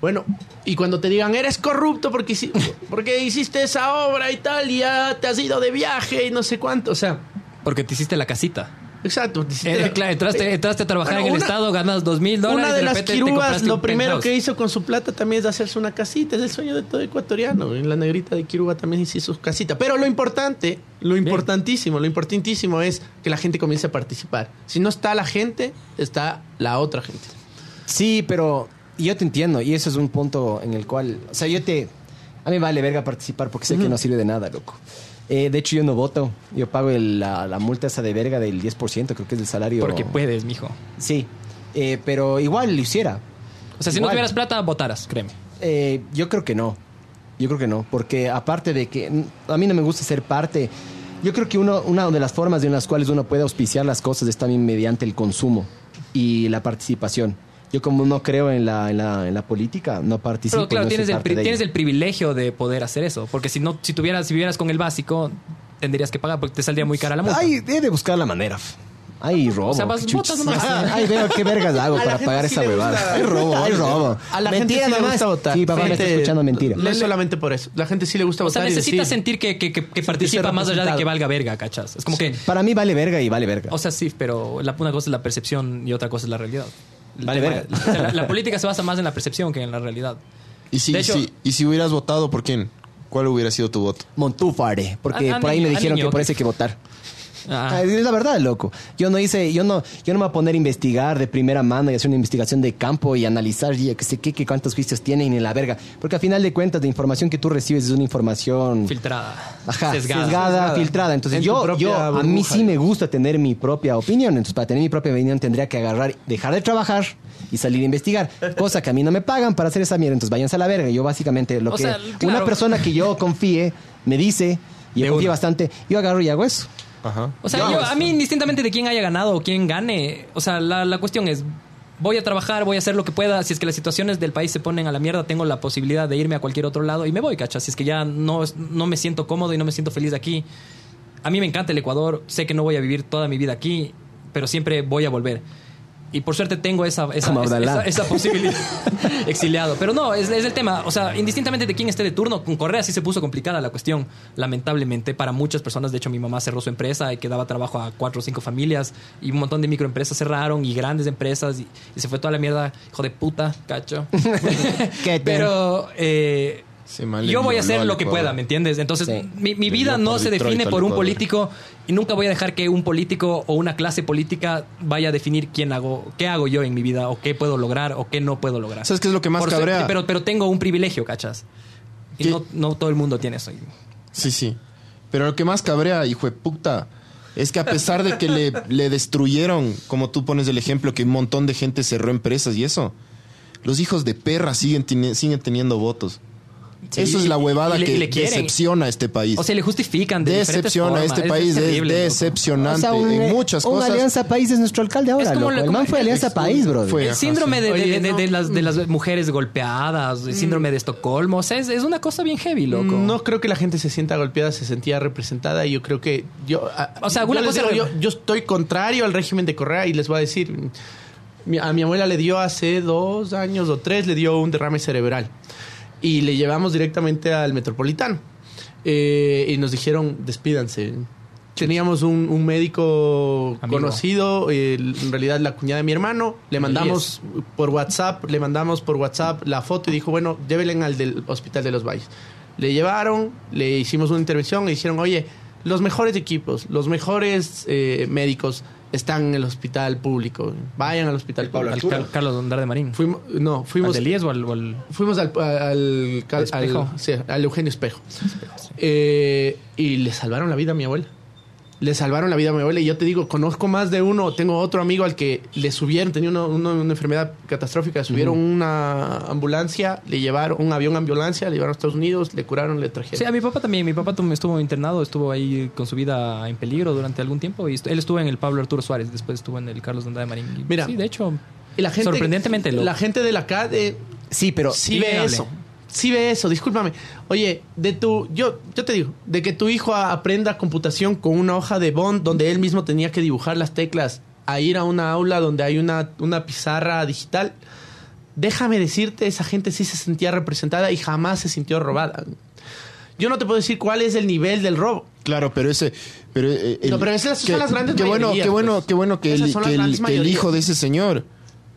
bueno, y cuando te digan eres corrupto porque, hici- porque hiciste esa obra y tal y ya te has ido de viaje y no sé cuánto, o sea.
Porque te hiciste la casita.
Exacto.
Eh, claro, entraste, entraste a trabajar
Bueno,
en el
una-
Estado, ganas dos mil dólares.
Una de,
de
las
repente te
quirúas,
compraste
lo
un
primero
penthouse.
que hizo con su plata también es hacerse una casita. Es el sueño de todo ecuatoriano. En la negrita de Quirúa también hizo su casita. Pero lo importante, lo importantísimo, lo importantísimo es que la gente comience a participar. Si no está la gente, está la otra gente.
Sí, pero yo te entiendo. Y eso es un punto en el cual. O sea, yo te. A mí me vale verga participar porque sé que no sirve de nada, loco. Eh, de hecho, yo no voto. Yo pago el- la, la multa esa de verga del 10%, creo que es del salario.
Porque puedes, mijo.
Sí. Eh, pero igual lo hiciera.
O sea, si no
Igual.
tuvieras plata, votaras, créeme.
Eh, yo creo que no. Yo creo que no. Porque aparte de que n- a mí no me gusta ser parte, yo creo que uno, una de las formas en las cuales uno puede auspiciar las cosas es también mediante el consumo y la participación. Yo como no creo en la, en la, en la política, no participo.
Pero claro,
pues, no soy
tienes, el,
parte
pri-
de
tienes
ello.
el privilegio de poder hacer eso. Porque si no, si tuvieras, si vivieras con el básico, tendrías que pagar porque te saldría muy cara la multa.
Ay, he de buscar la manera. f. Ay, robo.
O sea,
qué
vas-
chuchas.
votas nomás.
Ay, veo qué vergas hago
A la
para
gente
pagar
sí
esa
le
huevada.
gusta.
Hay robo, hay robo.
A la gente sí le
nomás.
gusta votar.
Sí, papá, me está
Gente-
escuchando mentira.
No es solamente por eso. La gente sí le gusta
O sea,
votar. y
necesitas
decir,
sentir que, que- que- que participa más allá de que
representado.
valga verga, ¿cachas? Es como que...
Para mí vale verga y vale verga.
O sea, sí, pero la, una cosa es la percepción y otra cosa es la realidad. El
Vale,
tema-
verga.
o sea, la, la política se basa más en la percepción que en la realidad.
Y si,
De
y
hecho-
si- y si hurieras votado, ¿por quién? ¿Cuál hubiera sido tu voto?
Montúfare, porque
Ah, ah,
por ahí me
niño, ah,
dijeron
niño,
que por
ok.
eso hay que votar.
Ah,
Ah, Es la verdad, loco. Yo no hice, yo no, yo no me voy a poner a investigar de primera mano y hacer una investigación de campo y analizar y que sé qué, que cuántos juicios tienen en la verga. Porque al final de cuentas, la información que tú recibes es una información
filtrada.
ajá,
sesgada.
sesgada, filtrada. Entonces
En tu
yo,
propia
yo a mí
burbuja,
sí me gusta tener mi propia opinión. Entonces para tener mi propia opinión tendría que agarrar, dejar de trabajar y salir a investigar. Cosa que a mí no me pagan para hacer esa mierda. Entonces váyanse a la verga. Yo básicamente lo
O
que
sea, claro.
una persona que yo confíe me dice y
De
yo confío
una.
bastante, yo agarro y hago eso.
Ajá.
O sea, yo, a mí, indistintamente de quién haya ganado o quién gane, o sea, la, la cuestión es voy a trabajar, voy a hacer lo que pueda. Si es que las situaciones del país se ponen a la mierda, tengo la posibilidad de irme a cualquier otro lado y me voy, cacha. Si es que ya no, no me siento cómodo y no me siento feliz aquí. A mí me encanta el Ecuador, sé que no voy a vivir toda mi vida aquí, pero siempre voy a volver. Y por suerte tengo esa, esa,
Como
esa-
Abdalá.
esa- esa posibilidad. Exiliado. Pero no, es, es el tema. O sea, indistintamente de quién esté de turno, con Correa sí se puso complicada la cuestión, lamentablemente, para muchas personas. De hecho, mi mamá cerró su empresa y que daba trabajo a cuatro o cinco familias. Y un montón de microempresas cerraron y grandes empresas. Y, y se fue toda la mierda, hijo de puta, cacho.
Qué
Pero... eh,
Se mal
yo voy a hacer
envioló
lo
al
que
Ecuador.
pueda, ¿me entiendes? Entonces,
Sí.
mi, mi
Le
vida
dio
no
por
se
Detroit
define
al
por un
Ecuador.
político y nunca voy a dejar que un político o una clase política vaya a definir quién hago, qué hago yo en mi vida o qué puedo lograr o qué no puedo lograr.
¿Sabes qué es lo que más
Por ser-
cabrea?
pero, pero tengo un privilegio, ¿cachas? Y
¿Qué?
no, no todo el mundo tiene eso. Y-
Sí, sí. Pero lo que más cabrea, hijo de puta, es que a pesar de que le, le destruyeron, como tú pones el ejemplo, que un montón de gente cerró empresas y eso, los hijos de perra siguen, teni- siguen teniendo votos.
Sí,
eso es
y-
la huevada
y le-
que
y le quieren.
decepciona a este país.
O sea, le justifican de diferentes
decepciona a
formas.
este país, es,
terrible, loco.
decepcionante en muchas
eh, una
cosas.
Alianza País es nuestro alcalde ahora,
Es como
loco.
la-
El man fue Alianza País, bro.
Fue.
El
Ajá,
síndrome de, de-
Oye,
de- de
no. Mm.
las, de las mujeres golpeadas, el síndrome de Estocolmo, o sea, es, es una cosa bien heavy, loco.
No creo que la gente se sienta golpeada, se sentía representada y yo creo que yo... a-
O sea,
yo
alguna
les
cosa-
digo, yo, yo estoy contrario al régimen de Correa y les voy a decir, mi- a mi abuela le dio hace dos años o tres, le dio un derrame cerebral y le llevamos directamente al metropolitano Eh, y nos dijeron, despídanse. Teníamos un, un médico
Amigo.
conocido, eh, en realidad la cuñada de mi hermano, le mandamos por WhatsApp, le mandamos por WhatsApp la foto y dijo, bueno, llévenla al del Hospital de los Valles. Le llevaron, le hicimos una intervención, le dijeron, oye, los mejores equipos, los mejores eh, médicos están en el hospital público, vayan al hospital
Pablo
público.
Al
Arturo.
Car- Carlos Andrade Marín.
Fuimos, no,
¿Al
fuimos...
de Lies o al- o al
Fuimos al, al, cal-
Al espejo.
al- sí, al Eugenio Espejo. Eh, y le salvaron la vida a mi abuela. Le salvaron la vida a mi abuela. Y yo te digo, conozco más de uno. Tengo otro amigo al que le subieron, tenía uno- uno- una enfermedad catastrófica. Subieron una ambulancia, le llevaron un avión ambulancia, le llevaron a Estados Unidos, le curaron, le trajeron.
Sí, a mi papá también. Mi papá tu- estuvo internado, estuvo ahí con su vida en peligro durante algún tiempo. Y est- él estuvo en el Pablo Arturo Suárez, después estuvo en el Carlos de Andrade Marín. Y
Mira.
sí, de hecho,
y la gente,
sorprendentemente lo-
La gente de la CAD eh,
Sí, pero
sí ve
innegable.
eso. Sí ve eso, discúlpame. Oye, de tu, yo, yo te digo, de que tu hijo a- aprenda computación con una hoja de Bond donde él mismo tenía que dibujar las teclas a ir a una aula donde hay una, una pizarra digital. Déjame decirte, esa gente sí se sentía representada y jamás se sintió robada. Yo no te puedo decir cuál es el nivel del robo.
Claro, pero ese, pero, eh,
No, pero esas son
que-
las grandes
Qué bueno,
mayorías,
qué bueno,
pues.
qué bueno que,
Esas
el,
son las
que, el-
grandes
que el
mayorías.
hijo de ese señor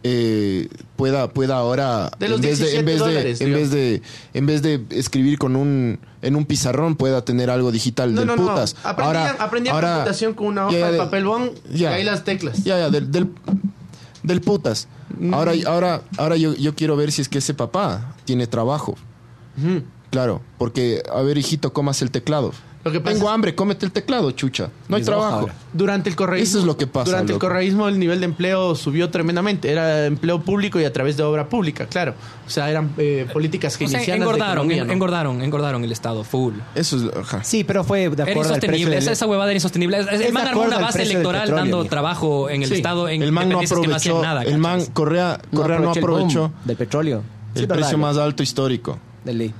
eh, pueda, pueda ahora
De los
en vez de, en
17
vez de,
dólares,
en vez de, en vez de escribir con un, en un pizarrón pueda tener algo digital
No,
del
no, no.
putas.
Aprendían,
ahora,
aprendían
ahora-
computación con una hoja
Ya, ya,
de
de-
papel Bond
ya.
y ahí las teclas.
Ya, ya, del, del, del putas.
Mm.
Ahora, ahora, ahora yo, yo quiero ver si es que ese papá tiene trabajo. Claro, porque, a ver, hijito, comas el teclado.
Lo que pasa
Tengo
es-
hambre, cómete el teclado, chucha. No hay
Deshoja
trabajo.
ahora.
Durante el correísmo.
Eso es lo que pasa,
Durante el
loco.
correísmo el nivel de empleo subió tremendamente. Era empleo público y a través de obra pública, claro. O sea, eran eh, políticas que
o sea,
iniciaron.
engordaron, en- engordaron, engordaron el Estado, full.
Eso es. ajá.
Sí, pero fue de
Era
acuerdo al precio
insostenible,
del-
esa, esa huevada era insostenible. Es- es-
de
El man armó
acuerdo
una
al
base
precio del
electoral
petróleo,
dando
mijo.
trabajo en el
Sí.
Estado en
el man no
dependencias que
aprovechó.
hacían nada.
el man,
¿cachas?
Correa,
No
Correa no aprovechó
el boom del petróleo.
el,
Sí, verdad,
precio
loco.
más alto histórico.
De ley.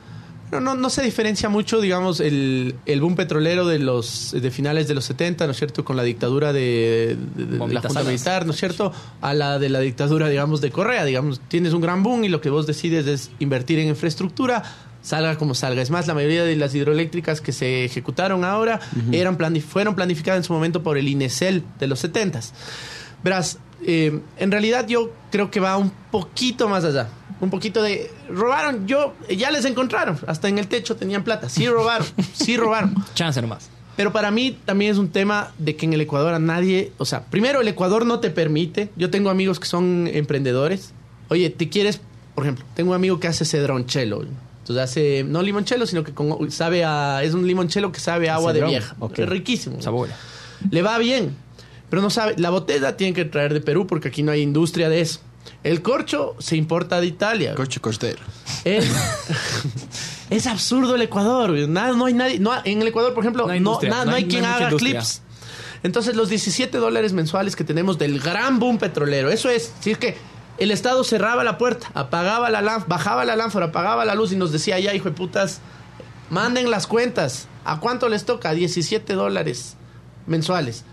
No, no, no se diferencia mucho, digamos, el, el boom petrolero de los de finales de los 70, ¿no es cierto? Con la dictadura de, de- de la
Bombita
Junta
Salas.
Militar, ¿no es cierto? A la de la dictadura, digamos, de Correa, digamos. Tienes un gran boom y lo que vos decides es invertir en infraestructura, salga como salga. Es más, la mayoría de las hidroeléctricas que se ejecutaron ahora eran plani- fueron planificadas en su momento por el INESEL de los 70s. Verás, eh, en realidad yo creo que va un poquito más allá. Un poquito de. Robaron, yo. Ya les encontraron. Hasta en el techo tenían plata. Sí robaron. sí robaron.
Chance nomás.
Pero para mí también es un tema de que en el Ecuador a nadie. O sea, primero, el Ecuador no te permite. Yo tengo amigos que son emprendedores. Oye, ¿te quieres.? Por ejemplo, tengo un amigo que hace cedronchelo. Entonces hace. No limonchelo, sino que con- sabe a. Es un limonchelo que sabe a agua de
Cedrón,
vieja.
ok.
Es riquísimo.
Sabor.
Le va bien, pero no sabe. La botella tienen que traer de Perú porque aquí no hay industria de eso. El corcho se importa de Italia.
Coche costero.
Es, es absurdo el Ecuador. güey. Nada, no hay nadie. no ha- en el Ecuador, por ejemplo,
No
no
hay
hay,
industria,
no,
no hay-
hay
no
quien
hay mucha
haga
industria.
clips. Entonces, los 17 dólares mensuales que tenemos del gran boom petrolero, eso es, si es que El Estado cerraba la puerta, apagaba la lámpara, bajaba la lámpara, apagaba la luz y nos decía, ya, hijo de putas, manden las cuentas. ¿A cuánto les toca? 17 dólares mensuales.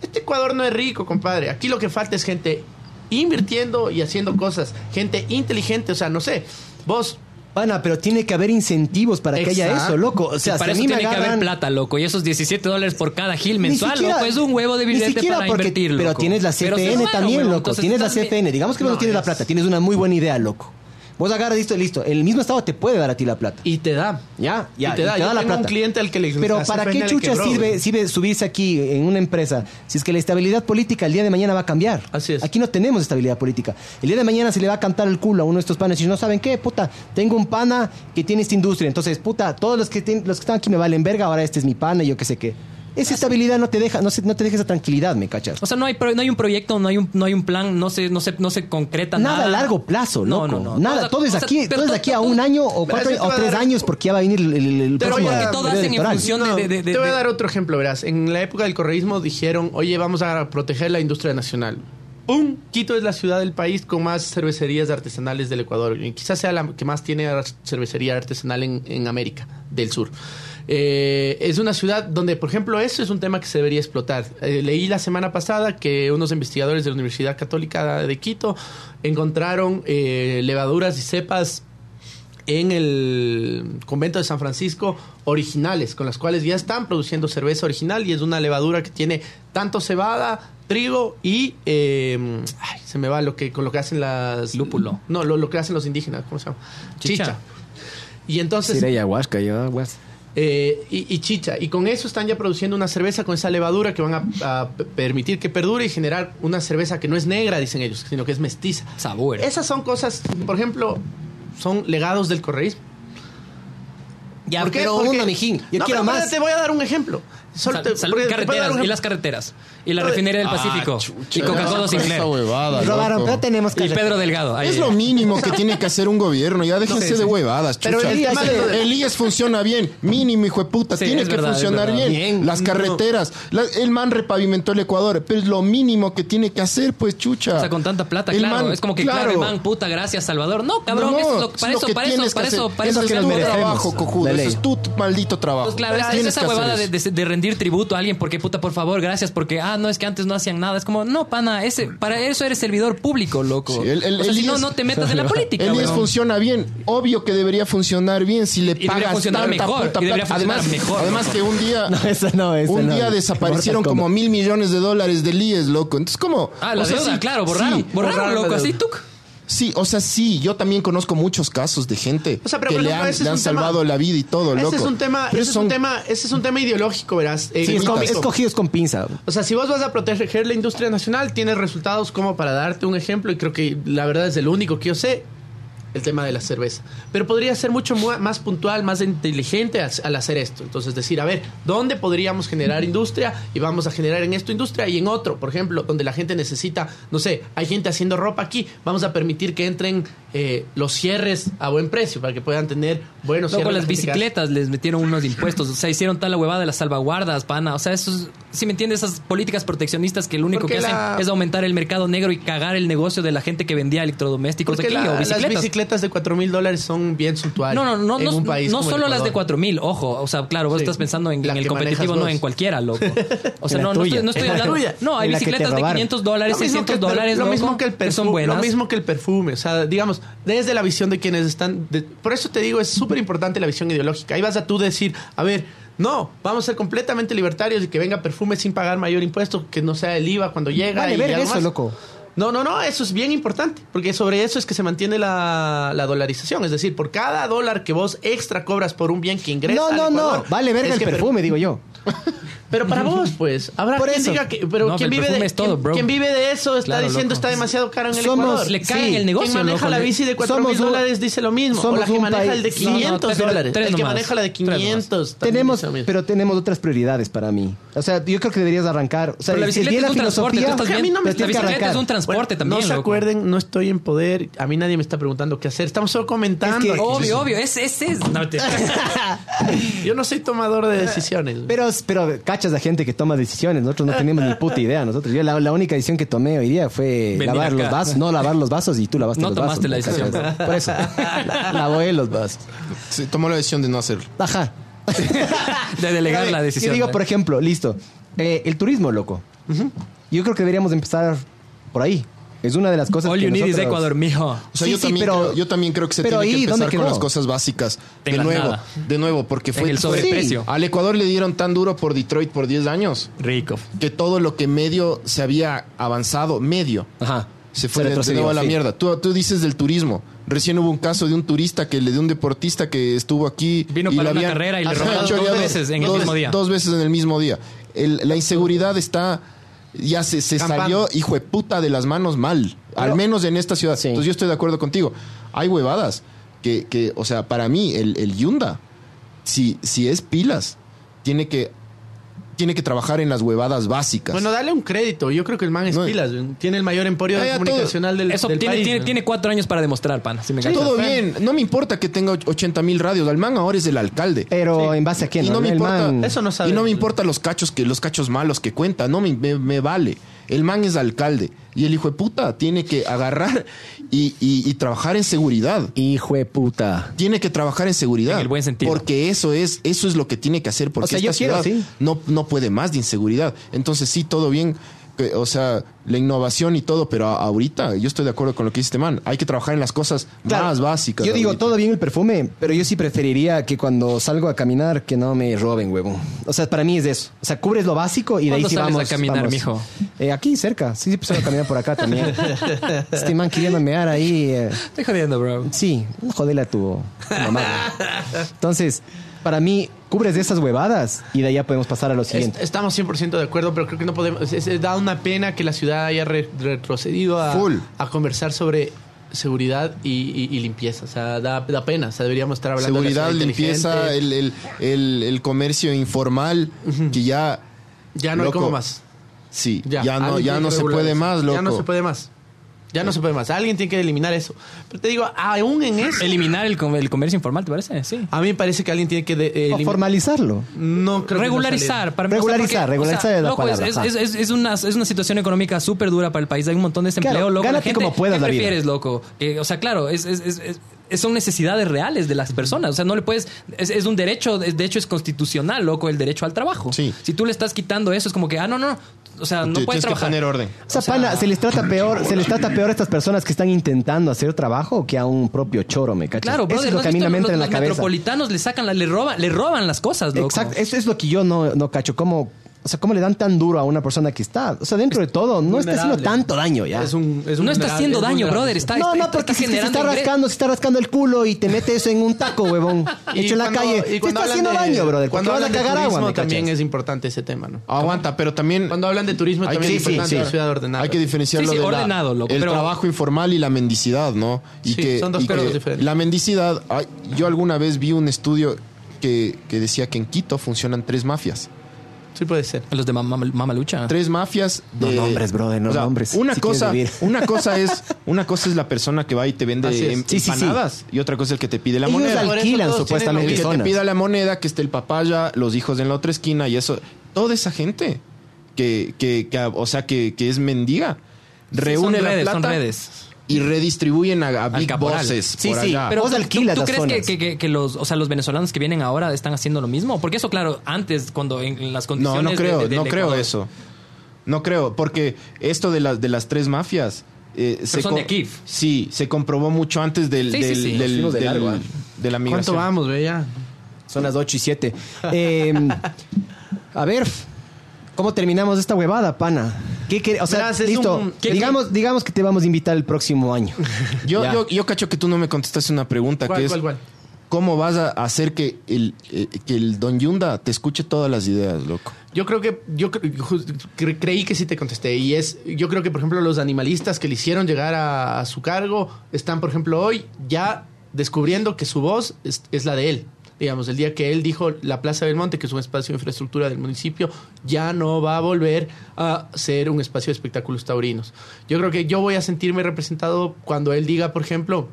Este Ecuador no es rico, compadre. Aquí lo que falta es gente invirtiendo y haciendo cosas. Gente inteligente, o sea, no sé. Vos,
Pana, pero tiene que haber incentivos para que haya
Exacto.
eso, loco. O sea,
Y para
si a
eso
mí me
tiene que haber
agarran-
plata, loco. Y esos 17 dólares por cada gil
Ni
mensual,
siquiera-
loco, es un hubo de
ni
billete
siquiera
para
porque-
invertir, loco.
Pero tienes la
Pero
CFN
sí, bueno,
también,
huevón,
loco.
entonces
Tienes la
estás bien-
CFN. Digamos que no,
No,
tienes la
es-
plata, tienes una muy buena idea, loco. Vos agarras, listo, listo. El mismo estado te puede dar a ti la plata.
y te da.
Ya, ya,
y te da. Yo
la
tengo
plata.
un cliente al que le
Pero
la
¿para
CFN
qué
le
chucha
quebró,
sirve,
güey.
sirve subirse aquí en una empresa? Si es que la estabilidad política el día de mañana va a cambiar.
Así es.
Aquí no tenemos estabilidad política. El día de mañana se le va a cantar el culo a uno de estos panes y no saben qué, puta, tengo un pana que tiene esta industria. Entonces, puta, todos los que, tienen- los que están aquí me valen verga, ahora este es mi pana y yo qué sé qué. Esa estabilidad no te deja, no, se- no te deja esa tranquilidad, ¿me cachas?
O sea, no hay, pro- no hay un proyecto, no hay un, no hay un plan, no se, no se, no se concreta nada.
Nada a largo plazo,
No,
loco.
no, no.
Nada,
Todo-
todo es
o sea,
aquí,
pero
todo es
to-
de aquí a
to-
un año o cuatro
eso te
o
va a
tres
dar-
años porque ya va a venir el, el- el
Te voy
próximo
a-
periodo
todo
hacen en
electoral.
función de- de- de-
te voy a dar otro ejemplo, verás. En la época del correísmo dijeron, oye, vamos a proteger la industria nacional. ¡Pum! Quito es la ciudad del país con más cervecerías artesanales del Ecuador. Y quizás sea la que más tiene ar- cervecería artesanal en, en América del Sur. Eh, es una ciudad donde, por ejemplo, eso es un tema que se debería explotar. Eh, leí la semana pasada que unos investigadores de la Universidad Católica de Quito encontraron eh, levaduras y cepas en el convento de San Francisco originales, con las cuales ya están produciendo cerveza original y es una levadura que tiene tanto cebada, trigo y eh, ay, se me va lo que con lo que hacen las
Lúpulo.
No, lo, lo que hacen los indígenas, ¿cómo se llama?
Chicha.
Y entonces
ayahuasca, yo ayahuasca.
eh, y, y chicha. Y con eso están ya produciendo una cerveza con esa levadura que van a, a p- permitir que perdure y generar una cerveza que no es negra, dicen ellos, sino que es mestiza.
Sabor.
Esas son cosas, por ejemplo, son legados del correísmo.
Ya,
¿Por qué?
pero uno, mijín, yo quiero
pero
más.
Te voy a dar un ejemplo.
Sal-
Solo te-
sal-
porque te puedo dar
carreteras,
un
y las
ejemplo.
carreteras. Y la
Pero-
refinería del
Ah,
Pacífico.
chucha,
y Coca-Cola
con
Sinclair.
esa huevada,
Robaron,
loco.
pero tenemos que
Y Pedro Delgado. ahí.
Es lo mínimo que tiene que hacer un gobierno. Ya déjense de huevadas,
Pero
chucha.
el tema de lo de-
El IES funciona bien. Mínimo, hijo de puta.
Sí,
tiene
es
que
verdad, es
funcionar
verdad.
bien.
Bien.
Las carreteras. La- el man repavimentó el Ecuador. Pero es lo mínimo que tiene que hacer, pues, chucha.
O sea, con tanta plata,
El
claro.
man-
es como que, claro, el man, puta, gracias, Salvador. No, cabrón,
No,
eso es lo-
es
para
lo
eso,
que
para eso,
tienes que
para
hacer.
eso, para
Eso
eso,
es
es
tu
tu trabajo.
trabajo, cojudo.
La
Ese
ley.
es tu t- maldito trabajo.
Pues claro, es, es
Tienes
esa
que hacer
huevada de,
eso.
de- de rendir tributo a alguien porque, puta, por favor, gracias, porque, ah, no, es que antes no hacían nada. Es como, no, pana, ese, para eso eres servidor público, loco.
Sí, el- el-
o sea,
el
si no,
IES-
no te metas en la política,
El IES
huevón.
funciona bien. Obvio que debería funcionar bien si le
debería
pagas
funcionar
tanta
mejor,
puta
y debería
plata.
funcionar
Además,
mejor,
además
loco.
que un día...
No, esa no, esa
un
no.
día desaparecieron
Corta el
como
combo.
mil millones de dólares del IES, loco. Entonces, ¿cómo?
Ah, la
O sea,
deuda,
sí,
claro,
sí,
borraron, borraron,
borraron la
loco,
deuda.
así, tuc.
Sí, o sea, sí, yo también conozco muchos casos de gente
O sea, pero
que
por
le
ejemplo,
han,
ese es
le
un
han
tema-
salvado la vida y todo, loco.
Ese es un tema,
Pero
ese es
son-
un tema, ese es un tema ideológico, verás. Eh,
Sí,
es
es
cómico.
Escogidos con pinza.
O sea, si vos vas a proteger la industria nacional, tienes resultados como para darte un ejemplo, y creo que la verdad es el único que yo sé, el tema de la cerveza. Pero podría ser mucho mu- más puntual, más inteligente al, al hacer esto. Entonces, decir, a ver, ¿dónde podríamos generar industria? Y vamos a generar en esto industria y en otro, por ejemplo, donde la gente necesita, no sé, hay gente haciendo ropa aquí, vamos a permitir que entren eh, los cierres a buen precio para que puedan tener buenos
Loco,
cierres.
las
la gente que hace-
bicicletas les metieron unos impuestos. O sea, hicieron tal la huevada de las salvaguardas, pana. O sea, eso es, si me entiendes, esas políticas proteccionistas que lo único
Porque
que
la-
hacen es aumentar el mercado negro y cagar el negocio de la gente que vendía electrodomésticos
Porque
aquí
la-
o
las
bicicletas.
bicicletas de 4 mil dólares son bien suntuarias.
No, no, no,
en
no,
un país
no
como el
solo las de
Ecuador.
4000, ojo, o sea, claro, vos
Sí.
estás pensando en,
La
en el
que
competitivo,
manejas
no
vos.
en cualquiera, loco. O sea,
En la
no, no estoy,
tuya.
no estoy
En la
hablando.
tuya.
No, hay
En la que te
bicicletas de
robaron.
500 dólares,
Lo mismo que
600
el per-
dólares,
lo
loco,
mismo que el perfume,
son buenas.
Lo mismo que el perfume. O sea, digamos, desde la visión de quienes están. de- por eso te digo, es súper importante la visión ideológica. Ahí vas a tú decir, a ver, no, vamos a ser completamente libertarios y que venga perfume sin pagar mayor impuesto, que no sea el IVA cuando llega.
Vale,
y
verga
algo
eso,
más.
loco.
No, no, no, eso es bien importante, porque sobre eso es que se mantiene la, la dolarización. Es decir, por cada dólar que vos extra cobras por un bien que ingresa.
No,
al
no, no.
Ecuador,
Vale verga
es
el
que per-
perfume, digo yo.
pero para vos, pues. Habrá
Por
quien
eso.
diga que. Pero
No,
quien,
pero el
vive
perfume
de,
es todo,
quien-
bro.
quien vive de eso está
Claro,
diciendo
loco.
está demasiado caro en el
Somos-
Ecuador.
le caen el negocio,
Quien maneja
loco,
la
le-
bici de 4 mil
Somos un-
dólares dice lo mismo. O
somos
la que
un
maneja
país-
el de
No, no,
500
tres-
dólares.
tres
el que
nomás.
maneja la de
Tres nomás.
500. también
Tenemos,
dice lo mismo.
pero tenemos otras prioridades para mí. O sea, yo creo que deberías arrancar. O sea,
Pero la
si
bicicleta
bien
es un transporte,
filosofía,
tú estás
Porque a
bien.
mí no me
pero
la
tienes que
bicicleta es
arrancar.
un transporte
Bueno,
también,
No se
loco.
acuerden, no estoy en poder. A mí nadie me está preguntando qué hacer. Estamos solo comentando.
Es que-
aquí.
Obvio, obvio, ese es. No, te-
Yo no soy tomador de decisiones.
Pero es, pero cachas a gente que toma decisiones. Nosotros no tenemos ni puta idea. Nosotros, yo la, la única decisión que tomé hoy día fue
Venir
lavar
acá.
los vasos, no lavar los vasos y tú lavaste
No
los vasos.
tomaste la decisión.
¿Cachas? Por eso, la- lavé los vasos.
Se tomó la decisión de no hacerlo.
Ajá.
De delegar la decisión.
Yo digo,
¿no?
por ejemplo, listo, eh, el turismo, loco. Yo creo que deberíamos empezar por ahí. Es una de las cosas
All
que
you need is
nosotros-
Ecuador, mijo.
O sea,
Sí,
yo,
sí,
también
pero-
creo, yo también creo que se
pero
tiene
ahí,
que
¿dónde
empezar con
quedó?
las cosas básicas.
De
De,
la
nuevo,
nada.
de nuevo, porque fue...
En el
fue-
sobreprecio.
Al Ecuador le dieron tan duro por Detroit por 10 años
Rico.
que todo lo que medio se había avanzado, medio,
Ajá.
se fue de- de
retrocedió,
nuevo a la
sí.
mierda. Tú, tú dices del turismo. Recién hubo un caso de un turista que le de un deportista que estuvo aquí.
Vino para
lo
una carrera y le
Ajá,
robaron dos
choreado
veces en el
dos-
mismo día.
Dos veces en el mismo día. El- la inseguridad está. Ya se, se
Campana.
salió, hijo de puta, de las manos mal. al menos en esta ciudad. Entonces yo estoy de acuerdo contigo. Hay huevadas que, que o sea, para mí, el, el Yunda, si, si es pilas, tiene que, tiene que trabajar en las huevadas básicas.
Bueno, dale un crédito. Yo creo que el man es
No,
pilas. Tiene el mayor emporio
Ya, ya, todo-
comunicacional del,
Eso
del
tiene,
país.
tiene,
¿no?
tiene cuatro años para demostrar, pana. Si me cachas.
Todo bien, no me importa que tenga 80 mil radios. Alman ahora es el alcalde.
Pero en base a quién,
y no me
Eh, El
importa,
man-
Eso no sabe.
Y no me importa los cachos que los cachos malos que cuenta, no me, me- me vale. El man es alcalde y el hijo de puta tiene que agarrar y, y- y trabajar en seguridad.
Hijo de puta.
Tiene que trabajar en seguridad.
En el buen sentido.
Porque eso es, eso es lo que tiene que hacer. Porque
sea,
esta
yo quiero,
ciudad
sí.
no, no puede más de inseguridad. Entonces sí, todo bien. que- O sea, la innovación y todo, pero a- ahorita yo estoy de acuerdo con lo que dice este man. Hay que trabajar en las cosas
Claro,
más básicas.
Yo digo,
ahorita.
todo bien el perfume, pero yo sí preferiría que cuando salgo a caminar que no me roben, huevón. O sea, para mí es eso. O sea, cubres lo básico y de ahí
¿Cuándo
sí
sales a
vamos.
caminar,
vamos.
mijo?
Eh, aquí cerca. Sí, sí, pues salgo a caminar por acá también. este man queriendo mear ahí. eh,
Estoy jodiendo, bro.
Sí, jodela a tu mamá. güey. Entonces, para mí, cubres de esas huevadas y de allá podemos pasar a lo
Es-
siguiente.
estamos 100% de acuerdo, pero creo que no podemos. es- es- da una pena que la ciudad haya re- retrocedido a,
Full.
a conversar sobre seguridad y, y- y limpieza. O sea, da, da pena. O sea, deberíamos estar hablando de la
Seguridad,
ciudad
limpieza,
inteligente.
el, el- el- el comercio informal, que ya.
Ya no hay
Loco.
como más.
Sí, ya,
Ya,
no,
Alguien
ya
tiene
no
que
se
regular
puede
eso.
más, loco.
Ya no se puede más. Ya no se puede más. Alguien tiene que eliminar eso. Pero te digo, aún en eso.
Eliminar el, com- el comercio informal, ¿te parece? Sí.
A mí me parece que alguien tiene que. de- eh,
O
elim-
formalizarlo.
No creo que sea
regularizar
salida.
para mí,
Regularizar, regularizar es la
loco,
palabra,
es,
ajá.
es- es- es una, es una situación económica súper dura para el país hay un montón de desempleo
Claro,
loco
gánate como puedas
¿qué
la vida.
prefieres loco Eh, o sea claro es, es- es- es- es- son necesidades reales de las personas o sea no le puedes es, es un derecho es- de hecho es constitucional loco el derecho al trabajo
Sí.
si tú le estás quitando eso es como que ah no no o sea no
Te- tienes
puedes
que
trabajar
poner orden.
O sea, pana, se les trata peor, se les trata peor a estas personas que están intentando hacer trabajo que a un propio choro, me cachas.
Claro,
eso
brother,
es
¿no
lo
has
que a mí
visto
no me
los-
entra en la
los
cabeza.
metropolitanos le sacan, la- le roban, le roban las cosas, loco.
Exacto, eso es lo que yo no, no cacho. ¿Cómo, o sea, ¿Cómo le dan tan duro a una persona que está? O sea, dentro de todo, no está haciendo
vulnerable.
tanto daño ya.
Es un- es un
no está
vulnerable-
haciendo
es
daño,
vulnerable.
brother. Está,
no,
está-
no, porque si
está
es que se
generando
está
ingresos.
rascando, se está rascando el culo y te mete eso en un taco, huevón.
Y
Hecho en la
cuando-
calle.
y
Te
cuando
está
hablan
haciendo
de-
daño, brother. Porque vas a
hablan de
cagar agua,
turismo,
¿me
también
cachas?
es importante ese tema, ¿no?
Aguanta, pero también
Cuando hablan de turismo
Hay
también
que-
es
sí,
importante
sí,
la
sí.
ciudad ordenada.
hay que diferenciarlo
Sí, sí,
de la-
ordenado, loco,
el
pero-
trabajo informal y la mendicidad, ¿no? Y
Sí,
que,
son dos
y
cosas
que
diferentes.
La mendicidad, ay, yo alguna vez vi un estudio que, que decía que en Quito funcionan tres mafias.
Sí puede ser.
Los de Mama- Mamalucha.
Tres mafias
No
de-
nombres, brother, no nombres,
Una
si
cosa,
quieres vivir.
una cosa es, una cosa es la persona que va y te vende
Así es.
em-
Sí, sí, sí.
empanadas y otra cosa es el que te pide la
Ellos
moneda.
Por eso
alquilan
todos
supuestamente
El que te
zonas.
pida la moneda, que esté el papaya, los hijos en la otra esquina y eso. Toda esa gente que, que, que, o sea, que, que es mendiga, reúne
son
la
redes,
plata
son redes.
y redistribuyen a, a big
caporal.
bosses
Sí,
por
sí,
allá.
pero- Vos
¿tú-
alquilas
¿Tú,
las
crees que-
zonas.
que, que- que los, o sea, los venezolanos que vienen ahora están haciendo lo mismo? Porque eso, claro, antes, cuando en las
no,
condiciones.
no creo,
de- de- del
no creo
Ecuador.
eso. No creo, porque esto de las de las tres mafias eh,
son
co-
de aquí.
Sí, se comprobó mucho antes del,
Sí, sí,
del,
sí.
del-
Nos fuimos de
del-
largo, ¿eh?
de la
¿Cuánto
migración.
vamos, ve ya?
Son las 8 y 7. a ver, ¿cómo terminamos esta huevada, pana? ¿Qué quer- o sea,
Verás, es
listo.
un- ¿qué-
digamos, digamos que te vamos a invitar el próximo año.
Yo,
Ya.
yo, yo cacho que tú no me contestaste una pregunta que
¿Cuál,
es
cuál, cuál?
¿Cómo vas a hacer que el, eh, que el Don Yunda te escuche todas las ideas, loco?
Yo creo que yo cre- ju- cre- creí que sí te contesté y es yo creo que por ejemplo los animalistas que le hicieron llegar a, a su cargo están por ejemplo hoy ya descubriendo que su voz es, es la de él. Digamos, el día que él dijo la Plaza del Monte, que es un espacio de infraestructura del municipio, ya no va a volver a ser un espacio de espectáculos taurinos. Yo creo que yo voy a sentirme representado cuando él diga, por ejemplo,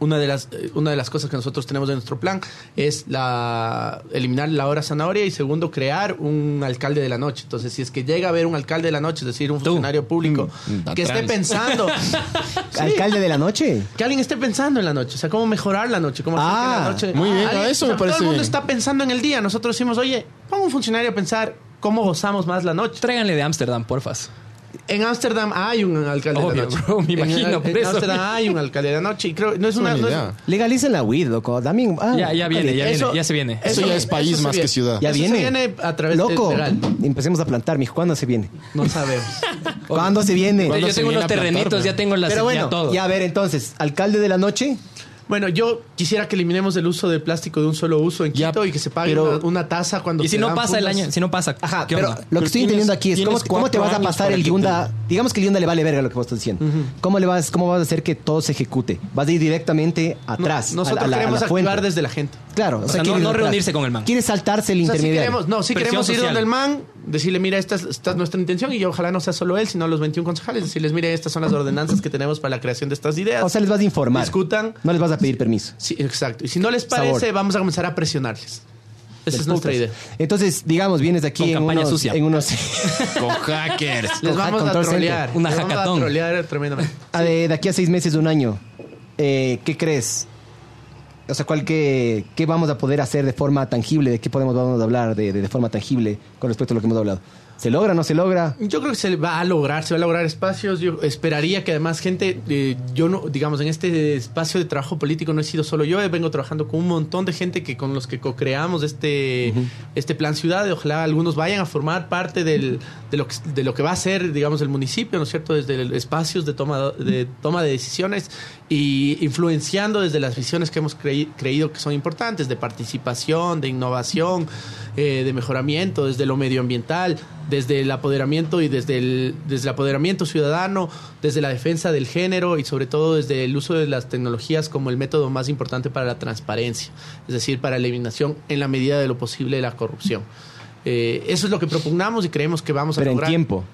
una de las eh, una de las cosas que nosotros tenemos en nuestro plan es la eliminar la hora zanahoria y segundo crear un alcalde de la noche entonces si es que llega a haber un alcalde de la noche es decir un funcionario público que esté pensando Sí,
Alcalde de la noche.
que alguien esté pensando en la noche o sea cómo mejorar la noche cómo hacer que
Ah,
la noche
muy bien,
alguien-
a eso
o sea,
me parece
todo el mundo
bien.
está pensando en el día nosotros decimos oye ponga un funcionario a pensar cómo gozamos más la noche
Tráiganle de Ámsterdam, porfas.
en Ámsterdam hay un alcalde de
Obvio,
la noche
bro, me
En-
imagino,
en,
por eso.
Ámsterdam hay un alcalde de la noche y creo no es una
Buena
no es-
idea.
Legalicen la weed, loco. También. ah,
Ya, ya viene, ya
Eso-
viene, ya se viene.
Eso ya es país
se
más que
viene.
ciudad.
Ya
Eso
viene.
se viene a través
Loco.
de legal.
Empecemos a plantar, mijo. ¿Cuándo se viene?
No sabemos.
¿Cuándo se viene?
¿Cuándo
Yo
se
tengo
viene
unos
a plantar,
terrenitos,
bro?
ya tengo las
Pero
ya
bueno,
todo.
ya a ver entonces, alcalde de la noche,
Bueno, yo quisiera que eliminemos el uso de plástico de un solo uso en
Ya,
Quito y que se pague
pero-
una, una tasa cuando
Y si
se
no
dan
pasa el
fundas.
año, si no pasa,
Ajá,
¿qué
pero
onda?
lo que estoy
Pero
entendiendo
tienes-
aquí es cómo,
tienes
cómo te
cuatro
vas a
años
pasar
para
el
que
Yunda. Digamos que el Yunda le vale verga lo que vos estás diciendo. ¿Cómo le vas, cómo vas a hacer que todo se ejecute? Vas a ir directamente
No,
atrás. a-
nosotros
a la- a la
queremos
fuente.
activar desde la gente.
Claro,
sea, no-
quiere ir
no
atrás.
reunirse con el man.
Quiere saltarse el
O sea, si
intermediario.
queremos, no, si
Presión
queremos ir
social.
donde el man, decirle, mira, esta es, esta es nuestra intención y ojalá no sea solo él, sino los 21 concejales, decirles, mira, estas son las ordenanzas que tenemos para la creación de estas ideas.
o sea, les vas a informar.
discutan.
No les vas a pedir permiso.
Sí, exacto. Y si no les
Sabor.
parece, vamos a comenzar a presionarles. Esa es
Putas.
nuestra idea.
Entonces, digamos, vienes
Con
aquí en
campaña
unos,
sucia.
en unos-
Con hackers.
Con
Les
hack
vamos a
control center.
trolear.
Una
les Vamos
hackathon.
a trolear tremendamente.
a Ah, de, de aquí a seis meses, un año. eh, ¿Qué crees? O sea, ¿cuál que, ¿qué vamos a poder hacer de forma tangible? ¿De qué podemos vamos a hablar de, de- de forma tangible con respecto a lo que hemos hablado? ¿Se logra o no se logra?
Yo creo que se va a lograr, se va a lograr espacios. Yo esperaría que además gente, eh, yo no, digamos, en este espacio de trabajo político no he sido solo yo, eh, vengo trabajando con un montón de gente que con los que co-creamos este, este plan ciudad. y Ojalá algunos vayan a formar parte del, de, lo que, de lo que va a ser, digamos, el municipio, ¿no es cierto? Desde el- espacios de toma de, toma de decisiones y influenciando desde las visiones que hemos creí- creído que son importantes, de participación, de innovación, eh, de mejoramiento, desde lo medioambiental, desde el apoderamiento y desde el, desde el apoderamiento ciudadano, desde la defensa del género y sobre todo desde el uso de las tecnologías como el método más importante para la transparencia, es decir, para la eliminación en la medida de lo posible de la corrupción. Eh, eso es lo que propugnamos y creemos que vamos a
Pero en
lograr.
tiempo.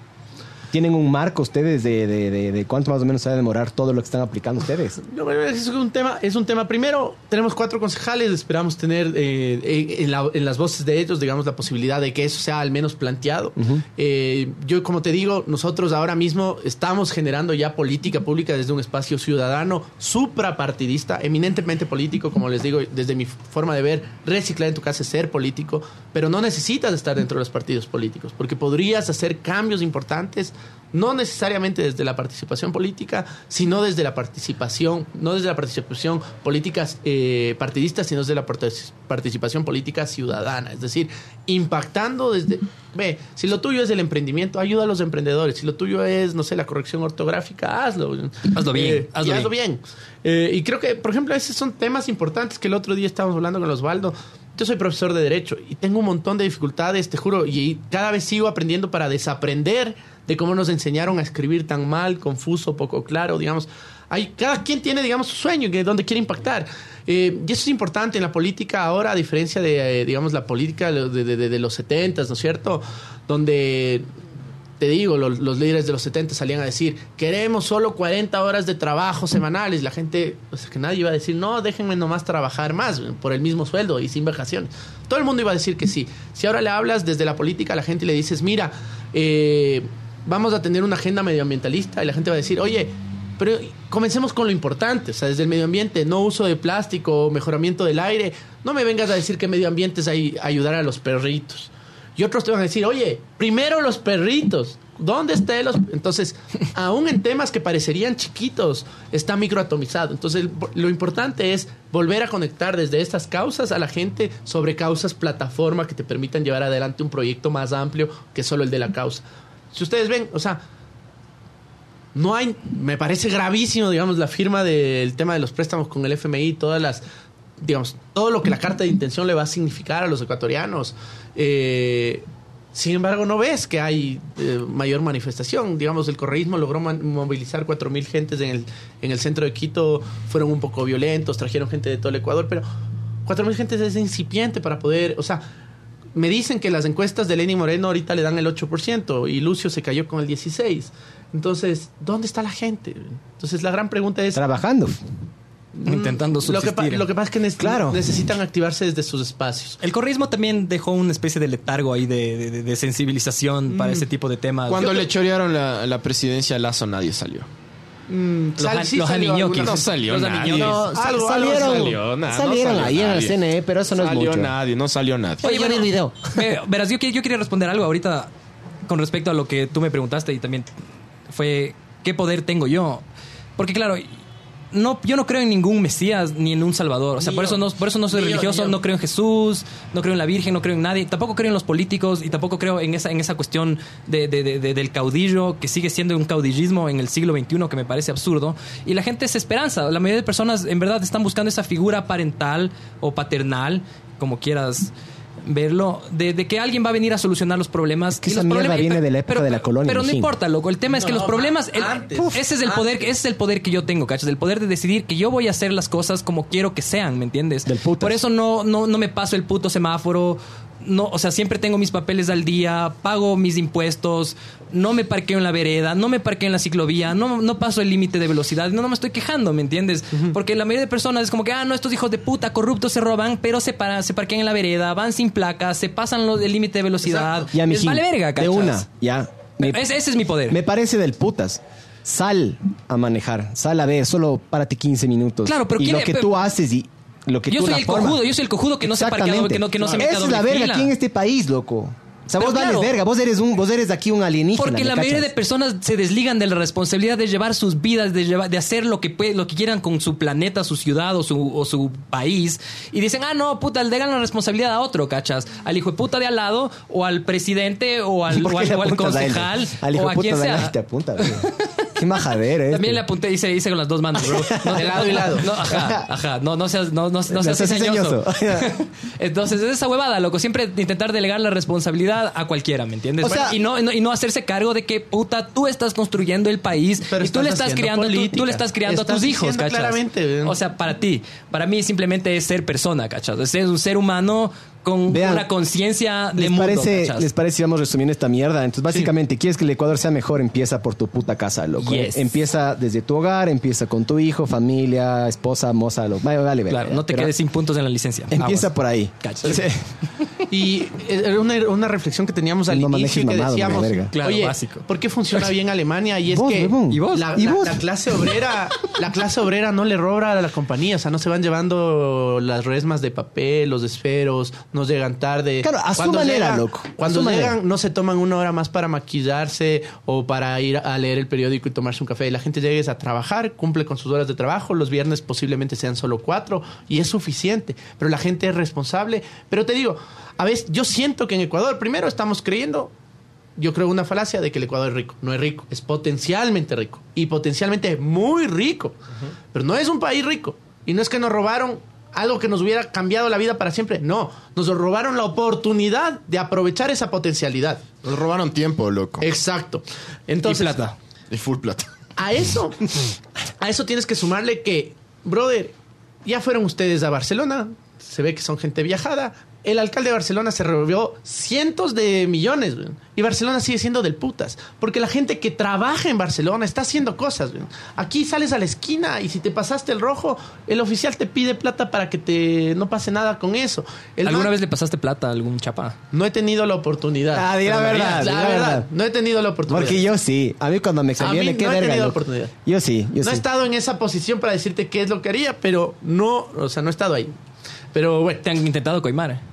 ¿Tienen un marco ustedes de, de- de- de cuánto más o menos se va a demorar todo lo que están aplicando ustedes?
No, bueno, es un tema, es un tema. Primero, tenemos cuatro concejales, esperamos tener eh, en, en la- en las voces de ellos, digamos, la posibilidad de que eso sea al menos planteado. Eh, yo, como te digo, nosotros ahora mismo estamos generando ya política pública desde un espacio ciudadano suprapartidista, eminentemente político, como les digo, desde mi forma de ver, reciclar en tu casa es ser político, pero no necesitas estar dentro de los partidos políticos, porque podrías hacer cambios importantes no necesariamente desde la participación política, sino desde la participación, no desde la participación política eh, partidista, sino desde la partic- participación política ciudadana. Es decir, impactando desde... Ve, si lo tuyo es el emprendimiento, ayuda a los emprendedores. Si lo tuyo es, no sé, la corrección ortográfica, hazlo.
Hazlo bien,
Eh,
hazlo
y
bien.
bien. Eh, y creo que, por ejemplo, esos son temas importantes que el otro día estábamos hablando con Osvaldo. Yo soy profesor de Derecho y tengo un montón de dificultades, te juro, y cada vez sigo aprendiendo para desaprender de cómo nos enseñaron a escribir tan mal, confuso, poco claro, digamos. Hay, cada quien tiene, digamos, su sueño y que- donde quiere impactar. Eh, y eso es importante en la política ahora, a diferencia de, eh, digamos, la política de, de- de- de los 70, ¿no es cierto? Donde te digo, lo- los líderes de los 70 salían a decir, queremos solo 40 horas de trabajo semanales. La gente, o sea, que nadie iba a decir, no, déjenme nomás trabajar más por el mismo sueldo y sin vacaciones. Todo el mundo iba a decir que sí. Si ahora le hablas desde la política a la gente y le dices, mira, eh, vamos a tener una agenda medioambientalista y la gente va a decir, oye, pero comencemos con lo importante, o sea, desde el medio ambiente, no uso de plástico, mejoramiento del aire. No me vengas a decir que medio ambiente es ahí- ayudar a los perritos. Y otros te van a decir, oye, primero los perritos. ¿Dónde están los...? Entonces, aún en temas que parecerían chiquitos, está microatomizado. Entonces, lo importante es volver a conectar desde estas causas a la gente sobre causas plataforma que te permitan llevar adelante un proyecto más amplio que solo el de la causa. Si ustedes ven, o sea, no hay, me parece gravísimo, digamos, la firma del tema de los préstamos con el FMI, todas las, digamos, todo lo que la carta de intención le va a significar a los ecuatorianos. Eh, sin embargo, no ves que hay eh, mayor manifestación. Digamos, el correísmo logró man- movilizar 4.000 gentes en el, en el centro de Quito, fueron un poco violentos, trajeron gente de todo el Ecuador, pero 4.000 gentes es incipiente para poder, o sea, me dicen que las encuestas de Lenny Moreno ahorita le dan el 8% y Lucio se cayó con el 16%. Entonces, ¿dónde está la gente? Entonces, la gran pregunta es,
Trabajando.
intentando
Lo que,
subsistir.
pa- lo que pasa es que nec-
Claro.
necesitan activarse desde sus espacios.
El corrismo también dejó una especie de letargo ahí de, de- de- de sensibilización para ese tipo de temas.
Mm. Cuando le chorearon la, la presidencia a Lazo, nadie salió.
Los
Sal-
an-
sí
los
salió
aniñoquis.
alguna-
No salió
Los
nadie. Ah.
aniñoquis.
No, sa-
Algo, algo
salieron,
salió, nah, no
salieron
salió
ahí en el
nadie.
CNE, pero eso no es
salió
mucho.
nadie, no salió nadie.
Oye, yo vi el video.
Ve- Verás, yo, qui- yo quería responder algo ahorita con respecto a lo que tú me preguntaste y también fue, ¿qué poder tengo yo? Porque claro, no, yo no creo en ningún Mesías ni en un Salvador. O sea,
Ni
por,
yo.
eso no, por eso no soy
Ni yo,
religioso,
ni yo.
no creo en Jesús, no creo en la Virgen, no creo en nadie. Tampoco creo en los políticos y tampoco creo en esa, en esa cuestión de- de- de- de- del caudillo, que sigue siendo un caudillismo en el siglo XXI que me parece absurdo. Y la gente se esperanza. La mayoría de personas en verdad están buscando esa figura parental o paternal, como quieras verlo, de, de que alguien va a venir a solucionar los problemas.
que
Y
esa
los
mierda
problemas-
viene de la época
pero-
de la
pero-
colonia,
Pero no
mijín.
importa, loco. El tema es que
No,
los problemas... el-
antes,
Puf, ese es el poder, ese es el poder que yo tengo, ¿cachas? El poder de decidir que yo voy a hacer las cosas como quiero que sean, ¿me entiendes?
Del putas.
Por eso no, no, no me paso el puto semáforo. No, o sea, siempre tengo mis papeles al día, pago mis impuestos, no me parqueo en la vereda, no me parqueo en la ciclovía, no, no paso el límite de velocidad, no, no me estoy quejando, ¿me entiendes? Porque la mayoría de personas es como que, ah, no, estos hijos de puta corruptos se roban, pero se, para, se parquean en la vereda, van sin placas, se pasan los, el límite de velocidad.
Ya,
Les
mijín,
vale verga,
de
¿cachas?
una, ya. Me,
Ese, ese es mi poder.
me parece del putas. Sal a manejar, sal a ver, solo párate 15 minutos.
Claro, pero
y
¿quién
lo
le-
que
pero-
tú haces y lo que
yo
tú
soy
la
el
forma-
cojudo, yo soy el cojudo que no se ha parqueado,
Exactamente.
que no, que no se
Claro.
mete a
Esa es la
doble
verga
fila.
aquí en este país, loco. O sea,
Pero
vos vales
claro.
verga, vos eres un, vos eres aquí un alienígena.
Porque
¿me
la mayoría
cachas?
de personas se desligan de la responsabilidad de llevar sus vidas, de, llevar- de hacer lo que, pue- lo que quieran con su planeta, su ciudad o su, o su país. Y dicen, ah, no, puta, le dejan la responsabilidad a otro, cachas. Al hijo de puta de al lado, o al presidente, o al,
¿Por
o
qué
al,
le
o al
apuntas a él?
concejal,
Al hijo
o a
puta
quien
de
sea.
Alain te apunta. güey. Qué majadero este. es.
También le apunté, hice, hice con las dos manos, bro. No,
De lado y
no,
lado.
no, ajá, ajá. No, no seas, no, no, no seas
seas
diseñoso.
diseñoso.
Entonces, es esa huevada, loco. Siempre intentar delegar la responsabilidad a cualquiera, ¿me entiendes?
O sea-
y, no, y no- y no hacerse cargo de que, puta, tú estás construyendo el país
Pero
y tú
estás
le estás
haciendo
criando, tú,
política.
tú le estás criando
Estás
a tus hijos,
diciendo
¿cachas?
claramente, ¿eh?
O sea, para ti. Para mí simplemente es ser persona, ¿cachas? Es ser un ser humano con
Vean,
una conciencia de
¿Les
mundo,
parece,
¿cachas?
les parece, vamos resumiendo esta mierda. Entonces, básicamente, quieres que el Ecuador sea mejor, empieza por tu puta casa, loco. Em,
Yes.
Empieza desde tu hogar, empieza con tu hijo, familia, esposa, moza, lo Vale, vale,
Claro,
verga,
no te
pero
quedes sin puntos en la licencia.
Empieza
Aguas.
por ahí.
Cachas.
Sí.
Y era una, una reflexión que teníamos al
No
inicio
manejes
y que
mamado,
decíamos,
hombre, verga.
Claro,
oye,
básico.
¿por qué funciona bien Alemania? Y es
Vos,
que
huevón. ¿Y
vos?
La,
¿Y
la-
vos?
la clase obrera, la clase obrera no le roba a la compañía, o sea, no se van llevando las resmas de papel, los esferos, no llegan tarde.
Claro, a su manera,
llegan-
loco, a
Cuando
su manera.
llegan, no se toman una hora más para maquillarse o para ir a leer el periódico y tomarse un café. La gente llega es a trabajar, cumple con sus horas de trabajo. Los viernes posiblemente sean solo cuatro y es suficiente. Pero la gente es responsable. Pero te digo, a veces yo siento que en Ecuador, primero estamos creyendo, yo creo una falacia de que el Ecuador es rico. No es rico, es potencialmente rico y potencialmente muy rico. Pero no es un país rico. Y no es que nos robaron algo que nos hubiera cambiado la vida para siempre. No, nos robaron la oportunidad de aprovechar esa potencialidad.
Nos robaron tiempo, loco.
Exacto. Entonces,
y plata.
Y full plata.
a eso, a eso tienes que sumarle que, brother, ya fueron ustedes a Barcelona, se ve que son gente viajada. El alcalde de Barcelona se revolvió cientos de millones, weón. y Barcelona sigue siendo del putas, porque la gente que trabaja en Barcelona está haciendo cosas. weón. Aquí sales a la esquina y si te pasaste el rojo, el oficial te pide plata para que te no pase nada con eso. El
¿Alguna
man-
vez le pasaste plata a algún chapa?
no he tenido la oportunidad.
Ah, di la verdad,
la
di la
verdad,
verdad.
no he tenido la oportunidad.
Porque yo sí. A mí cuando me
A mí
examiné, qué
no he
verga.
tenido
loco.
oportunidad.
Yo sí, yo
no he
sí.
estado en esa posición para decirte qué es lo que haría, pero no, o sea, no he estado ahí. Pero bueno,
¿Te han intentado coimar?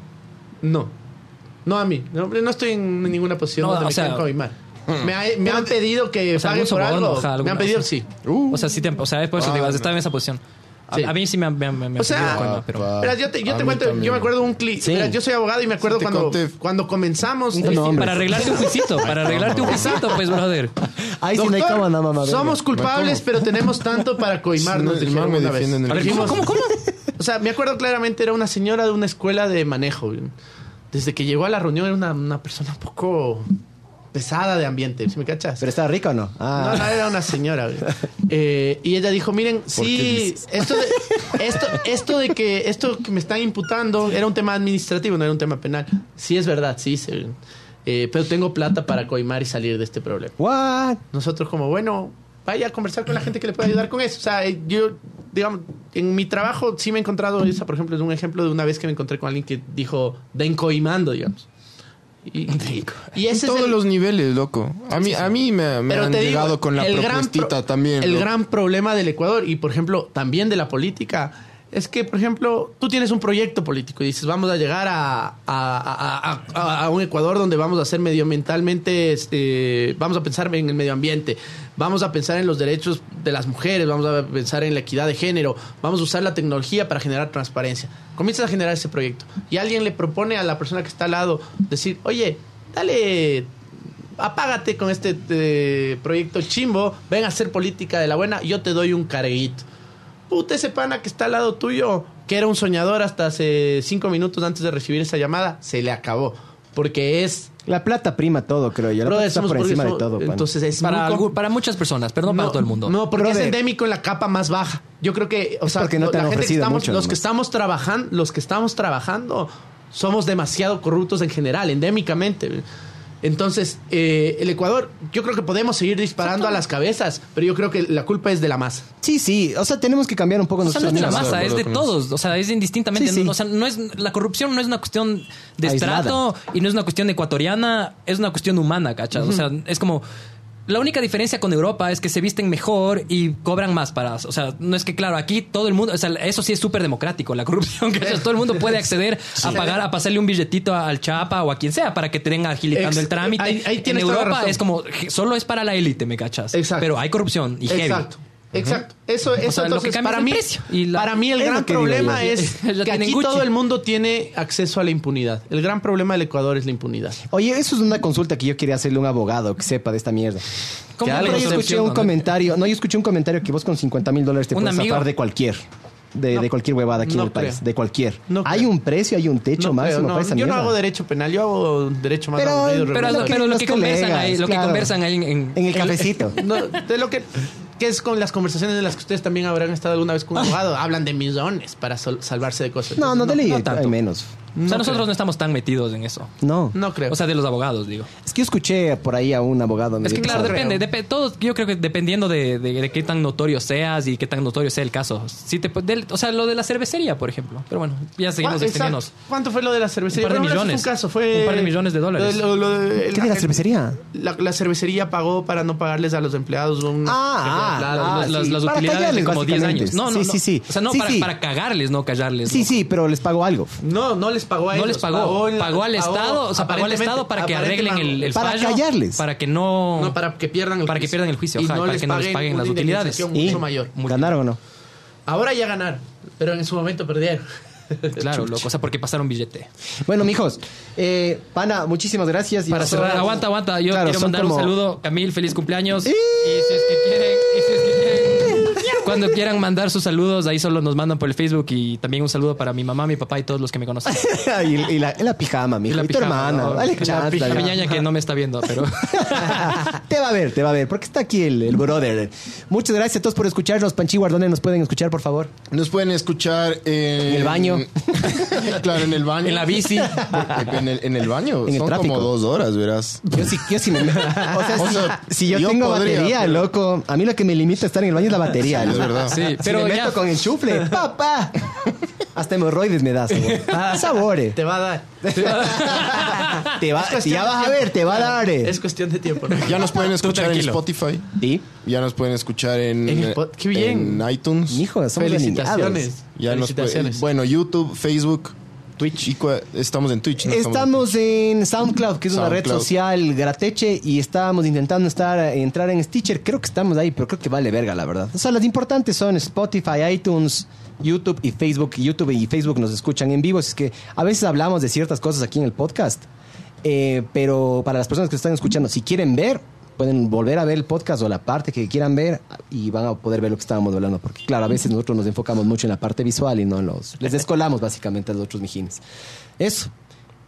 no. No a mí. No, hombre, no estoy en ninguna posición
No,
donde
o
me
sea, mm.
quieran coimar. Me, ha- me han pedido que
o sea,
pague
algún
por
soborno,
algo.
ojalá,
me
alguna-
han pedido,
o sea,
sí.
Uh.
O sea, sí te, o sea, es por eso
Ah,
te digo,
no.
estaba en esa posición. A-
Sí.
A, mí sí me han me, han- me, han
O sea,
pedido coima, pero...
Ah,
Verás, yo te, yo
a
te
mí
cuento,
también.
yo me acuerdo de un clip.
Sí.
Verás, Yo soy abogado y me acuerdo
Sí, te
cuando,
conté.
cuando comenzamos. este,
Un juicio.
Para arreglarte un juicito, para arreglarte un juicito, pues, brother.
Ahí sí no hay
Doctor,
cómo, no, mamá. verga.
Somos culpables,
Me
pero tenemos tanto para coimarnos.
Sí, no, el
dijeron
man me
una vez.
defiende en el
A ver, ¿cómo, cómo, cómo?
O sea, me acuerdo claramente, era una señora de una escuela de manejo. Desde que llegó a la reunión era una, una persona un poco pesada de ambiente, ¿sí me cachas?
¿Pero está rico o no?
No, no,
Ah.
era una señora. güey. Eh, y ella dijo, miren,
qué
sí,
dices?
esto de, esto, esto de que esto que me están imputando era un tema administrativo, no era un tema penal. Sí es verdad, sí, hice, güey. Eh, pero tengo plata para coimar y salir de este problema
What?
nosotros como, bueno, vaya a conversar con la gente que le pueda ayudar con eso. O sea, eh, yo, digamos, en mi trabajo sí me he encontrado esa, por ejemplo, es un ejemplo de una vez que me encontré con alguien que dijo, de encoimando, digamos. Y, y
En
ese es
todos
el-
los niveles, loco. A mí, a mí me, me
pero
han
te digo,
llegado con la
el gran
propuestita
pro-
también.
El
loco.
gran problema del Ecuador y, por ejemplo, también de la política es que, por ejemplo, tú tienes un proyecto político y dices, vamos a llegar a, a- a- a- a- a un Ecuador donde vamos a ser medioambientalmente, este, vamos a pensar en el medio ambiente, vamos a pensar en los derechos de las mujeres, vamos a pensar en la equidad de género, vamos a usar la tecnología para generar transparencia. Comienzas a generar ese proyecto y alguien le propone a la persona que está al lado decir, oye, dale apágate con este eh, proyecto chimbo, ven a hacer política de la buena, yo te doy un carguito. Puta, ese pana que está al lado tuyo, que era un soñador hasta hace cinco minutos antes de recibir esa llamada, se le acabó. Porque es...
La plata prima todo, creo yo. La
brother,
plata está
somos
por
porque
encima de
somos-
todo. pana.
Entonces es
Para,
muy
algu- para muchas personas, pero no, para todo el mundo.
no, porque es
Brother.
endémico en la capa más baja. Yo creo que, o sea,
porque no te
la
han
gente que
ofrecido
estamos-
mucho,
los que
nomás.
estamos trabajando, los que estamos trabajando, somos demasiado corruptos en general, endémicamente. Entonces, eh, el Ecuador, yo creo que podemos seguir disparando a las cabezas, pero yo creo que la culpa es de la masa.
Sí, sí. O sea, tenemos que cambiar un poco
O sea, no
nuestra
es de la
mismos.
masa,
Estoy de
es de
acuerdo con
todos. O sea, es indistintamente.
Sí, sí.
no- O sea, no es, la corrupción no es una cuestión de
Aislada.
estrato y no es una cuestión ecuatoriana, es una cuestión humana, ¿cachas? O sea, es como. La única diferencia con Europa es que se visten mejor y cobran más para. O sea, no es que, claro, aquí todo el mundo. O sea, eso sí es súper democrático, la corrupción, ¿cachas? Todo el mundo puede acceder a pagar, a pasarle un billetito al chapa o a quien sea para que te tenga agilitando
Ex-
el trámite.
ahí- ahí
en
tienes toda la
Europa
razón.
es como. Solo es para la élite, ¿me cachas?
Exacto.
Pero hay corrupción y heavy.
Exacto. Exacto. Eso, eso
sea, lo
entonces,
que cambia
para
es el
mí,
precio y la-
para mí el
es lo
gran
que digo
problema
yo.
es
Ya
que
tienen
aquí
Gucci.
todo el mundo tiene acceso a la impunidad. El gran problema del Ecuador es la impunidad.
Oye, eso es una consulta que yo quería hacerle a un abogado que sepa de esta mierda.
¿Cómo
Que
la
algo- yo escuché
concepción,
un
no?
comentario. No, yo escuché un comentario que vos con 50 mil dólares te
¿Un
puedes
amigo?
zafar de cualquier. De, de cualquier huevada aquí
no
en el país.
creo.
De cualquier.
No
hay
creo.
un precio, hay un techo
No
máximo
creo, no.
para esa
yo no
mierda.
hago derecho penal, yo hago derecho más
Pero-
aburrido y
pero
Pero,
regular.
lo, pero lo
los
que conversan
colegas,
ahí, lo que
claro.
conversan ahí en, en-
En el cafecito.
No, de lo que, que es con las conversaciones en las que ustedes también habrán estado alguna vez con un abogado. Hablan de millones para sol- salvarse de cosas.
no, no,
Entonces,
de ley
no
hay-
tanto.
hay menos.
o sea,
No
nosotros
creo.
no estamos tan metidos en eso.
No.
no creo.
O sea, de los abogados, digo.
Es que yo escuché por ahí a un abogado.
Es
medio
que claro,
pesado.
depende. depe- todo, yo creo que dependiendo de, de- de qué tan notorio seas y qué tan notorio sea el caso. Si te, pu- del- o sea, lo de la cervecería, por ejemplo. Pero bueno, ya seguimos
Ah,
¿Cuá-
extendiéndonos.
exacto? ¿Cuánto fue lo de la cervecería?
Un par de
Bueno, eso fue
millones.
Un, caso, fue
Un par de millones de dólares.
Lo- lo- lo-
¿Qué de la
el-
cervecería?
La, la cervecería pagó para no pagarles a los empleados un...
Ah,
La-
ah,
la-
ah,
las,
sí.
las
Para
utilidades de
callarles,
como 10 años.
básicamente.
No, no,
Sí,
no.
sí, sí.
O sea, no
Sí,
para,
sí.
para cagarles, no callarles.
Sí,
no.
sí, pero les pago algo.
No, no les pagó a
No
ellos.
les pagó. Pagó,
el-
al Estado, o sea, pagó al
aparentemente-
Estado para que arreglen el, el
Para
fallo.
callarles.
Para que no.
No, para que pierdan el
Para que
juicio.
pierdan el juicio,
Y
ajá,
no
para
les
que no les
paguen
paguen
una
las
indemnización
utilidades.
Mucho mayor.
¿Ganaron o no?
Ahora ya ganar, pero en su momento perdieron.
Claro, loco. O sea, porque pasaron billete.
Bueno, mijos, eh, pana, muchísimas gracias. Y
Para
nosotros-
cerrar, aguanta, aguanta. Yo
Claro,
quiero
son
mandar
como-
un saludo. Camil, feliz cumpleaños. Y si es que quieren, y si es que quieren, Cuando quieran mandar sus saludos, ahí solo nos mandan por el Facebook. Y también un saludo para mi mamá, mi papá y todos los que me conocen.
y, y la, y la pijama, mijo. Y,
la
tu
pijama,
hermana.
¿no?
Dale
La
chance,
pijama.
dale.
Mi ñaña que no me está viendo, pero.
te va a ver, te va a ver, porque está aquí el, el brother. Muchas gracias a todos por escucharnos. Panchiguar, ¿dónde nos pueden escuchar, por favor?
Nos pueden escuchar en...
En el baño.
claro, en el baño.
En la bici.
Porque En el, en el baño.
En el
Son
tráfico.
como dos horas, verás.
Yo sí, yo sí me... O sea,
O
si-
sea,
si, yo,
yo
tengo
podría,
batería,
pero-
loco, a mí lo que me limita a estar en el baño es la batería.
Es
loco.
verdad.
Sí,
pero
pero
me
ya.
meto con enchufle, papá. Hasta hemorroides me da sabor. Sabore.
Te va a dar.
Te va,
Es cuestión
ya
de
vas a
tiempo.
ver, te va a dar. eh.
Es cuestión de tiempo.
Ya nos pueden escuchar en
tranquilo.
Spotify.
Sí,
Ya nos pueden escuchar en...
En Spot- ¡Qué bien!
en iTunes.
hijo, somos alineados.
Felicitaciones.
Ya nos pueden...
Felicitaciones.
Bueno, YouTube, Facebook... Twitch. estamos en Twitch. no
Estamos en SoundCloud, que es una red
SoundCloud.
social grateche, y estábamos intentando estar, eh, entrar en Stitcher. Creo que estamos ahí, pero creo que vale verga, la verdad. O sea, las importantes son Spotify, iTunes, YouTube y Facebook. YouTube y Facebook nos escuchan en vivo, así es que a veces hablamos de ciertas cosas aquí en el podcast. Eh, pero para las personas que están escuchando, si quieren ver, pueden volver a ver el podcast o la parte que quieran ver y van a poder ver lo que estábamos hablando. Porque, claro, a veces nosotros nos enfocamos mucho en la parte visual y no en los. Les descolamos básicamente a los otros mijines. Eso.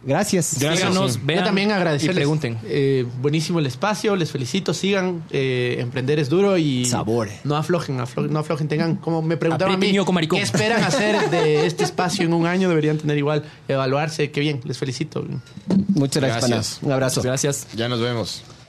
Gracias.
Síganos, vean
Yo también agradecerles.
Y pregunten.
Eh, buenísimo el espacio, les felicito, sigan. eh, emprender es duro y.
Sabor.
No aflojen, aflo- no aflojen, tengan. Como me preguntaron a
Aprieten
mí,
ñoco, maricón.
¿qué esperan hacer de este espacio en un año? Deberían tener igual, evaluarse. Qué bien, les felicito.
Muchas gracias,
Gracias.
pana. Un abrazo.
Gracias.
Ya nos vemos.